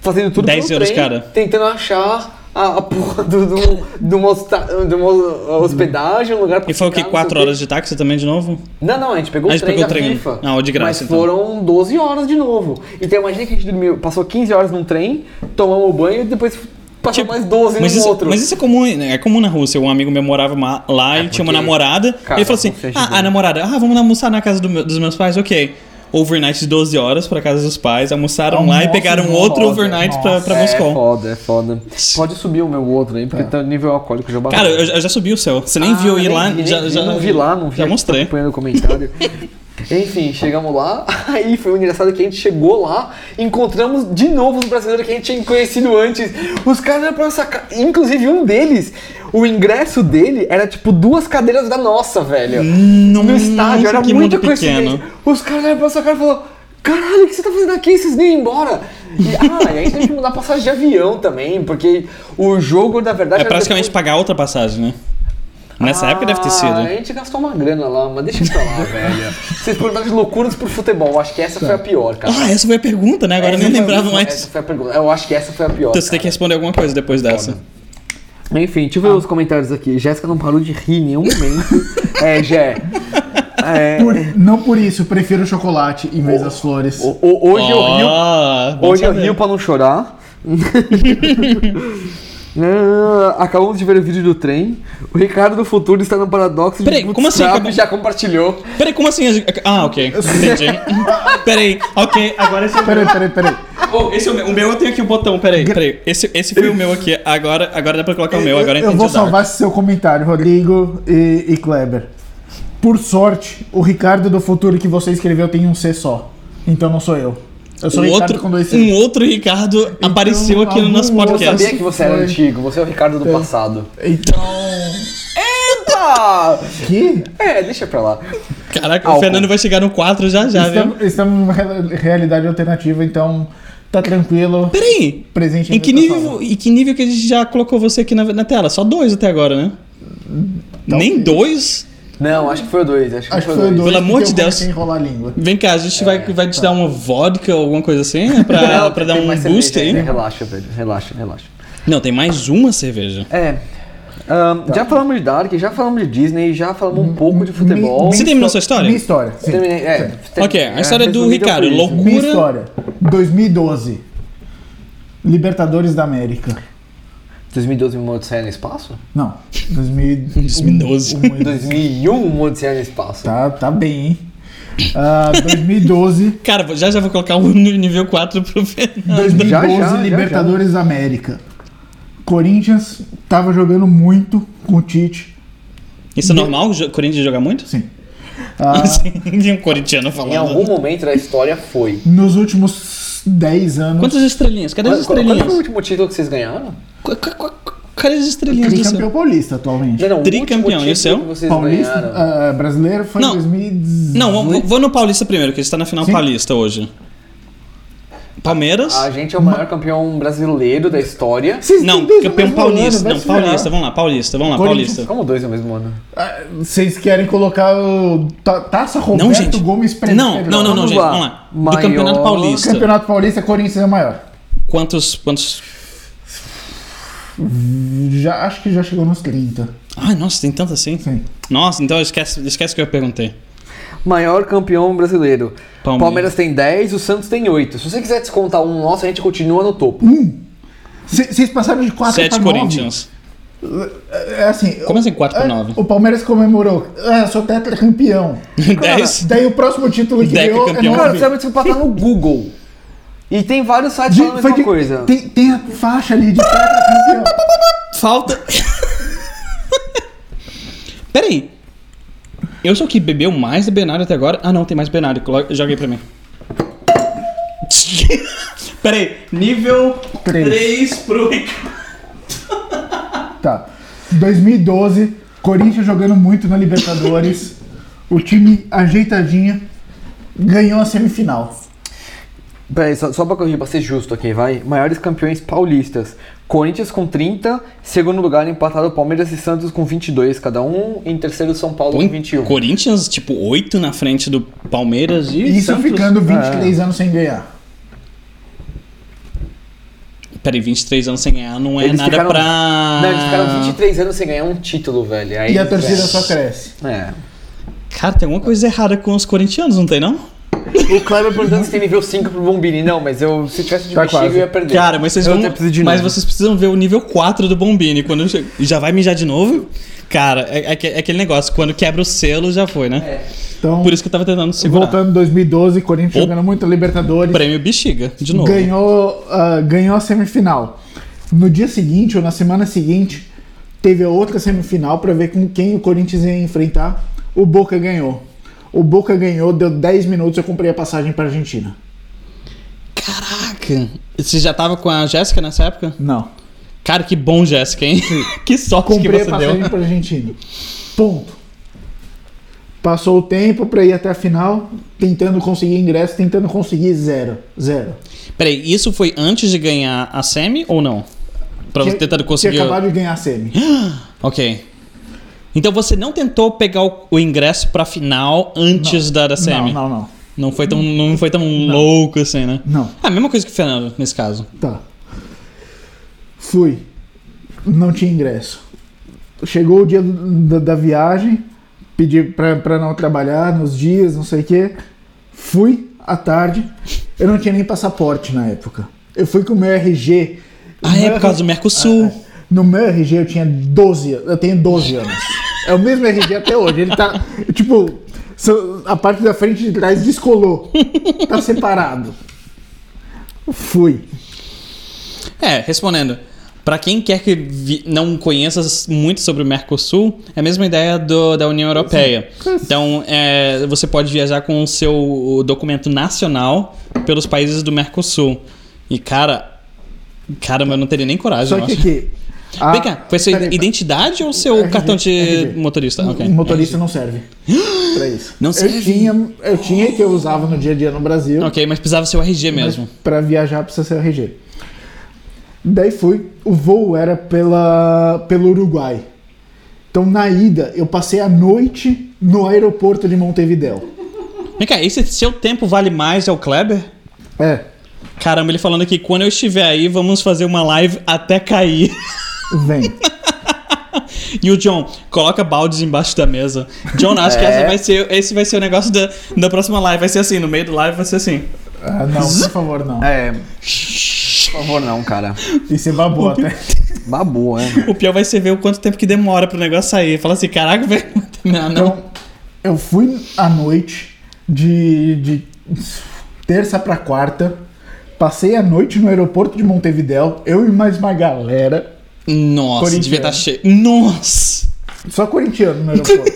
fazendo tudo
10
pelo
euros,
trem,
cara.
Tentando achar a, a porra do, do, do, mosta- do mo- hospedagem, um lugar pra
E foi o quê?
ficar, não sei
4 horas de táxi também de novo?
Não, não, a gente pegou
A
o
gente
trem
pegou
da
o trem.
FIFA.
Ah, o de graça,
Mas
então.
foram 12 horas de novo. Então imagina que a gente dormiu, passou 15 horas num trem, tomamos o banho e depois passou
Tipo,
mais 12
Mas
no
isso,
outro. É,
mas isso é comum, né? é comum na Rússia. Um amigo meu morava ma- lá e tinha uma namorada.
cara,
ele falou assim:
Rússia é
ah, a
gigante."
namorada, ah, vamos almoçar na casa do meu- dos meus pais, ok. Overnight de 12 horas pra casa dos pais, almoçaram lá e
Nossa,
pegaram um
nossa,
outro overnight pra, pra
É
Moscou.
foda, é foda. Pode subir o meu outro aí, porque tá nível alcoólico já bateu.
É. Cara, eu, eu já subi o céu. Você nem
Ah,
viu eu ir
nem
lá?
vi, nem
já,
vi,
já-
não vi lá, não vi.
Já
aqui, tô
mostrei.
acompanhando o comentário.
[LAUGHS]
Enfim, chegamos lá, [LAUGHS] aí foi engraçado que a gente chegou lá, encontramos de novo os brasileiros que a gente tinha conhecido antes. Os caras eram pra nossa ca- Inclusive, um deles, o ingresso dele era tipo duas cadeiras da nossa, velho.
Hum, Nossa,
no estádio, era
que
muito
mundo pequeno.
pequeno. Os caras olharam pra sua cara e falaram: Caralho, o que você tá fazendo aqui? Vocês nem iam embora. E, [LAUGHS] ah, e aí teve que mudar passagem de avião também, porque o jogo, na verdade,
É
era
praticamente pagar outra passagem, né? Nessa época deve ter sido.
Ah, a gente gastou uma grana lá, mas deixa pra lá, [LAUGHS] velho. Vocês perguntaram de loucuras pro futebol. Acho que essa foi a pior, cara.
Ah, essa foi a pergunta, né? Agora eu
É, Essa
nem
foi a-
lembrava
Essa
mais.
foi a pergunta. Eu acho que essa foi a pior.
Então você tem que responder alguma coisa depois dessa.
cara. Enfim, deixa eu ver
Ah.
os comentários aqui. Jéssica não parou de rir em nenhum
[LAUGHS]
momento. é, Jé. É,
Por- não por isso, prefiro chocolate em vez das flores.
o- o- hoje eu rio
Ah, bom
Hoje eu
saber.
rio pra
[LAUGHS]
não chorar. Ah, Acabamos de ver o vídeo do trem. O Ricardo do Futuro está no paradoxo
Peraí,
de
como assim
Bootstrap
acabou?
e já compartilhou.
Peraí, como assim? a gente- Ah, ok. [LAUGHS] Entendi. peraí, ok. Agora esse é o meu.
Peraí, peraí, peraí.
Oh, esse é o meu. O meu eu tenho aqui o botão, peraí. Peraí. Esse, esse foi o meu aqui. Agora, agora dá pra colocar o meu. Agora
Eu
entendi.
vou
o Dark.
salvar esse seu comentário, Rodrigo e, e Kleber. Por sorte, o Ricardo do futuro que você escreveu tem um C só. Então não sou eu. Eu sou
Um
Ricardo
outro,
com dois C.
um outro Ricardo apareceu aqui no nosso
algum outro
Eu
podcast.
sabia que você era
Foi.
antigo, você é o Ricardo do passado.
Então.
Ah,
Que?
é, deixa pra lá.
Caraca, o
Álcool.
Fernando vai chegar no 4 já já, viu?
Estamos, estamos numa re- é realidade alternativa, então tá tranquilo.
Peraí.
Presente
Em que,
educação.
nível, em que nível que a gente já colocou você aqui na, na tela? Só dois até agora, né? Nem dois?
Não, acho que foi o 2, acho que
Acho que
foi o
foi o
2.
dois
Pelo
que
amor
eu
de Deus.
comecei a enrolar a língua.
Vem cá, a
É,
gente vai, vai
tá.
te dar uma vodka ou alguma coisa assim, né? Pra, pra dar um boost aí.
É,
né?
Relaxa, velho, relaxa, relaxa.
Não, tem mais uma cerveja.
É. ahn,
Tá.
Já falamos de Dark, já falamos de Disney, já falamos um pouco de futebol.
Você terminou sua história?
Minha história. Sim.
Terminei, é, tem-
Ok, a história do
resumido
Ricardo,
foi isso.
louco.
Minha
Cura.
história. 2012. Libertadores da América.
2012 uma Odisseia no Espaço?
Não. 2000,
2012.
2001 uma Odisseia no Espaço.
Um Tá, tá bem, hein? Ah,
[LAUGHS]
2012.
Cara, já já vou colocar o [LAUGHS] no nível 4 pro Fernando.
2012
Já, já, já,
Libertadores da América. Corinthians tava jogando muito com o Tite.
Isso é normal? O jo- Corinthians jogar muito?
Sim. Ah,
[LAUGHS] Sim, um corintiano
Em algum
falando.
momento da história foi.
nos últimos 10 anos.
Quantas estrelinhas? Cadê as
Qual- qual- Qual foi o
estrelinhas?
último título que vocês ganharam?
Qu- qu- qu- Cadê as estrelinhas do
Tricampeão
céu?
é paulista atualmente.
Não, não, o último
Tricampeão,
título
e o seu?
que vocês
Paulista
ganharam.
ah, brasileiro foi em
Não.
2018.
Não, vou- vou no Paulista primeiro, que a gente tá na final
Sim.
paulista hoje. Palmeiras?
A gente é o maior campeão brasileiro da história.
Vocês
Não,
têm dois no
campeão
mesmo ano,
paulista.
né, vai
Não,
se ferrar.
paulista, vamos lá, paulista, vamos lá,
Corinthians.
paulista.
Como dois no mesmo ano.
Ah, Vocês querem colocar o Ta- Taça Roberto
Não, gente.
Gomes Pereira?
Não, não, não, não,
Vamos
gente,
lá.
vamos lá. Do
Maior
Campeonato
O
Paulista.
Campeonato Paulista, Corinthians é maior.
Quantos, quantos...
Já, acho que já chegou nos 30.
Ai, nossa, tem tanto assim.
Sim.
Nossa, então esquece, esquece que eu perguntei.
Maior campeão brasileiro.
Palmeiras.
Palmeiras, tem 10, o Santos tem 8. Se você quiser descontar um nosso, a gente continua no topo.
C- Vocês passaram de 4
Sete
para 9.
Corinthians.
É assim.
Como assim 4
é,
para 9?
O Palmeiras comemorou. Ah, sou
[LAUGHS]
tetracampeão.
10?
Daí o próximo título que ganhou é
Decacampeão.
Cara,
nove.
você vai patar no Google. E tem vários sites
Gente,
falando a
foi
mesma
de-
coisa.
Tem, tem a faixa ali de tetracampeão.
[LAUGHS] Falta. Peraí. Eu sou o que bebeu mais de Bernardo até agora. Ah, não, tem mais Bernardo. Colo- Joga aí pra mim. [LAUGHS] Peraí, nível
Três.
3 pro Ricardo.
Tá. 2012, Corinthians jogando muito na Libertadores. o time ajeitadinho ganhou a semifinal.
Peraí, só, só pra corrigir, pra ser justo aqui, vai. Maiores campeões paulistas. Corinthians com 30, segundo lugar empatado Palmeiras e Santos com 22 cada um, em terceiro São Paulo com 21.
Corinthians, tipo, 8 na frente do Palmeiras e
Isso
Santos. é.
ficando 23 anos sem ganhar.
Peraí, 23 anos sem ganhar não é
Eles
nada
ficaram-
pra...
Não, eles ficaram 23 anos sem ganhar um título, velho. Aí
E a
eles-
torcida só cresce.
É.
Cara, tem alguma coisa errada com os corintianos, não tem não?
O Kleber perguntando se tem nível 5 pro Bombini. Não, mas eu, se tivesse de
Tá
bexiga, eu
quase.
ia perder.
Cara, mas vocês
Eu
vão.
até preciso de
mas
novo.
vocês precisam ver o nível 4 do Bombini. Quando eu chego- já vai mijar de novo? Cara, é, é que- é aquele negócio, quando quebra o selo, já foi, né?
É.
Então,
Por isso que eu tava tentando segurar.
voltando 2012, Corinthians
Opa.
jogando muito na Libertadores.
Prêmio Bexiga, de novo.
ganhou, ah, ganhou a semifinal. No dia seguinte, ou na semana seguinte, teve a outra semifinal para ver com quem o Corinthians ia enfrentar. O Boca ganhou. O Boca ganhou, deu 10 minutos, eu comprei a passagem para Argentina.
Caraca! Você já tava com a Jéssica nessa época?
Não.
Cara, que bom, Jéssica, hein? [LAUGHS] que sorte que
Comprei a
você
passagem
deu.
para Argentina. Ponto. Passou o tempo para ir até a final, tentando conseguir ingresso, tentando conseguir zero. Zero.
Peraí, isso foi antes de ganhar a Semi ou não? Pra você
Tinha-
tentar conseguir.
Tinha acabado de ganhar a semi.
[GASPS] Ok. Então você não tentou pegar o, o ingresso pra final antes da, da Semi?
Não, não, não.
Não foi tão, não foi tão louco assim, né?
Não.
É a mesma coisa que o Fernando, nesse caso.
Tá. Fui. Não tinha ingresso. Chegou o dia do- da, da viagem, pedi pra, pra não trabalhar nos dias, não sei o quê. Fui à tarde. Eu não tinha nem passaporte na época. Eu fui com o meu RG.
Ah, é por causa do Mercosul.
No meu RG eu tinha 12 anos. Eu tenho 12 anos. É o mesmo RG até hoje. Ele tá. Tipo, so- a parte da frente e de trás descolou. Tá separado. Fui. Ah,
É, respondendo. Pra quem quer que vi- não conheça s- muito sobre o Mercosul, é a mesma ideia do- da União Europeia. Então, é, você pode viajar com o seu documento nacional pelos países do Mercosul. E, cara, caramba, eu não teria nem coragem,
Só
eu
que
acho.
aqui. a-
Vem cá, foi sua
peraí, peraí.
identidade ou seu
RG,
cartão de
RG.
motorista? Ok.
O Um motorista
[GASPS]
não serve pra isso.
Não serve?
Eu tinha, eu tinha que eu usava no dia a dia no Brasil.
Ok, mas precisava ser o RG
mas
mesmo.
Pra viajar precisa ser RG. Daí fui. O voo era pela, pelo Uruguai. Então na ida eu passei a noite no aeroporto de Montevideo.
Vem cá, esse seu tempo vale mais é o Kleber?
É.
Caramba, ele falando aqui, quando eu estiver aí, vamos fazer uma live até cair. [LAUGHS]
Vem.
E o John, coloca baldes embaixo da mesa. John, acho que
É.
essa vai ser, esse vai ser o negócio da, da próxima live. Vai ser assim, no meio do live vai ser assim.
Ah, não, por
[LAUGHS]
favor, não.
É. Por favor, não, cara.
E você babou até.
Babu, é.
O pior vai ser ver o quanto tempo que demora pro negócio sair. Fala assim, caraca, velho, [LAUGHS] não, não.
Então, eu fui à noite de, de terça pra quarta, passei a noite no aeroporto de Montevidéu, eu e mais uma galera,
Nossa, devia estar
Corintiano.
cheio. Nossa!
só corintiano no aeroporto.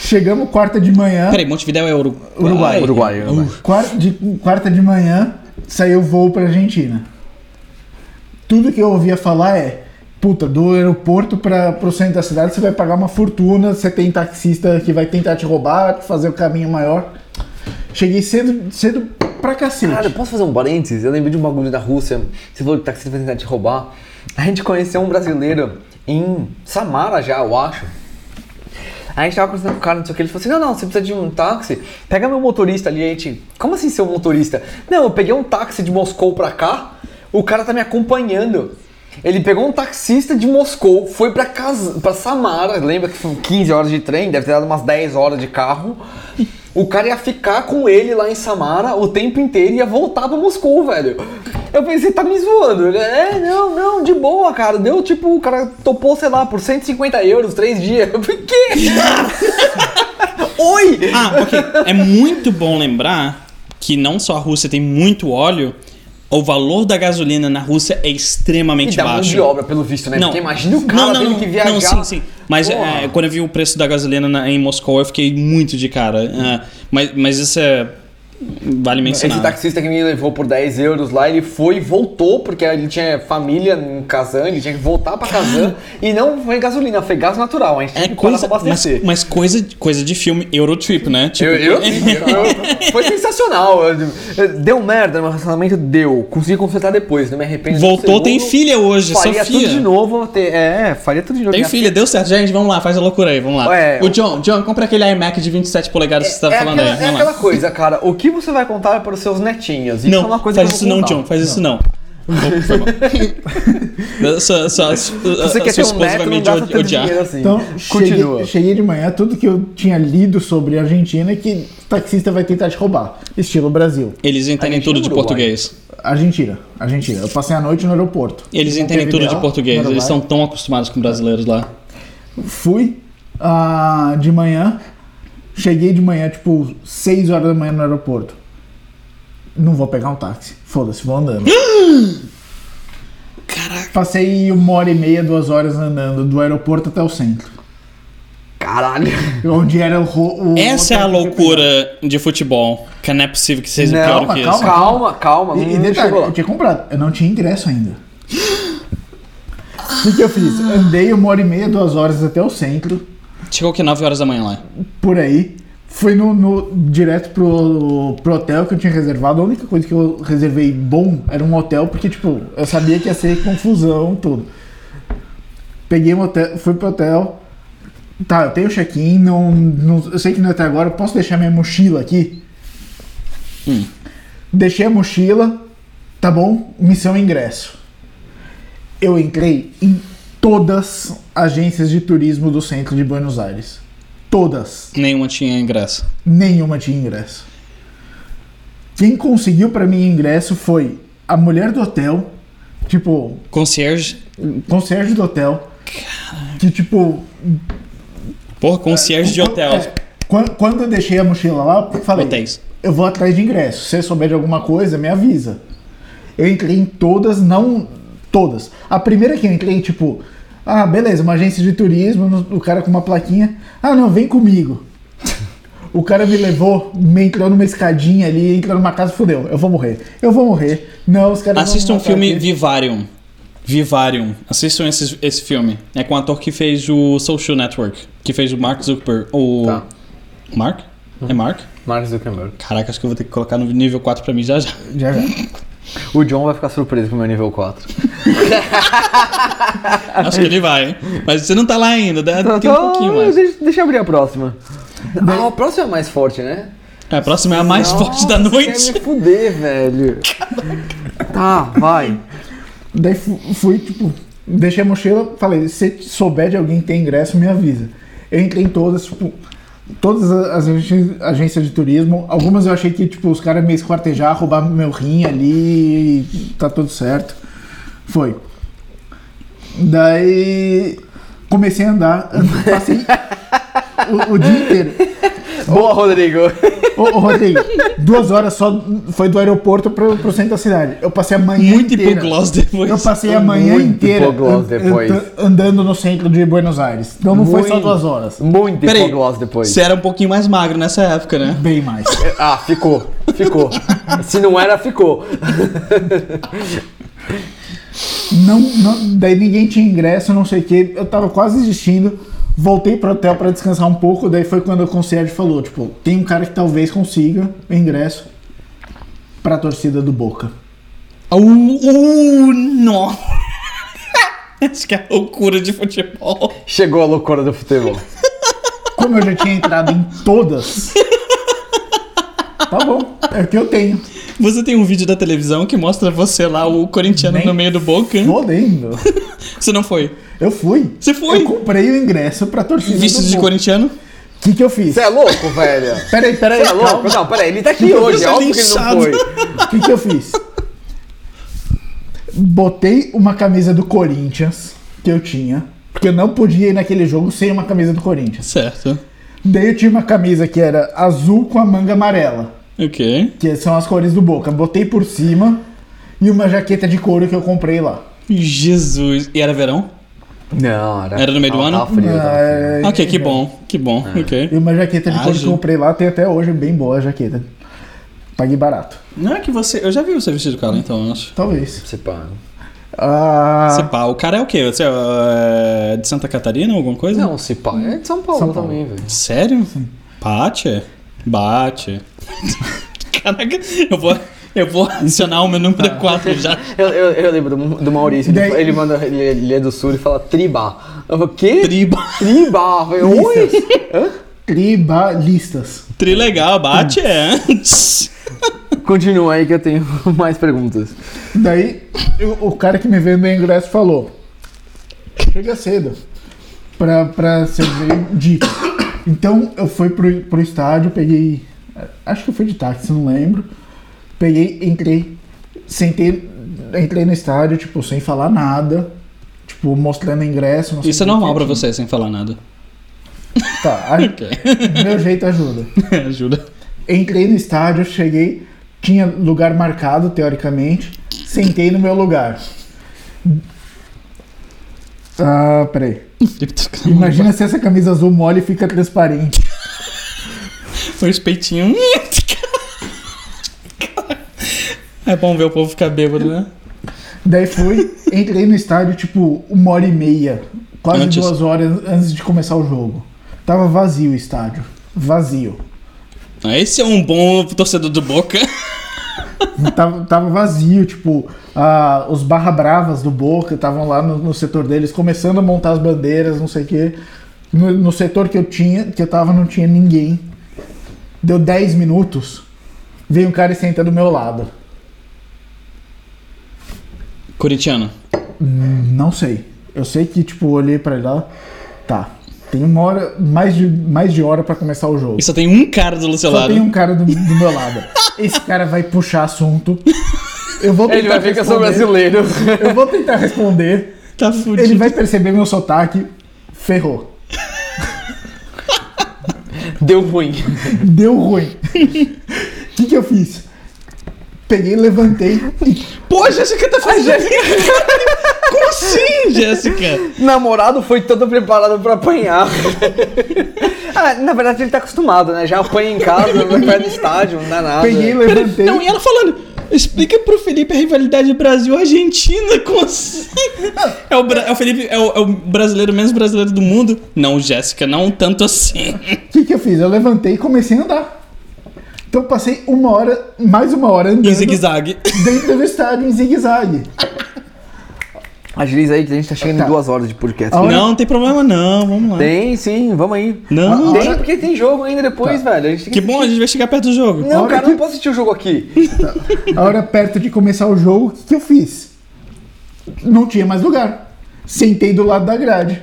Chegamos quarta de manhã,
Peraí, Montevidéu é Uruguai.
Uruguai.
Uruguai, Uruguai.
quar- de- quarta de manhã saiu o voo pra Argentina. Tudo que eu ouvia falar é, puta, do aeroporto para pro centro da cidade você vai pagar uma fortuna, você tem taxista que vai tentar te roubar, fazer o caminho maior. Cheguei cedo, cedo pra cacete.
Cara, posso fazer um parênteses? Eu lembro de um bagulho da Rússia. Você falou que taxista vai tentar te roubar. A gente conheceu um brasileiro em Samara já, eu acho. A gente tava conversando com o cara, não sei o que, ele falou assim, não, não, você precisa de um táxi, pega meu motorista ali, a gente, como assim seu motorista? Não, eu peguei um táxi de Moscou pra cá, o cara tá me acompanhando. Ele pegou um taxista de Moscou, foi pra, casa, pra Samara, lembra que foi 15 horas de trem, deve ter dado umas 10 horas de carro. O cara ia ficar com ele lá em Samara o tempo inteiro e ia voltar pra Moscou, velho. Eu pensei, tá me zoando. Ele, é, não, não, de boa, cara. Deu tipo, o cara topou, sei lá, por 150 euros, três dias. Eu falei, quê? Oi!
Ah, ok. É muito bom lembrar que não só a Rússia tem muito óleo, o valor da gasolina na Rússia é
E
extremamente
dá mão
baixo.
de obra, pelo visto, né? Porque imagina o cara tendo que viajar.
Não, sim, sim. Mas
Porra.
é, quando eu vi o preço da gasolina na- em Moscou, eu fiquei muito de cara. É, mas, mas isso é. Vale mencionar.
Esse taxista que me levou por 10 euros lá, ele foi e voltou, porque ele tinha família em Kazan, ele tinha que voltar pra
[LAUGHS]
Kazan. E não foi gasolina, foi gás natural. A gente
É
tinha que parar
coisa,
pra
mas,
abastecer.
mas coisa, coisa de filme Eurotrip, né? Tipo, [LAUGHS]
Eu, eu, eu- foi sensacional. Eu- eu- Deu merda no meu relacionamento, deu. Consegui consertar depois, não me arrependo.
Voltou,
Um
tem
segundo.
filha hoje,
Faria
Sofia.
tudo de novo. te- é, faria tudo de novo.
Tem
Minha
filha, deu certo. Gente, vamos lá, faz a loucura aí, vamos lá.
É,
o
o-
John, John, compra aquele iMac de 27 polegadas que você tava
é
falando
aquela,
aí.
é
Vamos
aquela
lá.
coisa, cara. O que você vai contar para os seus netinhos? Isso é
Não,
uma coisa
faz
que eu
isso
vou
não,
contar.
John, faz isso
[LAUGHS]
não. Opa, foi bom. sua, sua, sua,
Você quer ter
sua
um
esposa
neto,
vai
não
me
gasta tanto
odiar.
dinheiro assim.
Então,
Continua.
cheguei, cheguei de manhã, tudo que eu tinha lido sobre a Argentina é que taxista vai tentar te roubar. Estilo Brasil.
Eles entendem
Argentina
tudo de
ou Uruguai?
português.
Argentina, Argentina. Eu passei a noite no aeroporto.
Eles entendem tudo de
Montevideo,
português. Eles
Paraguai.
são tão acostumados com brasileiros lá.
Fui ah, de manhã, cheguei de manhã, tipo, 6 horas da manhã no aeroporto. Não vou pegar um táxi. Foda-se, vou
[GASPS]
andando.
Caraca.
Passei uma hora e meia, duas horas andando do aeroporto até o centro.
Caralho.
Onde era o. ro- o
um
Essa é a
hotel que eu
loucura de futebol. Que não é possível que seja
Não,
pior
calma,
que isso.
calma.
Calma, calma.
E, e
não
detalhe,
chegou lá.
eu tinha comprado, eu não tinha ingresso ainda. [GASPS] O que, que eu fiz? Andei uma hora e meia, duas horas até o centro,
Chegou que 9 horas da manhã lá.
por aí. Fui no, no- direto pro, pro hotel que eu tinha reservado. A única coisa que eu reservei bom era um hotel, porque, tipo, eu sabia que ia ser confusão, tudo. Peguei um hotel, fui pro hotel. Tá, eu tenho check-in, não, não- eu sei que não é até agora, eu posso deixar minha mochila aqui? Deixei a mochila, tá bom, missão ingresso. Eu entrei em todas as agências de turismo do centro de Buenos Aires. Todas.
Nenhuma tinha ingresso.
Nenhuma tinha ingresso. Quem conseguiu pra mim ingresso foi a mulher do hotel, tipo,
Concierge.
concierge do hotel, que tipo,
Porra, concierge de hotel.
É, quan- quando, eu deixei a mochila lá, eu falei:
Hotéis.
Eu vou atrás de ingresso. Se você souber de alguma coisa, me avisa. Eu entrei em todas, não todas. A primeira que eu entrei, tipo, ah, beleza, uma agência de turismo, no- o cara com uma plaquinha. Ah, não, vem comigo. [LAUGHS] O cara me levou, me entrou numa escadinha ali, entrou numa casa, fudeu, eu vou morrer. Eu vou morrer. Não, os caras. vão
Assista
me
um
matar
filme
aqui.
Vivarium. Vivarium. Assistam esse, esse filme. É com o ator que fez o Social Network. Que fez o Mark Zuckerberg. O.
Tá. Uhum.
Mark? É Mark?
Mark Zuckerberg.
Caraca, acho que eu vou ter que colocar no nível 4 pra mim
[LAUGHS]
já já.
Já, já.
O John vai ficar surpreso com o meu nível 4.
Acho que ele vai, hein? Mas você não tá lá ainda, né? tem um pouquinho mais.
Então, Deixa, deixa eu abrir a próxima. Ah, a próxima é mais forte, né?
É, a próxima é a mais forte da
Quer
noite.
me fuder, velho. tá, vai.
Daí fu- fui, tipo, deixei a mochila, falei, se souber de alguém que tem ingresso, me avisa. Eu entrei em todas, tipo, todas as agen- agências de turismo. Algumas eu achei que, tipo, os caras me esquartejar, roubar meu rim ali, e tá tudo certo. Foi. Daí comecei a andar, passei o- o dia inteiro.
Boa, Rodrigo.
Ô, ô Rodrigo, duas horas só foi do aeroporto pro, pro centro da cidade. Eu passei a manhã
[LAUGHS] Muito
inteira.
hipoglós depois.
Eu passei a manhã
Muito
inteira
hipoglós
an-
depois.
an- andando no centro de Buenos Aires. Então não foi só
Muito.
duas horas.
Muito
Peraí,
hipoglós depois.
você era um pouquinho mais magro nessa época, né?
Bem mais.
Ah, ficou. Ficou. Se não era, ficou.
Não, não- daí ninguém tinha ingresso, não sei o que. Eu tava quase desistindo. Voltei pro hotel pra descansar um pouco. Daí foi quando o concierge falou: Tipo, tem um cara que talvez consiga o ingresso pra torcida do Boca.
Uh, uh, não. [LAUGHS] Acho que é a loucura de futebol.
Chegou a loucura do futebol.
Como eu já tinha entrado em todas. Tá bom, é o que eu tenho.
Você tem um vídeo da televisão que mostra você lá, o corintiano
Nem
no meio do boca.
Fodendo.
Você não foi.
Eu fui.
Você foi?
Eu comprei o ingresso pra torcida.
Visto
do
de
Boca.
corintiano?
O que, que eu fiz?
Você é louco, velho?
Peraí, peraí.
Você é louco?
calma.
Não, peraí, ele tá aqui hoje, é
sou
óbvio que ele não
linchado.
foi.
O que, que eu fiz? Botei uma camisa do Corinthians que eu tinha. Porque eu não podia ir naquele jogo sem uma camisa do Corinthians.
Certo.
Daí eu tinha uma camisa que era azul com a manga amarela.
Ok.
Que são as cores do Boca. Botei por cima e uma jaqueta de couro que eu comprei lá.
Jesus. E era verão?
Não, era,
Era no meio do
tava-
ano?
Tava frio,
Ah,
tava frio.
Mas-
ok, que bom, que bom. Ok.
é, E uma jaqueta de couro que
Ágil.
eu comprei lá, tem até hoje, bem boa a jaqueta. Paguei barato,
Não é que você. Eu já vi você vestido, cara, então, eu acho.
talvez.
Se pá.
Ah,
Se pá, o cara é o quê? Você é, é, de Santa Catarina ou alguma coisa?
Não, se pá. É de São Paulo,
São Paulo.
também, velho.
Sério? Bate? Bate. [LAUGHS] Caraca, eu vou, eu vou adicionar o meu número 4 já.
Eu, eu, eu lembro do, do Maurício,
E daí-
ele manda, ele, ele é do sul e fala tribá. Eu falo, quê?
Tribo.
Tribá. Eu falei, Oi?
tribalistas.
Tri legal, bate é.
Continua aí que eu tenho [LAUGHS] mais perguntas.
Daí eu- o cara que me vende o ingresso falou: chega cedo pra, pra servir dica. Então eu fui pro, pro estádio, peguei. Acho que foi de táxi, não lembro. Peguei, entrei, sentei, entrei no estádio, tipo, sem falar nada. Tipo, mostrando ingresso. não sei
Isso é
o que,
normal pra
tipo,
você, sem falar nada.
Tá, a-
Ok.
meu jeito ajuda.
[LAUGHS] Ajuda.
Entrei no estádio, cheguei, tinha lugar marcado, teoricamente, sentei no meu lugar. Ah, peraí.
Felipe tá ficando-
Imagina se essa camisa azul mole e fica transparente.
Foi um os peitinhos. É bom ver o povo ficar bêbado, né?
Daí fui, entrei no estádio, tipo, uma hora e meia, quase
Antes.
duas horas antes de começar o jogo. Tava vazio o estádio. Vazio.
Ah, Esse é um bom torcedor do Boca.
Tava, tava vazio, tipo, ah, os barra bravas do Boca estavam lá no, no setor deles, começando a montar as bandeiras, não sei o quê. No, no setor que eu tinha, que eu tava, não tinha ninguém. Deu 10 minutos, veio um cara e senta do meu lado.
Corintiano.
Não sei. Eu sei que, tipo, olhei pra ele lá, tá. Tem uma hora, mais de, mais de hora pra começar o jogo.
E só tem um cara do seu
Só
lado.
tem um cara do, do meu lado. Esse cara vai puxar assunto. Eu vou tentar
Ele vai ver que eu sou
responder.
brasileiro.
Eu vou tentar responder.
Tá fudido.
Ele vai perceber meu sotaque. Ferrou.
[LAUGHS] Deu ruim.
Deu
[LAUGHS]
ruim. O que, que eu fiz? Peguei, levantei e
Pô, Jéssica tá fazendo. [LAUGHS] Como assim, Jéssica?
Namorado foi todo preparado pra apanhar. [LAUGHS] ah, na verdade ele tá acostumado, né? Já apanha em casa, não [LAUGHS] vai no estádio, não dá nada.
peguei, levantei.
Não, e ela falando. Explica pro Felipe a rivalidade Brasil-Argentina. Como
[LAUGHS]
assim? É o, Bra- é o Felipe, é o, é o brasileiro menos brasileiro do mundo? Não, Jéssica, não tanto assim.
O que, que eu fiz? Eu levantei e comecei a andar. Então passei uma hora, mais uma hora
Em
andando
zigue-zague.
dentro do estádio em zigue-zague.
Agiliza aí que a gente tá chegando
Tá.
em duas horas de podcast.
A hora-
Não, não tem problema não, vamos lá.
Tem, sim, vamos aí.
Não,
tem, é Tá. porque tem jogo ainda depois, velho. A gente tem
Que bom, a gente vai chegar perto do jogo.
Não,
Olha
cara,
que-
não posso assistir o jogo aqui.
A hora perto de começar o jogo, o que, que eu fiz? Não tinha mais lugar. Sentei do lado da grade.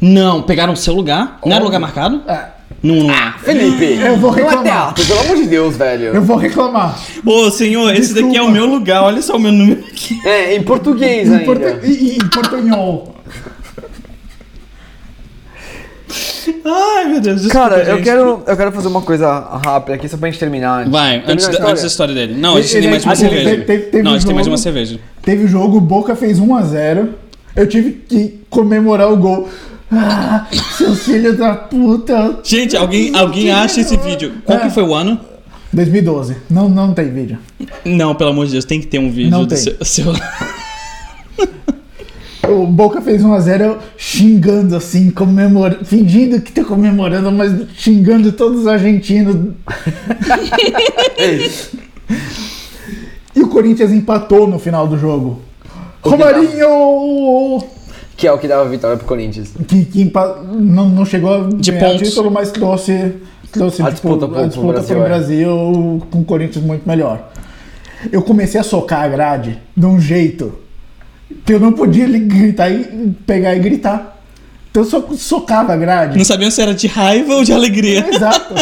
Não, pegaram o seu lugar. Não era lugar marcado?
Ah,
Não, não é.
Felipe,
Eu vou
não é
reclamar.
teatro, pelo amor de Deus, velho.
eu vou reclamar.
Ô, senhor, esse daqui é o
Desculpa.
meu lugar. Olha só o meu número aqui.
É, em português
Em,
ainda.
portu... em- em portunhol.
Ai, meu Deus. Desculpa,
Cara, eu
gente.
quero, eu quero fazer uma coisa rápida aqui, só pra gente terminar. antes.
Vai,
Terminar
antes
a
da,
história?
antes da história dele. Não, a gente
Ele-
tem mais uma
ele- ele-
cerveja.
teve- teve- teve
Não, a gente tem mais
jogo.
uma cerveja.
Teve o jogo, o Boca fez 1 a 0 Eu tive que comemorar o gol. Ah, seus filhos da puta.
Gente, alguém, alguém acha esse vídeo. Qual que foi o ano?
2012. Não, não tem vídeo.
Não, pelo amor de Deus, tem que ter um vídeo
Não
do
tem.
seu. seu- [LAUGHS]
O Boca fez 1 a 0 eu xingando assim, comemorando, fingindo que tá comemorando, mas xingando todos os argentinos. e o Corinthians empatou no final do jogo. Romarinho!
Que é o que dava vitória pro Corinthians.
que, que empa- não, não chegou a
De
ganhar o
pontos.
título, mas trouxe, trouxe tipo,
A disputa pro-
a disputa
pro
pro
Brasil, é.
Brasil com o Corinthians muito melhor. Eu comecei a socar a grade de um jeito que eu não podia li- gritar e pegar e gritar. Então eu so- socava a
[LAUGHS]
grade.
Não sabiam se era de raiva ou de
[LAUGHS]
alegria.
Exato.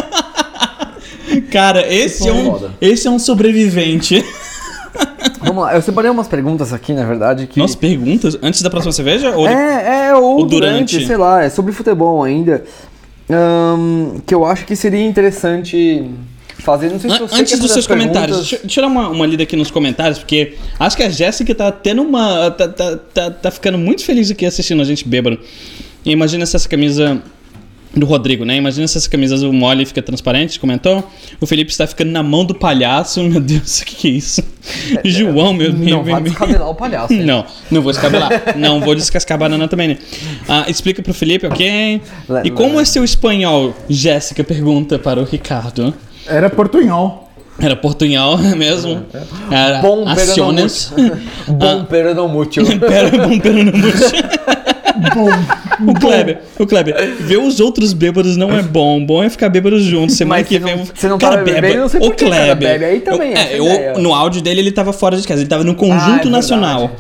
Cara, esse é um,
Foda.
esse é um sobrevivente.
Vamos lá, eu separei umas perguntas aqui, na verdade, que...
Nossa, perguntas? Antes da próxima cerveja? Ou...
É, é, ou
O
durante,
durante.
sei lá, é sobre futebol ainda. Ahn, que eu acho que seria interessante fazer. Não sei se
An-
você
Antes
quer
dos
fazer
seus
as perguntas.
comentários, deixa, deixa eu dar uma, uma lida aqui nos comentários, porque acho que a Jéssica tá tendo uma. Tá, tá, tá, tá ficando muito feliz aqui assistindo a gente bêbado. E imagina se essa camisa. Do Rodrigo, né? Imagina se essa camisa azul mole fica transparente, comentou. O Felipe está ficando na mão do palhaço. Meu Deus, [LAUGHS] o que, que é isso? João, meu meu-
Não vai [LAUGHS]
meu-
descabelar o palhaço.
[LAUGHS]
hein?
Não, não vou descabelar. não vou descascar a banana também, né? Ah, explica pro Felipe, ok?
Lá-
E como
lá.
é seu espanhol? Jéssica pergunta para o Ricardo.
Era portunhol.
Era portunhol [LAUGHS] mesmo. Era
É. Bom,
aciones. [LAUGHS] Ah.
Bom, pero não muito.
Pera, bom, pera, não
[LAUGHS]
murcha.
Bom,
O Kleber, o Kleber, ver os outros bêbados não é bom. Bom é ficar bêbado junto. Semana
Mas
que
você não-
vem. eu-
você não
cara,
tava bebendo,
bêbado.
não sei
o
por que, cara,
Kleber.
bebe. Aí também,
Eu- é,
essa
eu-
ideia.
no áudio dele ele tava fora de casa, ele tava no
Ah, é
conjunto
verdade.
nacional.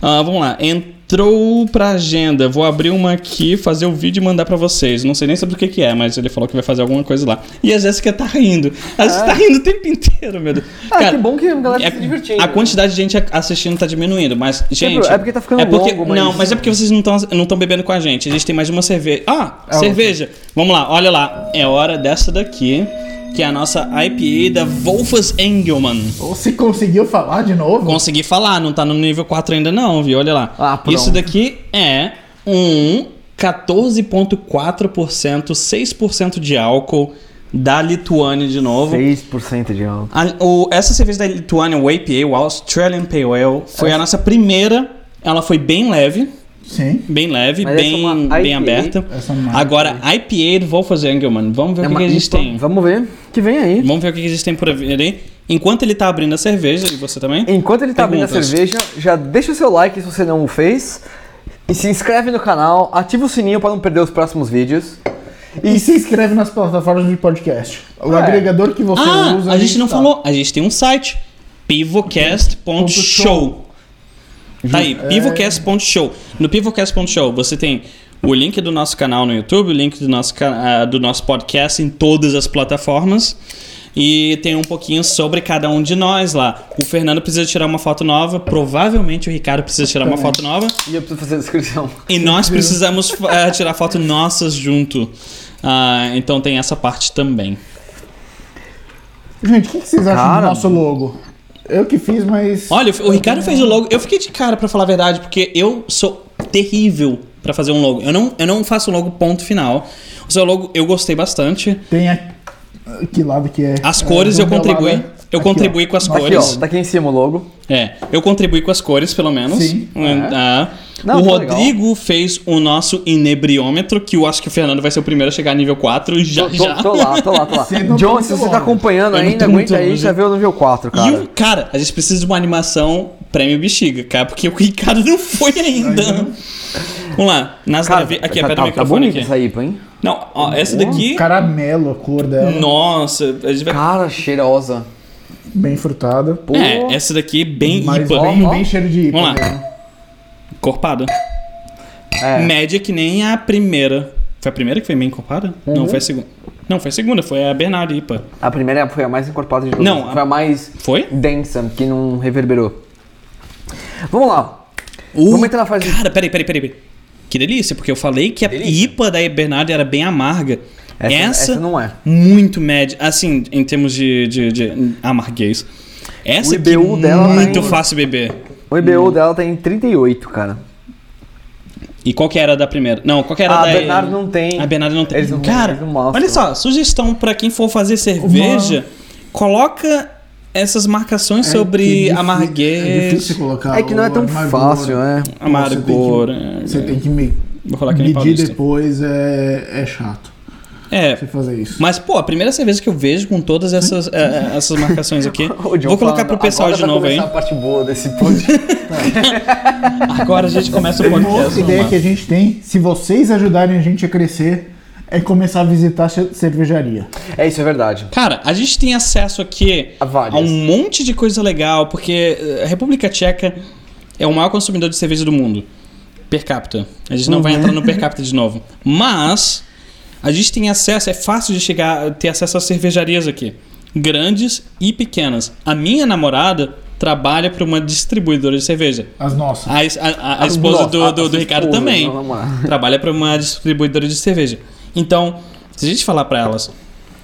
Ah, vamos lá. Entrou pra agenda. Vou abrir uma aqui, fazer o vídeo e mandar pra vocês. Não sei nem sobre o que, que é, mas ele falou que vai fazer alguma coisa lá. E a Jéssica tá rindo. A gente tá rindo o tempo inteiro, meu Deus. é
Ah, que bom que a galera tá se divertindo.
A quantidade de gente a- assistindo tá diminuindo, mas, gente.
é porque tá ficando
é porque-
longo, mas-
Não, mas é porque vocês não estão não tão bebendo com a gente. A gente tem mais uma cerveja. Ah,
É
cerveja. Vamos lá, olha lá. É hora dessa daqui, que é a nossa IPA da Wolfas Engelmann.
Ou se conseguiu falar de novo?
Consegui falar, não tá no nível 4 ainda não, viu? Olha lá.
Ah, pronto.
Isso daqui é um 14.4%, 6% de álcool da Lituânia de novo.
6% de álcool.
A- o- essa cerveja da Lituânia, o APA, o Australian Pale Ale, foi a nossa primeira. Ela foi bem leve,
Sim.
bem leve,
Mas essa é
bem,
uma
bem
IPA.
aberta.
Essa é uma
Agora, IPA do Wolfers Engelmann. Vamos
É
ver o que, que a gente tem.
Vamos ver que vem aí.
Vamos ver o que, que a gente tem por ali. Enquanto ele tá abrindo a cerveja, e você também.
Enquanto ele tá abrindo a
Perguntas.
cerveja, já deixa o seu like se você não o fez. E se inscreve no canal, ativa o sininho pra não perder os próximos vídeos.
E se inscreve nas plataformas de podcast. O
É.
agregador que você
Ah,
usa.
a gente não
tá.
falou. A gente tem um site, pivocast.show. Tá aí, pivocast.show. No pivocast.show você tem o link do nosso canal no YouTube, o link do nosso, ca- ah, do nosso podcast em todas as plataformas. E tem um pouquinho sobre cada um de nós lá. O Fernando precisa tirar uma foto nova, provavelmente o Ricardo precisa tirar uma foto nova.
E eu preciso fazer a descrição.
E nós precisamos eh, tirar foto nossas junto. Ah, então tem essa parte também.
Gente, o que, que vocês acham
Cara.
do nosso logo? Eu que fiz, mas.
Olha, o Ricardo fez o logo. Eu fiquei de cara, pra falar a verdade, porque eu sou terrível pra fazer um logo. Eu não, eu não faço logo ponto final. O seu logo eu gostei bastante.
Tem a... Que lado que é?
As
É,
cores eu
do meu
contribuí.
lado é-
Eu
Aqui,
contribuí
ó.
com as
Aqui,
cores.
ó, tá aqui em cima o logo.
É, eu contribuí com as cores, pelo menos.
Sim,
Hum,
é.
ah.
Não,
o
tá
Rodrigo fez o nosso inebriômetro, que eu acho que o Fernando vai ser o primeiro a chegar a nível 4 e já
Tô, tô-
já.
tô lá, tô lá, tô lá.
Você não
John,
tem
se você
logo.
tá acompanhando
Eu não
ainda,
tenho muito
aguenta aí,
logo,
já
gente.
vê o nível 4,
E um-
cara.
o, cara, a gente precisa de uma animação prêmio bexiga, cara, porque o Ricardo não foi ainda. Vamos lá, nas
Cara,
grave... Aqui, pega
Uhum. tá, tá,
o
tá
microfone
bonito Uhum.
aqui.
essa IPA, hein?
Não, ó, essa daqui.
Um
Hum.
Caramelo a cor dela.
Nossa, a gente vai.
Cara, cheirosa.
Bem frutada. Pô,
É, essa daqui é bem
mas
IPA.
bem,
ó.
bem cheiro de né? IPA.
Vamos lá.
mesmo.
Encorpada.
É.
Média que nem a primeira. Foi a primeira que foi meio encorpada? Não,
Uhum.
foi a segunda. Não, foi a segunda, foi a Bernardo IPA.
A primeira foi a mais encorpada de todas.
Não, a-
Foi a mais
Foi?
densa, que não reverberou. Vamos lá.
Uh,
Vamos entrar na fase-
Cara, peraí, peraí, peraí. peraí. Que delícia, porque eu falei que a
Delícia.
IPA da Bernardo era bem amarga. Essa,
Essa- essa não é.
Muito média. Assim, em termos de, de, de amarguez. Essa
O IBU
aqui é
dela tá
muito
em-
fácil beber.
O IBU dela tá em 38, cara.
E qual que era a da primeira? Não, qual que era
Ah,
a da...
a Bernardo não tem.
A Bernardo não tem.
Eles não-
Cara,
eles não mostram.
olha só, sugestão pra quem for fazer cerveja, coloca essas marcações
É que
sobre
difí-
amarguez,
É difícil colocar.
É que não é
o
tão
amargor.
fácil, [LAUGHS] né?
amargor. é.
Você tem que me
Vou falar que nem
medir
paulista.
depois, é, é chato
É,
você fazer isso.
mas pô, a primeira cerveja que eu vejo com todas essas, é, é, essas marcações aqui.
O John
Vou colocar
falando,
pro pessoal
agora tá
de
vai
novo aí.
começar a parte boa desse
[LAUGHS]
podcast.
Agora a gente começa o
Uma outra
podcast.
ideia
vamos
que
lá.
a gente tem, se vocês ajudarem a gente a crescer, é começar a visitar a ce- cervejaria.
é, isso é verdade.
Cara, a gente tem acesso aqui
A várias.
a um monte de coisa legal, porque eh, a República Tcheca é o maior consumidor de cerveja do mundo. Per capita. A gente não vai entrar no per capita de novo. Mas a gente tem acesso, é fácil de chegar, ter acesso a cervejarias aqui. Grandes e pequenas. A minha namorada trabalha para uma distribuidora de cerveja.
As nossas.
A, es- a- a- a esposa do,
Nossa,
do-
um a- a
do Ricardo
esposa,
também.
não, vamos lá.
Então, Trabalha para uma distribuidora de cerveja. Então, se a gente falar para elas,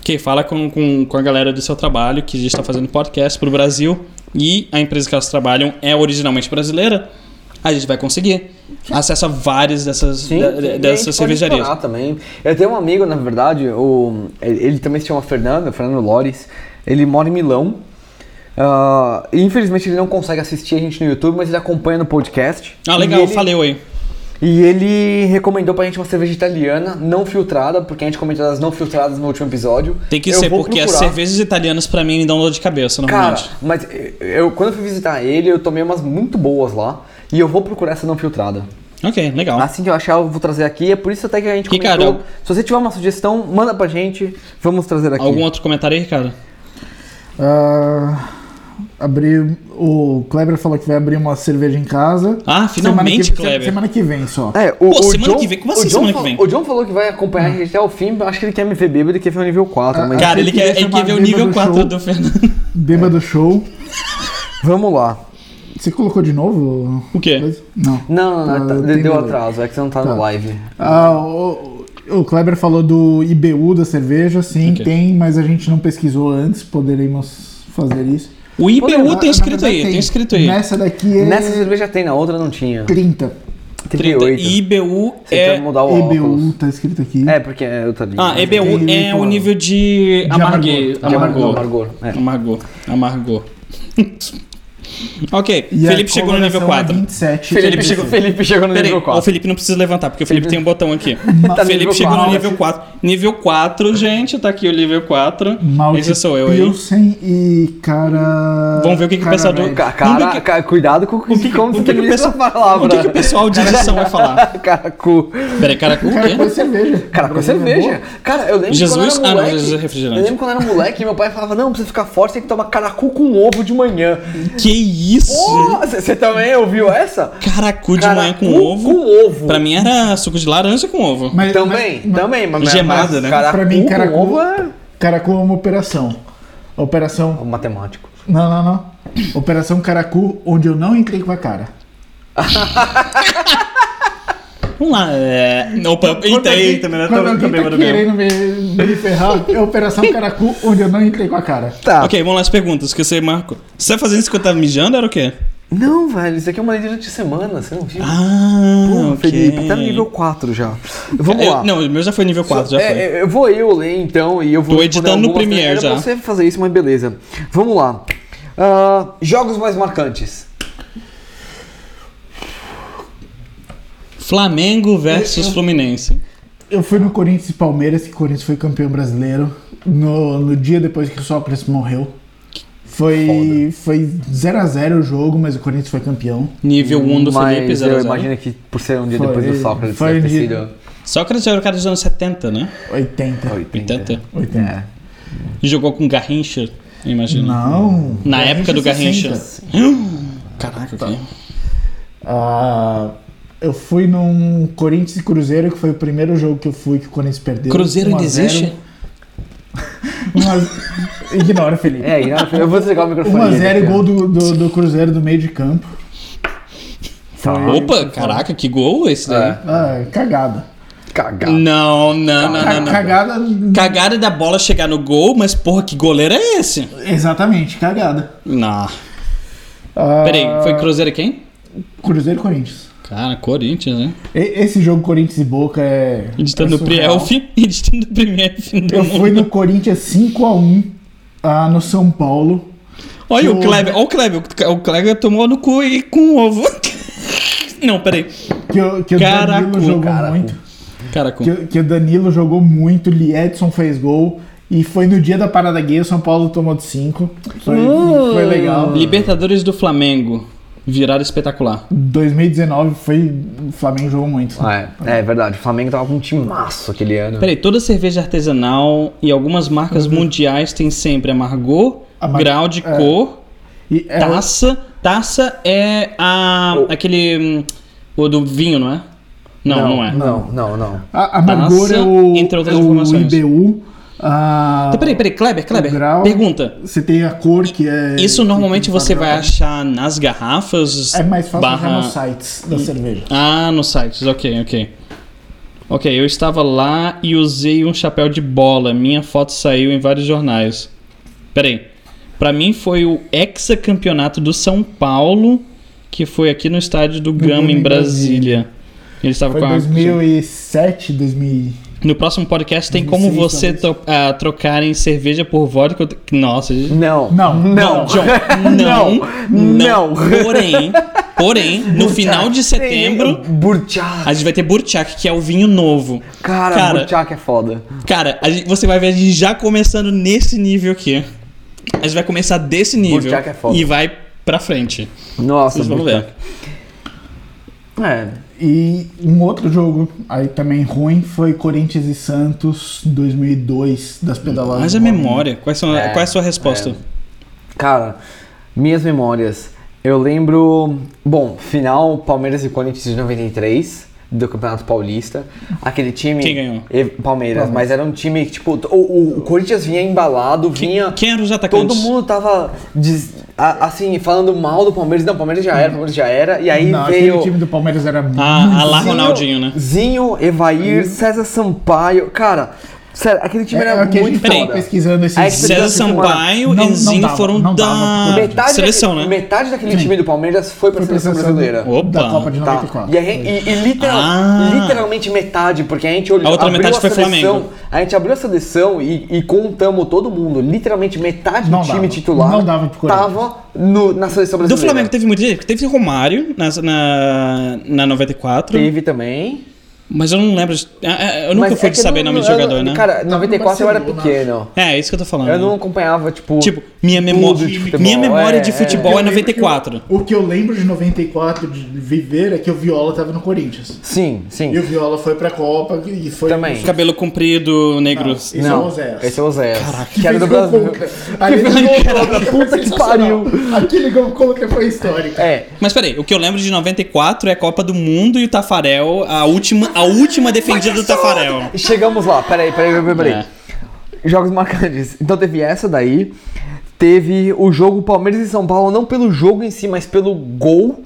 que fala com, com, com a galera do seu trabalho, que está fazendo podcast para o Brasil, e a empresa que elas trabalham é originalmente brasileira, a gente vai conseguir acesso a várias dessas,
Sim,
da-
sim, e a gente
dessas
pode
cervejarias.
explorar também. Eu tenho um amigo, na verdade, o, ele ele também se chama Fernando, Fernando Lores. Ele mora em Milão. Ah, e infelizmente ele não consegue assistir a gente no YouTube, mas ele acompanha no podcast.
Ah, legal,
E ele,
valeu aí.
E ele recomendou pra gente uma cerveja italiana, não filtrada, porque a gente comentou das não filtradas no último episódio.
Tem que
Eu
ser,
vou
porque as
procurar.
cervejas italianas pra mim me dão dor de cabeça,
Cara,
normalmente.
mas eh, eu, quando eu fui visitar ele, eu tomei umas muito boas lá. E eu vou procurar essa não filtrada.
ok, legal.
Assim que eu achar, eu vou trazer aqui. É por isso até que a gente comentou.
Ricardo,
Se você tiver uma sugestão, manda pra gente. Vamos trazer aqui.
Algum outro comentário aí, Ricardo?
Ah, abri, o Kleber falou que vai abrir uma cerveja em casa.
Ah, finalmente,
semana que,
Kleber.
Semana que vem só.
É, o,
Pô,
o
semana
John-
que vem? Como assim
o John
semana que
falou-
vem?
O John falou que vai acompanhar a gente até o fim. Acho que ele quer me ver bêbado e quer ver o nível 4.
Ah,
mas
Cara, ele
queria
quer, ele
chamar
quer ver o
Bêbado
nível 4
Show.
do Fernando.
Bêbado show.
vamos lá.
Você colocou de novo?
O quê?
Coisa? Não.
Não, não,
Ah,
não. tá-
eu tenho
deu
medo.
atraso. É que você não tá,
Tá.
no live.
Ah, o, o Kleber falou do IBU da cerveja, sim,
Ok.
tem, mas a gente não pesquisou antes, poderíamos fazer isso.
O IBU
Na- na
tem escrito
verdade,
aí, tem escrito aí.
Nessa daqui é
Nessa cerveja tem, na outra não tinha.
30.
30.
38.
IBU
Você
é.
tem que mudar o
EBU
óculos.
tá escrito aqui.
É, porque é, eu tô ali.
Ah, EBU
tem-
é o nível de amargue.
amargor.
Amargor.
Amargor, é.
Amargor. Amargor. [LAUGHS] Ok,
E a
Felipe chegou no nível
coloração é
4.
27.
um. Felipe chegou-
Felipe chegou no
Peraí,
nível
ó, o
4.
Felipe não precisa levantar, porque o Felipe tem um botão aqui.
Tá
O
no
Felipe
nível
chegou no
quatro.
nível 4. Nível 4, gente, tá aqui o nível 4.
Malte
Esse sou eu aí.
Pilsen e cara.
Vamos ver o que que o
cara
pessoal do-
velho.
Ca-
Não,
Cara,
porque-
ca- cuidado com o que, como
o
que,
que que o
essa
pessoal-
palavra.
O que, que o pessoal de edição vai falar?
[LAUGHS]
é
Caracu.
Peraí, cara, o
Cara, com
quê?
cerveja. é
Cara, com cerveja. Cara, eu lembro
Jesus- ah,
quando eu era
não,
moleque.
Jesus é refrigerante.
Eu lembro quando eu era moleque, meu pai falava: Não, pra você ficar forte, tem que tomar caracu com ovo de manhã.
Que isso?
Pô, Você você também ouviu essa?
Caracu de manhã com
Caracu
ovo.
Com ovo.
Pra mim era suco de laranja com ovo.
Mas-
Também,
mas-
também, mas.
Gemada, né?
Caracu
Pra mim,
com
caracu-
ovo é.
Caracu é uma operação. Operação.
é um
O matemático.
Não, não, não. Operação Caracu, onde eu não entrei com a cara.
Vamos lá. É... Opa, eita, eita, melhor
Quando
tá
alguém tá
bêbado mesmo.
querendo me, me ferrar, é Operação Caracu, onde eu não entrei com a cara.
Tá.
Ok, vamos lá as perguntas que você marcou. Você tá fazendo isso que eu tava mijando, era o quê?
Não, velho, isso aqui é uma lei durante a semana, você não viu?
Ah,
Pô,
ok. É,
Felipe, tá no nível 4 já. Vamos
Eu-
lá.
não, o meu já foi nível 4, já
É,
foi.
é, eu vou eu ler então e eu vou.
Tô
responder
editando no
algumas,
Premiere
era
já.
pra você fazer isso, mas beleza. Vamos lá. Ah, jogos mais marcantes.
Flamengo versus Fluminense.
Eu fui no Corinthians e Palmeiras, que o Corinthians foi campeão brasileiro, no, no dia depois que o Sócrates morreu. Foi 0x0 o jogo, mas o Corinthians foi campeão.
Nível 1 do
mas
Felipe,
eu
0 0
imagino que por ser um dia
Foi-
depois do Sócrates,
foi
deve ter
um dia-
sido
Sócrates era o cara dos anos 70, né?
80.
É.
80.
80.
E jogou com Garrincha, eu imagino.
Não.
Na
Garrincha
época do
60.
Garrincha.
[GASPS]
Caraca,
Tá.
que-
Ah, eu fui num Corinthians e Cruzeiro, que foi o primeiro jogo que eu fui que o Corinthians perdeu.
Cruzeiro
1 a
ainda
0.
existe?
Um a- um Ignora, Felipe.
É, e nada, eu né, vou desligar o microfone.
1x0
dele,
gol do, do, do Cruzeiro do meio de campo.
Tá.
Foi-
Opa, caraca, que gol esse
É,
daí.
Ah, cagada.
Cagado.
Não, não,
Tá.
não,
Ca-
não, não.
Cagada.
Cagada da bola chegar no gol, mas porra, que goleiro é esse?
Exatamente, cagada.
Não.
Ah,
Peraí, foi Cruzeiro quem?
Cruzeiro e Corinthians.
Cara, Corinthians, né?
E- esse jogo Corinthians e Boca é.
[LAUGHS] Editando
é
o
surreal.
Prielf, [LAUGHS] editando o Primelf do
Eu fui
mundo.
no Corinthians 5x1 ah, no São Paulo.
Olha o
no-
Kleber, olha o Kleber, o Kleber tomou no cu e com ovo. [LAUGHS] Não, peraí.
Que, o- que o
Caraca,
Danilo jogou
caraca.
muito.
Cara, com...
Que, que o Danilo jogou muito, Liedson fez gol. E foi no dia da parada gay, o São Paulo tomou de 5. Foi,
Uh!
foi legal.
Libertadores do Flamengo, virada espetacular.
2019 foi. O Flamengo jogou muito.
Ah, é, é verdade, o Flamengo tava com um timaço aquele ano.
Peraí, toda cerveja artesanal e algumas marcas mundiais tem sempre amargor,
Amar-
grau de
Uhum. é.
cor,
E é,
taça. Taça é a
O-
aquele hum, o do vinho, não é? Não, não, é.
Não, não, não.
a
Taça,
amargura é o,
entre outras
é o
informações.
IBU. A,
Então, peraí, peraí, Kleber, Kleber,
grau-
pergunta.
Ah, Você tem a cor que é.
Isso
que-
normalmente
que
você
padrão.
vai achar nas garrafas.
É mais fácil achar
barra...
nos sites da cerveja.
Ah, nos sites, ok, ok. Ok, eu estava lá e usei um chapéu de bola. Minha foto saiu em vários jornais. Peraí. Pra mim foi o hexacampeonato do São Paulo, que foi aqui no estádio do Gama, em
Gama, em
Brasília. Ele estava
Foi
com a...
2007, 2000.
No próximo podcast tem como
16,
você
talvez.
to- ah, trocar em cerveja por vodka. Nossa, gente.
Não.
Não,
Não,
John, não, não.
Não.
Porém, porém, no final de setembro,
Burchak.
a gente vai ter Burchak, que é o vinho novo.
Cara,
Cara.
Burchak é foda.
Cara, a gente- você vai ver a gente já começando nesse nível aqui. A gente vai começar desse nível
Burchak é foda.
e vai pra frente.
Nossa,
Vocês vão ver.
É.
E um outro jogo, aí também ruim, foi Corinthians e Santos 2002, das pedaladas.
Mas a
do Robin.
memória, quais são-
É,
qual é a sua resposta?
Cara, minhas memórias. Eu lembro. Bom, final Palmeiras e Corinthians de 93, do Campeonato Paulista. Aquele time.
Quem ganhou?
E- Palmeiras, mas era um time que, tipo, o, o- o Corinthians vinha embalado, vinha.
Quem eram os
Todo
atacantes?
mundo tava des- a- assim, falando mal do Palmeiras. Não, Palmeiras já era, Palmeiras já era. E aí
Não, aquele
veio.
time do Palmeiras era muito.
Ah, a lá Ronaldinho, né?
Zinho, Evair, César Sampaio. Cara, sério, aquele time
É,
era
é que a
muito
gente tava
foda.
pesquisando esses-
Aí que você
César
pensa assim, mano,
Sampaio
Não-
e
não
Zinho
dava,
foram
não
da
dava.
Metade
seleção,
daquele,
né?
Metade daquele time do Palmeiras foi pra
Foi pra
seleção
seleção
brasileira.
do- Opa.
Da Copa de
Tá.
94.
E, a gente, e, e literal-
Ah.
literalmente metade, porque a gente olhou
A outra
abriu
metade foi
seleção,
Flamengo.
A gente abriu a seleção e, e contamos todo mundo. Literalmente metade
Não
do time
dava.
titular
Não dava pro Corinthians.
tava no- na seleção
Do
brasileira.
Flamengo teve muito jeito, porque teve Romário na, na, na 94,
Teve também.
mas eu não lembro. de- ah, ah, Eu nunca
Mas
fui
é
de
que
saber
eu não-
nome de
eu não-
jogador, né?
Cara, 94 eu era
Barcelona,
pequeno.
É, é isso que eu tô falando.
Eu não acompanhava, tipo.
Tipo, minha memória,
de futebol,
minha memória
é,
de
é.
futebol é,
Eu lembro que eu-
94.
o que eu lembro de 94, de viver, é que o Viola tava no Corinthians.
Sim, sim.
E o Viola foi pra Copa e foi.
Também.
Cabelo comprido, negro.
Não. Esse é
Não,
o Zéas.
esse é o Zé. Que
Que
era
[LAUGHS]
do Brasil.
[LAUGHS] Aquele gol
Caraca, puta que
sensacional. Aquele gol contra foi histórico.
É,
Mas peraí, o que eu lembro de 94 é a Copa do Mundo e o Tafarel, a última, a
[LAUGHS]
última defendida do Tafarel.
chegamos lá. Peraí, peraí, peraí. peraí.
É.
Jogos marcantes. Então teve essa daí. Teve o jogo Palmeiras e São Paulo, não pelo jogo em si, mas pelo gol.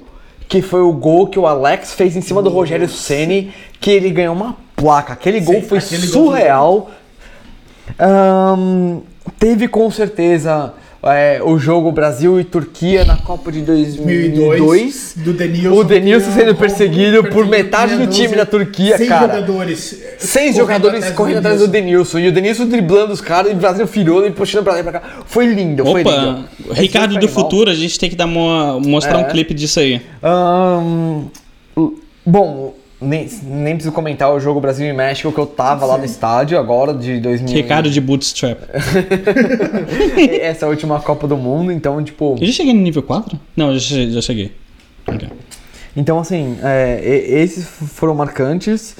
Que foi o gol que o Alex fez em cima do Rogério Ceni, que ele ganhou uma placa. Aquele gol foi
aquele gol foi
surreal. Ahn, teve com certeza é, o jogo Brasil e Turquia na Copa de
2002,
2002.
do Denilson.
O Denilson
que
sendo
era um
perseguido por
perseguido
metade do
meia
time
dúzia,
da Turquia,
seis
cara.
jogadores.
Seis jogadores correndo atrás do Denilson. E o Denilson driblando os caras e o Brasil virou e puxando pra lá e pra cá. Foi lindo, foi
Opa,
lindo.
Ricardo
Esse
do
foi animal.
Futuro, a gente tem que dar uma- mostrar um
É.
clipe disso aí.
Ahn, bom, nem, nem preciso comentar o jogo Brasil e México que eu tava lá no estádio agora de 2000.
Ricardo de Bootstrap.
Essa é a última Copa do Mundo, então, tipo.
Eu já cheguei no nível 4? Não, já, che- já cheguei. Ok.
Então, assim, é, e- esses foram marcantes.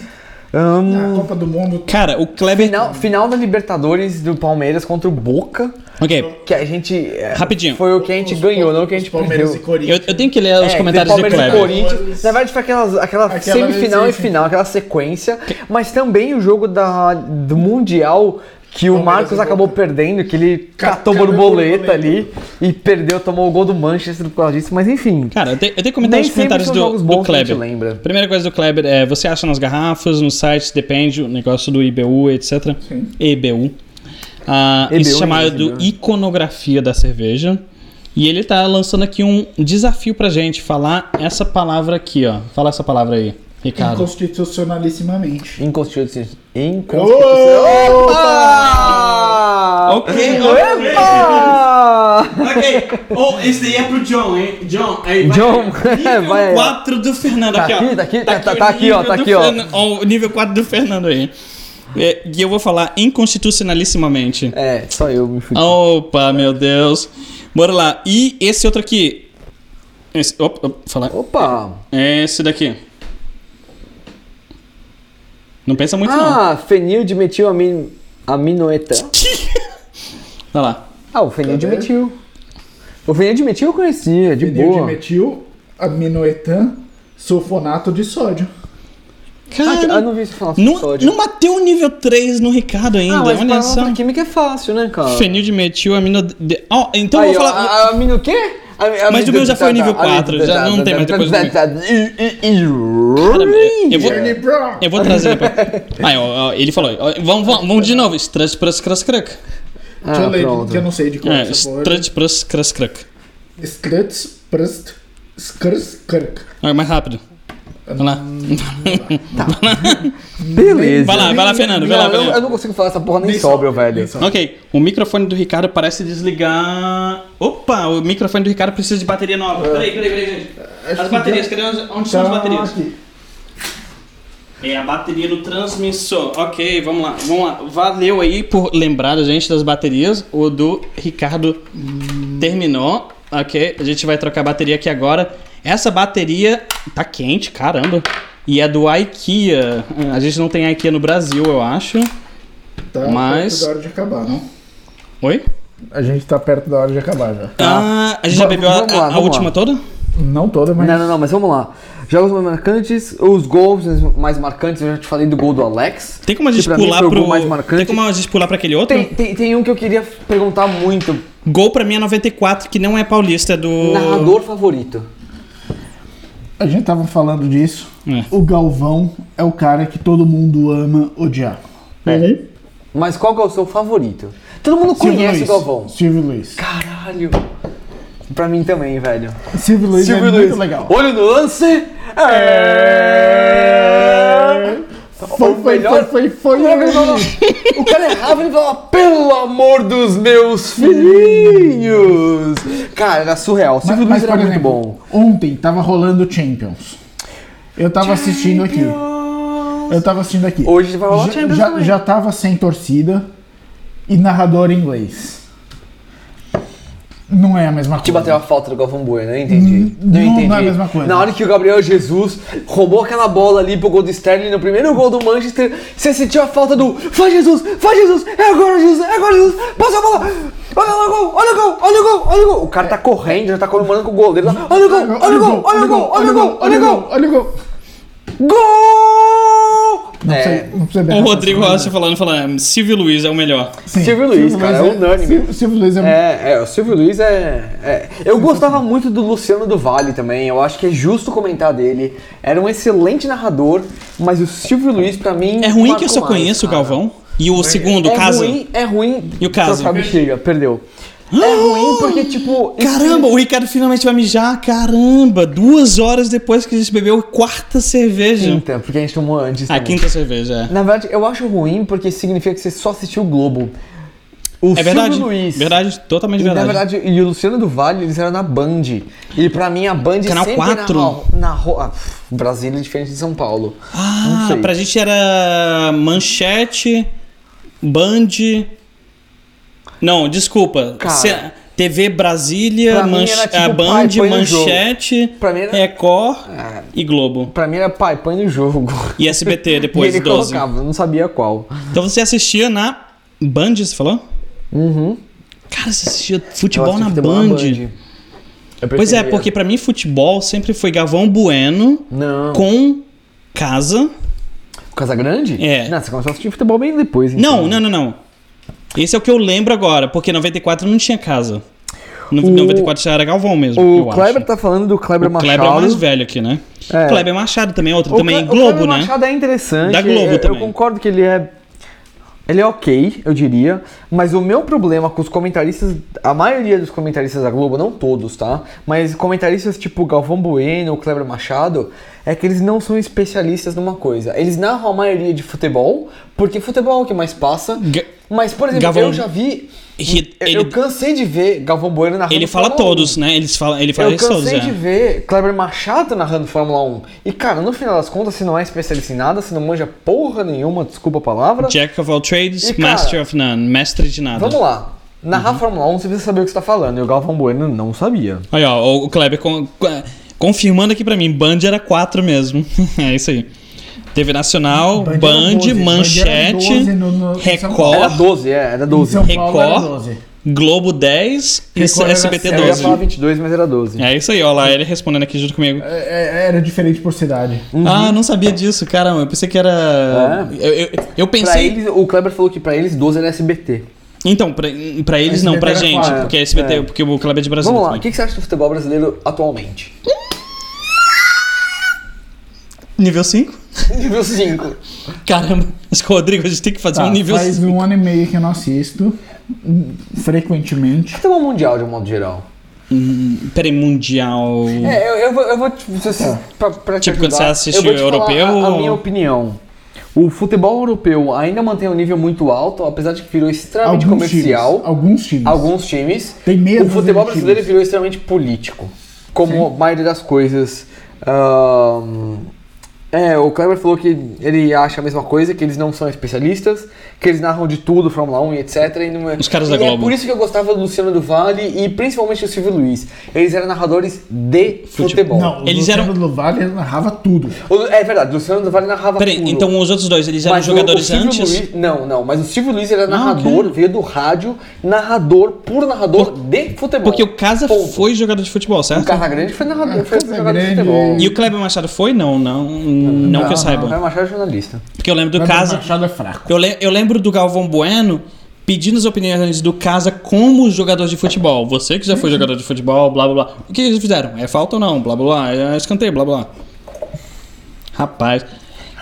Ahn,
Na Copa do Mundo.
Cara, o Kleber.
final, final da Libertadores do Palmeiras contra o Boca.
Ok,
Que a gente. é,
Rapidinho.
Foi o que a gente ganhou, não o que a gente
os Palmeiras
perdeu.
e
eu,
Corinthians.
eu tenho que ler os
É,
comentários do
teve Palmeiras e
Kleber.
Corinthians. Na verdade, foi aquelas, aquela,
Aquela
semifinal e
vez, sim.
final, aquela sequência. Mas também o jogo da, do Mundial que o
Palmeiras e
Marcos
Boca.
acabou perdendo, que ele
Ca-
catou
caiu
borboleta
borboleta.
ali e perdeu, tomou o gol do Manchester por causa disso. Mas enfim,
Cara, eu tenho, eu tenho que comentar
Nem
os comentários
sempre são
do,
jogos
do
bons que a gente
Kleber.
lembra.
Primeira coisa do Kleber é: você acha nas garrafas, nos sites, depende, o negócio do IBU, etc. EBU. Ah,
EBU,
isso é
inclusive,
chamado
né?
iconografia da cerveja. E ele tá lançando aqui um desafio pra gente falar essa palavra aqui, ó. Fala essa palavra aí, Ricardo.
Inconstitucionalissimamente.
inconstitucional.
Ô,
Opa!
Ok, ok.
Opa!
Ok, oh, esse daí é pro John, hein? John, aí
vai. John, Nível [LAUGHS] vai aí.
4 do Fernando,
Tá aqui, ó. aqui, tá aqui, Tá tá- aqui tá o aqui, ó, nível tá do aqui, ó. Fernan-
o nível 4 do Fernando aí. É, e eu vou falar inconstitucionalissimamente.
É, só eu me fui.
Opa, meu Deus. Bora lá. E esse outro aqui. Esse, opa, opa, falar. É
Opa!
Esse daqui. Não pensa muito, [LAUGHS] não.
Ah, fenil de metil amin... aminoeta.
Vai Tá lá.
Ah, o fenil de
Cadê?
metil. O fenil de metil eu conhecia, de boa.
Benildimetil, aminoetan, sulfonato de sódio.
Ah, que-
Cara,
ah, não vi isso falar sobre
não,
sódio.
não bateu o nível 3 no Ricardo ainda.
ah, mas
Olha
pra
só.
química é fácil, né, cara?
Fenil de metil, amino. de- Ó, então
Aí,
eu vou
ó, ah,
falar.
a- a- amino o quê?
Mas o meu já foi nível 4, já não tem mais depois do meu.
ah,
Cara, eu vou,
Charlie Brown.
eu vou trazer depois.
[LAUGHS]
Aí, ó, ó, ele falou, ó, vamos, vamos, vamos de novo. Strutpraskraskruk.
ah,
Deixa eu ler,
pronto.
que eu não sei de qual é
É,
essa porra.
Strutpraskraskruk.
Struts, Prust, Skrs, Kirk.
Vai mais rápido. Vai lá.
Beleza.
Vai lá, vai lá, Fernando. Vai lá,
Não,
vai
eu,
lá.
eu não consigo falar essa porra nem,
Nem
sóbrio,
sóbrio,
velho.
nem sóbrio.
Ok, o microfone do Ricardo parece desligar. Opa, o microfone do Ricardo precisa de bateria nova.
É.
Peraí, peraí, peraí, gente. As baterias, cadê? Onde onde são as
Tá.
Então,
baterias?
aqui.
É a bateria do transmissor. Ok, vamos lá, vamos lá. Valeu aí por lembrar a gente das baterias. O do Ricardo terminou. Ok, a gente vai trocar a bateria aqui agora. Essa bateria tá quente, caramba. E é do IKEA. A gente não tem IKEA no Brasil, eu acho.
Tá
Mas-
perto da hora de acabar, não?
Oi?
A gente tá perto da hora de acabar já.
Ah, a gente já
Va-
bebeu a,
vamos lá,
a- a
vamos
última
lá.
toda?
Não toda, mas...
Não, não, não, mas vamos lá. Jogos mais marcantes, os gols mais marcantes, eu já te falei do gol do Alex.
Tem como a
que
gente
pra mim
pular
foi o
pro.
gol mais
Tem
marcante.
como a gente pular pra aquele outro?
Tem, tem, tem um que eu queria perguntar muito.
Gol pra mim é 94, que não é paulista, é do.
Narrador favorito.
A gente tava falando disso.
É.
O Galvão é o cara que todo mundo ama odiar. Uhum.
Mas qual que é o seu favorito? Todo mundo É. conhece o Galvão.
Silvio Luiz.
Caralho. Pra mim também, velho.
Silvio Luiz é muito legal.
Olho no lance. É...
Foi,
O
foi,
melhor-
foi, foi, foi.
O cara errava e ele falava, pelo amor dos meus filhinhos. Cara, era surreal. O Silvio Luiz era é muito bom.
ontem tava rolando Champions. Eu tava assistindo aqui. Eu tava assistindo aqui.
Hoje vai rolar
já,
Champions
já,
também.
já tava sem torcida e narrador em inglês. Não é a mesma coisa.
Te bateu a falta do Galvão Bueno, eu entendi.
Não, não
entendi.
é a mesma coisa.
Na hora que o Gabriel Jesus roubou aquela bola ali pro gol do Sterling, no primeiro gol do Manchester, você sentiu a falta do Vai Jesus, vai Jesus, é agora Jesus, é agora Jesus, passa a bola, olha lá o gol, olha o gol, olha o gol, olha o gol. O cara tá correndo, já tá comemorando com o goleiro. lá, Olha o gol, olha o gol, olha o gol, olha o gol, olha o gol,
olha o gol.
gol!
Não
É,
precisa- não precisa
O
berrar,
Rodrigo
mas-
Rocha falando, falando, Silvio Luiz é o melhor.
Sim,
Silvio Luiz, cara, é
é-
unânime.
Silvio- Silvio Luiz é
É, é, o Silvio Luiz é, é. Eu gostava muito do Luciano do Vale também, eu acho que é justo comentar dele. Era um excelente narrador, mas o Silvio Luiz, pra mim.
É ruim que
marcou
eu só
mais,
conheço
cara.
o Galvão. E o segundo,
é
Casa.
Ruim, é ruim.
E o Casa?
Só sabe, chega, perdeu. É ruim porque, tipo. isso-
Caramba, o Ricardo finalmente vai mijar. Caramba, duas horas depois que a gente bebeu a quarta cerveja.
Quinta, porque a gente tomou antes.
A
também.
quinta cerveja, é.
Na verdade, eu acho ruim porque significa que você só assistiu o Globo. O
É verdade.
Silvio Luiz.
Verdade, totalmente
E, na
verdade.
verdade, e o Luciano do Vale, eles eram na Band. E pra mim, a Band
Canal
sempre
quatro?
na ro- na ro- ah, pff, Brasília é diferente de São Paulo.
Ah,
Não sei.
pra gente era manchete, Band. Não, desculpa.
Cara.
Se- TV Brasília,
Pra mim
manche-
era tipo
a
pai,
Band,
põe no jogo.
Manchete,
Pra mim era-
Record e Globo.
Pra mim era pai, põe no jogo.
E SBT depois,
[LAUGHS] e ele
12.
colocava, eu não sabia qual.
Então você assistia na Band, você falou? Uhum. Cara, você assistia
Eu
futebol
assisti
na
futebol é
Band.
Eu
Pois é,
preferia.
porque pra mim futebol sempre foi Gavão Bueno
Não.
com Casa.
Casa Grande?
É.
Não, você começou a assistir futebol bem depois.
Não,
então.
não, não, não. Esse é o que eu lembro agora, porque 94 não tinha casa. No, 94 já era Galvão mesmo. eu
O
acho.
Kleber tá falando do Kleber
O
Machado.
Kleber é o mais velho aqui, né?
É.
O Kleber Machado também é outro.
O
também é
Cle- O
Globo,
Kleber
né?
Machado é interessante.
Da Globo
eu,
também.
Eu concordo que ele é. Ele é ok, eu diria, mas o meu problema com os comentaristas, a maioria dos comentaristas da Globo, não todos, tá? Mas comentaristas tipo Galvão Bueno, Kleber Machado, é que eles não são especialistas numa coisa. Eles narram a maioria de futebol, porque futebol é o que mais passa.
Ga-
Mas, por exemplo,
Galvão-
eu já vi.
Ele,
eu- Eu cansei de ver Galvão Bueno narrando.
ele fala
Fórmula 1.
todos, né? Eles fala, ele fala
tá Eu
isso todos,
cansei
é.
de ver Kleber Machado narrando Fórmula 1. E, cara, no final das contas, se não é especialista em nada, se não manja porra nenhuma, desculpa a palavra.
Jack of all trades,
E, cara,
master of none, mestre de nada. Uhum.
Vamos lá. Narrar Fórmula 1, você precisa saber o que você tá falando. E o Galvão Bueno não sabia.
Aí, ó, o Kleber con- con- confirmando aqui pra mim, Band era 4 mesmo. [LAUGHS] é isso aí. TV Nacional, Band,
Band era 12,
Manchete,
Band era 12 no- no- em São Paulo.
Era
Record,
12, é, era
Em
12.
Então,
São Paulo era
Record.
12.
Globo 10 e
Record era
SBT
É, Eu ia
12.
falar 22, mas era 12.
É isso aí, ó lá, ele respondendo aqui junto comigo.
É- é- Era diferente por cidade.
Uhum.
Ah, não sabia disso, caramba, eu pensei que era... Eu, eu- eu
É. Pra
pensei...
eles, o Kleber falou que pra eles 12 era SBT.
Então, pra, pra eles não, pra
SBT era
gente.
qual?
Porque a SBT,
É.
porque o clube é de Brasil.
Vamos lá, o que que você acha do futebol brasileiro atualmente? [LAUGHS]
Nível 5?
Nível 5.
Caramba, [LAUGHS] mas com o Rodrigo a gente tem que fazer
Tá,
um nível
faz
5.
um ano e meio que eu não assisto. hum, Frequentemente.
Futebol mundial, de um modo geral.
Peraí, mundial.
É, eu, eu vou, eu vou tipo, se- se- pra, pra te
Tipo, quando
ajudar,
você assiste
eu vou te falar
europeu
a- a,
ou-
minha opinião. O futebol europeu ainda mantém um nível muito alto, apesar de que virou extremamente comercial.
times. Alguns times.
Alguns times.
Tem meia
O
dúzia de
futebol brasileiro
times.
virou extremamente político. Como a maioria das coisas. Ahn, é, o Kleber falou que ele acha a mesma coisa, que eles não são especialistas, que eles narram de tudo, Fórmula 1 e etc. E não é-
Os caras da
e É
Globo.
por isso que eu gostava do Luciano do Vale e principalmente o Silvio Luiz. Eles eram narradores de
Tipo,
futebol.
Não,
Eles
eles o eram.
eram-
do Vale narrava tudo.
O- é verdade, o Luciano do Vale narrava
Peraí,
tudo.
então os outros dois, eles eram
Mas o-
jogadores
o Silvio
antes? Ah,
Luiz- não, não, mas o Silvio Luiz era
ok.
narrador, veio do rádio, narrador, puro narrador de futebol.
Porque o Casa
Ponto. Um
foi jogador de futebol, certo?
O Casagrande foi narrador, foi
Casagrande-
jogador de futebol.
E o Kleber Machado foi? Não, não. Não, que eu saiba.
O Caio Machado é jornalista.
Porque eu lembro do
Mas
Casa.
Machado é fraco.
Eu, le- eu lembro do Galvão Bueno pedindo as opiniões do Casa como jogador de futebol. Você que já foi jogador de futebol, blá blá blá. O que eles fizeram? É falta ou não? Blá blá blá. É escanteio, blá blá. Rapaz.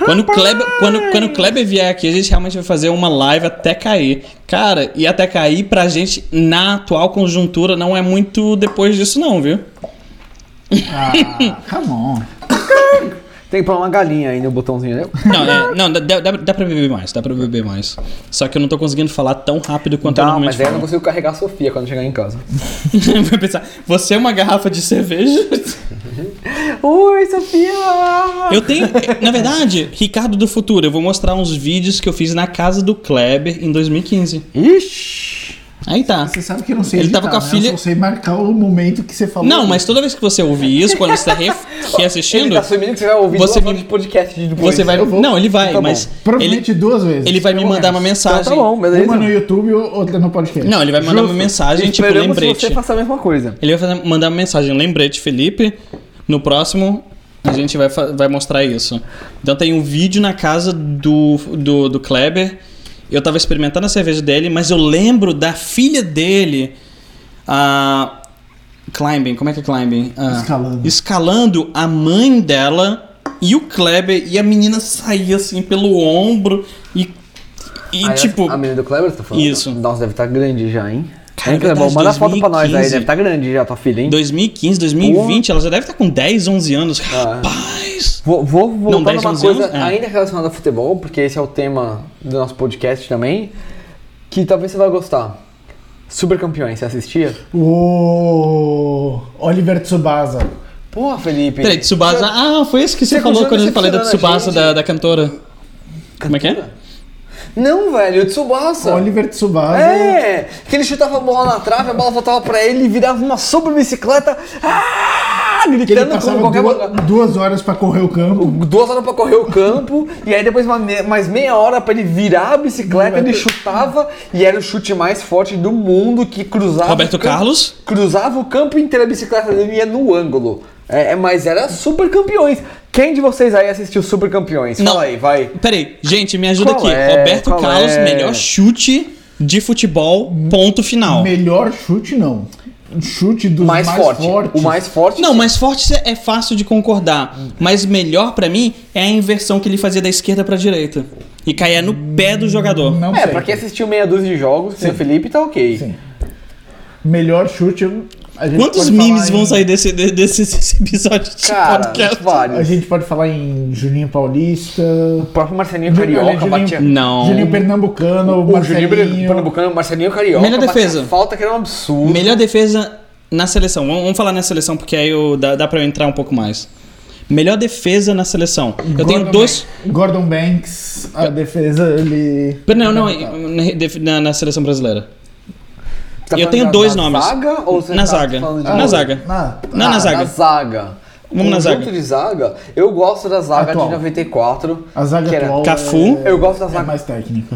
Quando o, Kleber, quando, quando o Kleber vier aqui, a gente realmente vai fazer uma live até cair. Cara, e até cair pra gente, na atual conjuntura, não é muito depois disso, não, viu? [LAUGHS]
Ah, come on.
Tem que pôr uma galinha aí no botãozinho, né?
Não, é, não dá, dá, dá pra beber mais, dá pra beber mais. Só que eu não tô conseguindo falar tão rápido quanto eu
Tá,
normalmente
mas aí eu
falo.
não consigo carregar a Sofia quando chegar em casa.
[LAUGHS] Vai pensar, você é uma garrafa de cerveja?
Oi, Sofia!
Eu tenho. Na verdade, Ricardo do Futuro, eu vou mostrar uns vídeos que eu fiz na casa do Kleber em 2015.
Ixi!
Aí tá.
Você sabe que eu não sei
Ele tava com a
né?
filha-
Eu só sei marcar o momento que você falou.
Não, mas toda vez que você ouvir isso, quando você tá
[LAUGHS]
re-
Ele
reassistindo,
tá assumindo que você vai ouvir
Você
você
me-
de podcast de depois.
você vai.
eu vou.
Não, ele vai,
Então tá
mas. Ele,
Provavelmente duas vezes.
ele vai me
pelo
mandar uma
menos.
mensagem.
Então tá bom, beleza.
Uma no YouTube e outra no podcast.
Não, ele vai mandar uma mensagem, tipo,
Esperamos
lembrete.
que você faça a mesma coisa.
Ele vai fazer- mandar uma mensagem, lembrete, Felipe. No próximo, a gente vai, fa- vai mostrar isso. Então tem um vídeo na casa do, do, do Kleber. Eu tava experimentando a cerveja dele, mas eu lembro da filha dele. ah, climbing, como é que é climbing? Ah,
Escalando.
Escalando a mãe dela e o Kleber. E a menina saía assim pelo ombro e. E
Aí
tipo.
A menina do Kleber, tá falando?
Isso.
Nossa, deve estar grande já, hein?
Cara,
hein, Kleber?
verdade,
Manda foto pra nós aí,
2015.
deve estar grande já, tua filha, hein?
2015, 2020, ela já deve estar com 10, 11 anos.
Ah, é.
Rapaz!
Vou, vou
Não,
voltar
10,
numa
11
coisa
anos, é.
ainda relacionada ao futebol, porque esse é o tema do nosso podcast também, que talvez você vai gostar. Super campeões, você assistia?
O Oliver Tsubasa.
Pô, Felipe.
Peraí, Tsubasa. Ah, foi isso que você,
Você
falou
continua
quando eu falei da
decepcionando a
Tsubasa,
gente.
da, da cantora. Como é que é?
Não, velho, o Tsubasa.
Oliver Tsubasa.
É, que ele chutava a bola na trave, a bola voltava pra ele e virava uma sobre bicicleta, ah,
Que ele
gritando
passava
como qualquer
duas,
bola.
duas horas pra correr o campo.
duas horas pra correr o campo, e aí depois uma me- mais meia hora pra ele virar a bicicleta,
Hum,
ele chutava, e era o chute mais forte do mundo, que cruzava...
Roberto
o campo-
Carlos?
Cruzava o campo inteiro, a bicicleta dele ia no ângulo. É, é, mas era Super Campeões. Quem de vocês aí assistiu Super Campeões? Fala aí, vai.
Peraí, gente, me ajuda
Qual
aqui.
é?
Roberto
Qual
Carlos,
é?
melhor chute de futebol, ponto final.
Melhor chute, não. Um Chute dos
Mais,
mais,
forte.
fortes.
O mais forte.
Não, mas forte é fácil de concordar. Mas melhor pra mim é a inversão que ele fazia da esquerda pra direita. E caía no pé do jogador.
Não
É,
sei.
pra quem assistiu meia dúzia de jogos, seu Felipe tá ok.
Sim. Melhor chute. a gente
Quantos
pode falar
memes vão
em-
sair desse, de- desse, desse episódio de
Cara,
podcast?
A
vários.
gente pode falar em Juninho Paulista.
O próprio Marcelinho
Juninho-
Carioca
Juninho-
batia...
Não.
Juninho Pernambucano,
O
Marcelinho.
Juninho Pernambucano, Marcelinho Carioca.
Melhor
batia
defesa.
Falta que era um absurdo.
Melhor defesa na seleção. Vamos vamos falar na seleção, porque aí eu- dá, dá pra eu entrar um pouco mais. Melhor defesa na seleção. Eu tenho
Gordon
dois.
Banks- Gordon Banks, a defesa, ele.
Pera- Não, não, na- def- na, na seleção brasileira.
Tá
Eu
falando
tenho
da-
dois
da
nomes.
Zaga ou você
Na
tá
zaga.
falando de-
Na zaga.
Ah,
Não, na zaga.
Na zaga.
Vamos na
Conjunto
zaga.
de zaga, eu gosto da zaga
Atual.
de 94.
a zaga
que era-
atual.
Cafu.
É,
Eu gosto da
é
zaga.
mais técnica.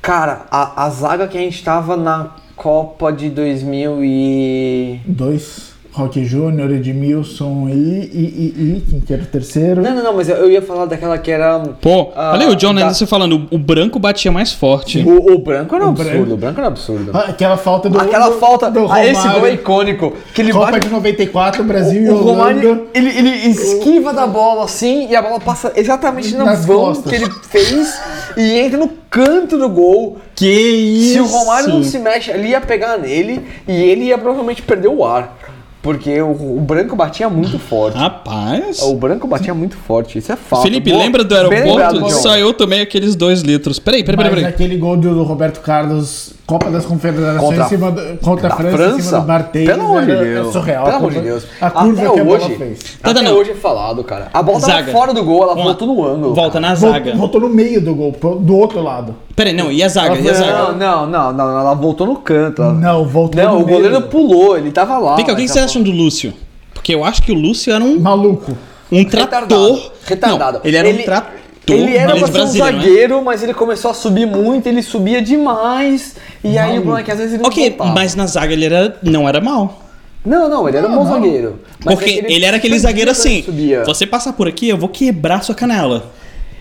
Cara, a, a zaga que a gente tava na Copa de 2000 e...
Dois. Rock Júnior, Edmilson e, e, e, e quem que era o terceiro?
Não, não, não, mas eu, eu ia falar daquela que era.
Pô,
ah,
olha aí o John
da-
Anderson falando, o branco batia mais forte.
O, o branco era
O
um absurdo,
branco.
o branco era um absurdo.
Ah, Aquela falta do.
Aquela
do-
falta.
do
ah, esse
Romário.
gol é icônico. Que ele
Copa
bate.
de 94, Brasil e
O
Holanda.
Romário, ele, ele esquiva da bola assim e a bola passa exatamente na
Nas
vão
costas.
que ele fez e entra no canto do gol.
Que isso!
Se o Romário não se mexe, ele ia pegar nele e ele ia provavelmente perder o ar. Porque o, o branco batia muito forte.
Rapaz...
O branco batia muito forte, isso é fato.
Ah. Felipe,
Boa-
lembra do
bem lembrado,
aeroporto?
John.
Só eu tomei aqueles dois litros. Peraí, peraí, peraí.
Mas
peraí.
aquele gol do Roberto Carlos, Copa das Confederações
Contra a-
em cima do- contra
da
a França, em cima do Barthez,
Pelo amor de
era-
Deus.
É surreal.
Pelo
a
amor de
curva-
Deus.
A Ah, curva
até
que a bola
hoje,
fez.
Tá
até
dando-
hoje é falado, cara. A bola
Zaga.
tava fora do gol, ela
Vamos lá.
voltou no ângulo.
Volta
cara.
na
Vol-
zaga.
Voltou no meio do gol, pro- do outro lado.
Peraí, não, e a zaga? E a
Não,
zaga?
não, não, não, ela voltou no canto. ela-
Não, voltou
Não,
no
o goleiro
meio.
pulou, ele tava lá.
Vem cá, o que
mas
vocês
a
acham do Lúcio? Porque eu acho que o Lúcio era um,
Maluco.
um
Retardado,
trator.
Retardado.
Não, ele era um trator.
Ele era
mas
pra ser um
brasileiro, né?
zagueiro, mas ele começou a subir muito, ele subia demais. E aí o problema é que às vezes ele não
né? Ok,
voltava.
mas na zaga ele era, não era mal.
Não, não, ele era um bom zagueiro. Mas
Porque
é que
ele, era aquele
subia
zagueiro
quando ele
assim:
Subia.
você passar por aqui, eu vou quebrar sua canela.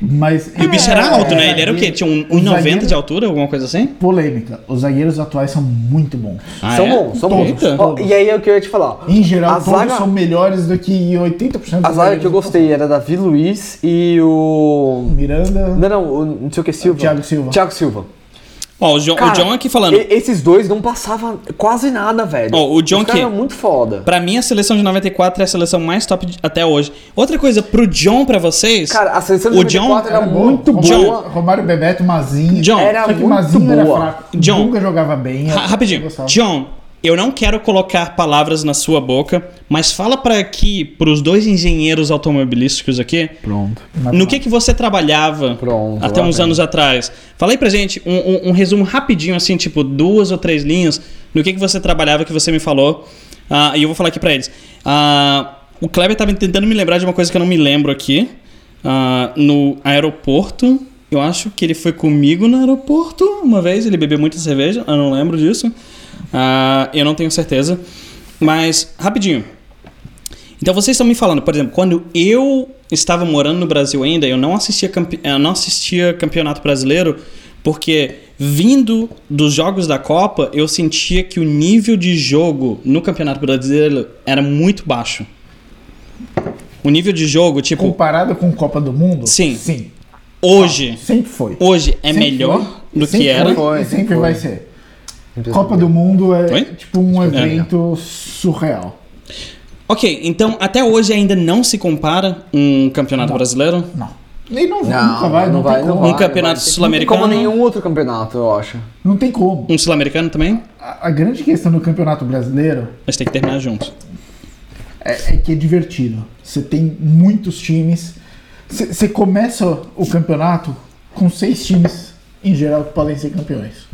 Mas. É.
E o bicho
É,
era alto, né? Ele era o quê? Tinha um, um 90
zagueiro-
de altura, alguma coisa assim?
Polêmica. Os zagueiros atuais são muito bons.
Ah,
são
é?
bons, são bons.
Eita.
Ó, e aí é o que eu ia te falar.
Em geral,
a
todos
zaga,
são melhores do que 80% dos
a zaga que eu gostei era Davi Luiz e o.
Miranda.
Não, não, o, não sei o que, Silva.
Thiago Silva.
Thiago Silva.
Ó, o John, o
Cara,
John aqui falando.
e- Esses dois não passavam quase nada, velho.
Ó, o John
Os caras
que-
eram muito foda.
Pra mim, a seleção de 94 é a seleção mais top de- até hoje. Outra coisa, pro John, pra vocês.
Cara, a seleção de
o John
94 era
é bom.
muito
Romário-
boa.
Romário Bebeto, Mazinho.
John,
Era
Só que
muito
Mazinho era
boa.
fraco.
John.
Dunga jogava bem.
Ra-
eu- eu
rapidinho.
gostava.
John, eu não quero colocar palavras na sua boca, mas fala pra aqui, pros dois engenheiros automobilísticos aqui,
Pronto.
no que, que você trabalhava
Pronto,
até
lá
uns
vem.
anos atrás. Fala aí pra gente um, um- um resumo rapidinho, assim, tipo duas ou três linhas, no que, que você trabalhava, que você me falou. Ah, e eu vou falar aqui pra eles. Ah, o Kleber tava tentando me lembrar de uma coisa que eu não me lembro aqui. Ah, no aeroporto, eu acho que ele foi comigo no aeroporto uma vez, ele bebeu muita cerveja, eu não lembro disso. Ah, eu não tenho certeza. Mas, rapidinho. Então vocês estão me falando, por exemplo, quando eu estava morando no Brasil ainda, eu não assistia, campe- eh, eu não assistia campeonato brasileiro, porque vindo dos jogos da Copa, eu sentia que o nível de jogo no campeonato brasileiro era muito baixo. O nível de jogo, tipo,
Comparado com Copa do Mundo?
Sim.
Sim. Tá,
hoje,
Sempre foi.
hoje é
Sempre
melhor
foi,
do
sempre
que era.
foi, e sempre
Foi.
vai ser. Copa do Mundo é
Foi?
tipo um evento surreal.
Ok, então até hoje ainda não se compara um campeonato brasileiro?
Não. Nem não,
Não,
nunca vai, não,
não vai,
tem
não
como.
Um
vai.
campeonato
vai.
sul-americano?
Como nenhum outro campeonato, eu acho.
Não tem como.
Um sul-americano também?
A, a grande questão do Campeonato Brasileiro
Mas tem que terminar junto.
é, é que é divertido. Você tem muitos times. Você você começa o campeonato com seis times em geral que podem ser campeões.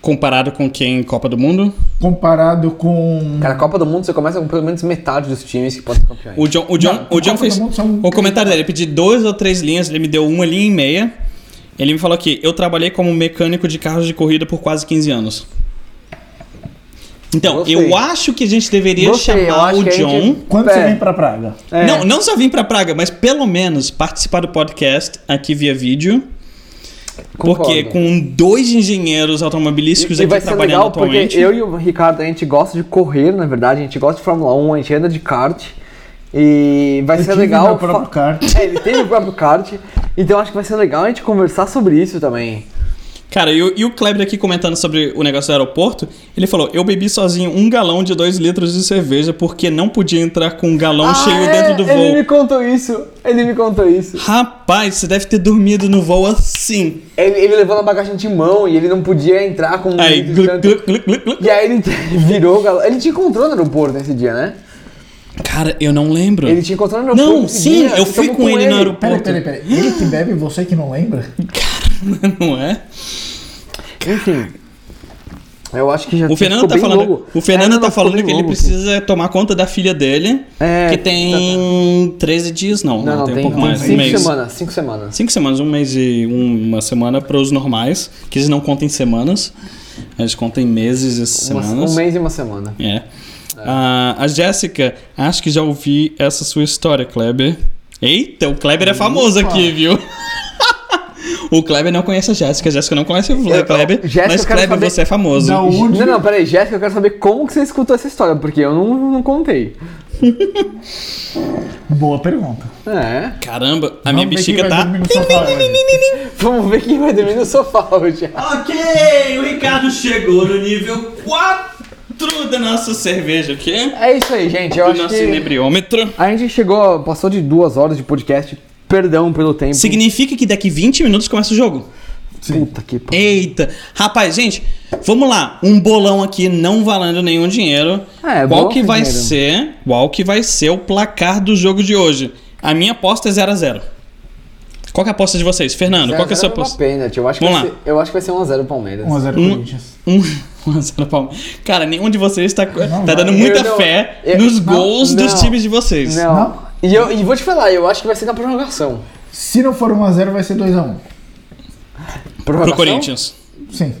Comparado com quem Copa do Mundo?
Comparado com.
Cara, a Copa do Mundo você começa com pelo menos metade dos times que podem ser campeões.
O John, o John, o John
Copa do
fez.
Mundo são-
O comentário dele, ele pediu duas ou três linhas, ele me deu uma linha e meia. Ele me falou que eu trabalhei como mecânico de carros de corrida por quase 15 anos. Então,
Gostei.
eu acho que a gente deveria
Gostei, eu
chamar
acho
o
que a
John.
gente-
Quando você
É.
vem pra Praga?
É.
Não, não só vir pra Praga, mas pelo menos participar do podcast aqui via vídeo. Porque é
Concordo.
com dois engenheiros automobilísticos
E
aqui
vai ser
trabalhando
legal porque
atualmente.
eu e o Ricardo, a gente gosta de correr, na verdade, a gente gosta de Fórmula 1, a gente anda de kart. E vai
Eu
ser
tive
é legal.
meu próprio
fa-
kart.
É, ele tem o próprio kart. Então acho que vai ser legal a gente conversar sobre isso também.
Cara, e, o- e o Kleber aqui comentando sobre o negócio do aeroporto, ele falou: eu bebi sozinho um galão de dois litros de cerveja porque não podia entrar com um galão
Ah,
cheio
é,
dentro do
Ele
voo.
me contou isso. Ele me contou isso.
Rapaz, você deve ter dormido no voo assim.
Ele, ele levou na bagagem de mão e ele não podia entrar com um
Aí,
litro de
glu,
tanto.
glu, glu, glu, glu.
E aí ele [LAUGHS] virou o galão. Ele te encontrou no aeroporto nesse dia, né?
Cara, eu não lembro.
Ele te encontrou no aeroporto.
Não,
esse
sim,
dia, então
eu
você
fui
tomou
com ele no
Peraí,
aeroporto.
peraí, peraí. Ele que bebe, você que não lembra?
Cara, [LAUGHS] não é?
Enfim. Eu acho que já
O Fernando
ficou
tá
bem
falando,
longo.
o Fernando
É, não,
tá
ficou
falando
bem
que ele
longo.
precisa tomar conta da filha dele,
É,
que tem 13 dias, não,
Não, não,
tem,
tem,
um pouco
tem
mais, um
cinco
mês.
semanas, cinco semanas.
Cinco semanas, um mês e um- uma semana para os normais, que eles não contem semanas, eles contem meses e
Uma-
semanas.
um mês e uma semana.
É. Ah, a Jéssica, acho que já ouvi essa sua história, Kleber. Eita, o Kleber é famoso aqui, viu? [LAUGHS] o Kleber não conhece a Jéssica, a Jéssica não conhece o
Eu-
Kleber,
Jéssica,
mas
eu quero
Kleber,
saber-
você é famoso.
Da onde?
Não, não, peraí, Jéssica, eu quero saber como que você escutou essa história, porque eu não, não contei.
Boa pergunta.
É.
Caramba, a minha
Vamos ver
bexiga
quem vai
tá...
dormir no sofá hoje.
Vamos ver quem vai dormir no sofá hoje.
Ok, o Ricardo chegou no nível 4 da nossa cerveja aqui.
É isso aí, gente. Eu
Do
acho
nosso
que
inebriômetro.
a gente chegou, passou de duas horas de podcast. Perdão pelo tempo.
Significa que daqui 20 minutos começa o jogo.
Puta que pariu.
Eita! Rapaz, gente, vamos lá. Um bolão aqui não valendo nenhum dinheiro.
É,
qual
bolão
que vai
dinheiro.
ser? Qual que vai ser o placar do jogo de hoje? A minha aposta é 0 a 0 Qual que é a aposta de vocês? Fernando, qual que é a sua aposta?
pênalti. Eu acho que
Vamos
vai ser,
lá.
eu acho que vai ser 1x0 Palmeiras.
1x0 Corinthians.
1 [LAUGHS] a 0 Palmeiras. Cara, nenhum de vocês tá, tá dando
Eu
muita
é não-
fé
eu-
nos
não,
gols dos
não,
times de vocês.
Não.
Não?
E, eu, e vou te falar, eu acho que vai ser na prorrogação.
Se não for 1x0, vai ser 2x1.
Pro
Prorrogação?
Corinthians.
Sim.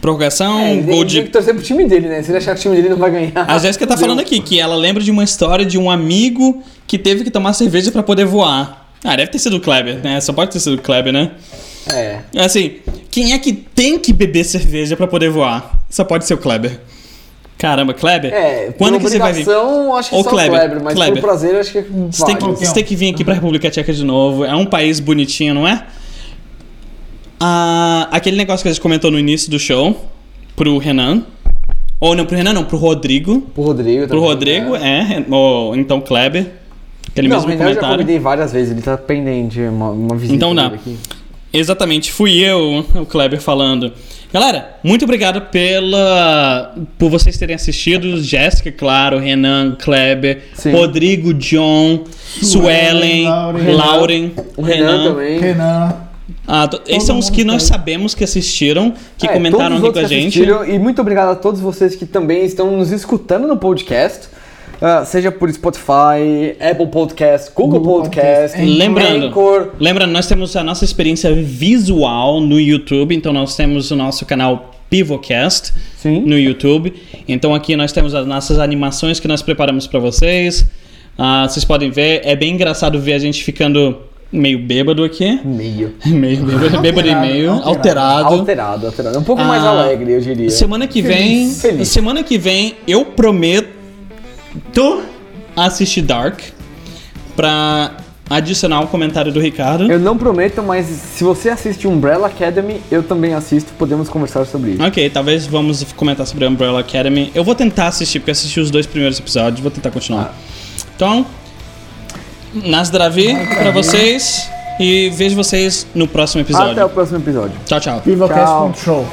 Prorrogação,
É, ele
gol
tem,
de
tem que torcer pro time dele, né? Se ele achar que o time dele não vai ganhar.
A Jéssica tá falando aqui que ela lembra de uma história de um amigo que teve que tomar cerveja pra poder voar. Ah, deve ter sido o Kleber, né? Só pode ter sido o Kleber, né?
É.
Assim, quem é que tem que beber cerveja pra poder voar? Só pode ser o Kleber. Caramba, Kleber,
É,
quando que
por
você vai vir?
obrigação, acho que
Ô,
só
Kleber,
o Kleber, mas
Kleber.
por prazer, acho que vale.
Você tem, que, você tem que vir aqui pra República Tcheca de novo. É um país bonitinho, não é? Ah, aquele negócio que a gente comentou no início do show, pro Renan. Ou não, pro Renan não, pro Rodrigo.
Pro Rodrigo
Pro
também,
Rodrigo,
né?
Então, é. Ou então Kleber. Aquele
Não, o
mesmo
Renan eu já
comentário.
convidei várias vezes, ele tá pendente uma, uma visita
Então dá.
dele aqui.
Exatamente, fui eu, o Kleber, falando. Galera, muito obrigado pela por vocês terem assistido. Jéssica, claro, Renan, Kleber,
Sim.
Rodrigo, John, Suelen, Lauren,
Lauren.
O Renan,
Renan.
também.
Renan.
Ah, to- esses são os que nós sabemos que assistiram, que
É,
comentaram aqui com
todos os
a
outros que
gente.
assistiram, E muito obrigado a todos vocês que também estão nos escutando no podcast. ah, seja por Spotify, Apple Podcast, Google,
Google
Podcast,
Podcast.
Lembrando,
Anchor.
lembrando, nós temos a nossa experiência visual no YouTube, então nós temos o nosso canal Pivocast
Sim.
no YouTube. Então aqui nós temos as nossas animações que nós preparamos para vocês. Ah, vocês podem ver, é bem engraçado ver a gente ficando meio bêbado aqui. [LAUGHS]
Meio.
Meio bêbado, bêbado e meio,
alterado.
alterado.
Alterado, alterado. Um pouco mais
Ah,
alegre, eu diria.
Semana que vem,
Feliz, feliz.
semana que vem eu prometo assistir Dark pra adicionar o comentário do Ricardo.
Eu não prometo, mas se você assiste Umbrella Academy, eu também assisto, podemos conversar sobre isso.
Ok, talvez vamos comentar sobre Umbrella Academy. Eu vou tentar assistir, porque eu assisti os dois primeiros episódios, vou tentar continuar. Então, Nasdravi pra vocês e vejo vocês no próximo
Até o
episódio.
próximo episódio.
Tchau, tchau.
Vivocast.show.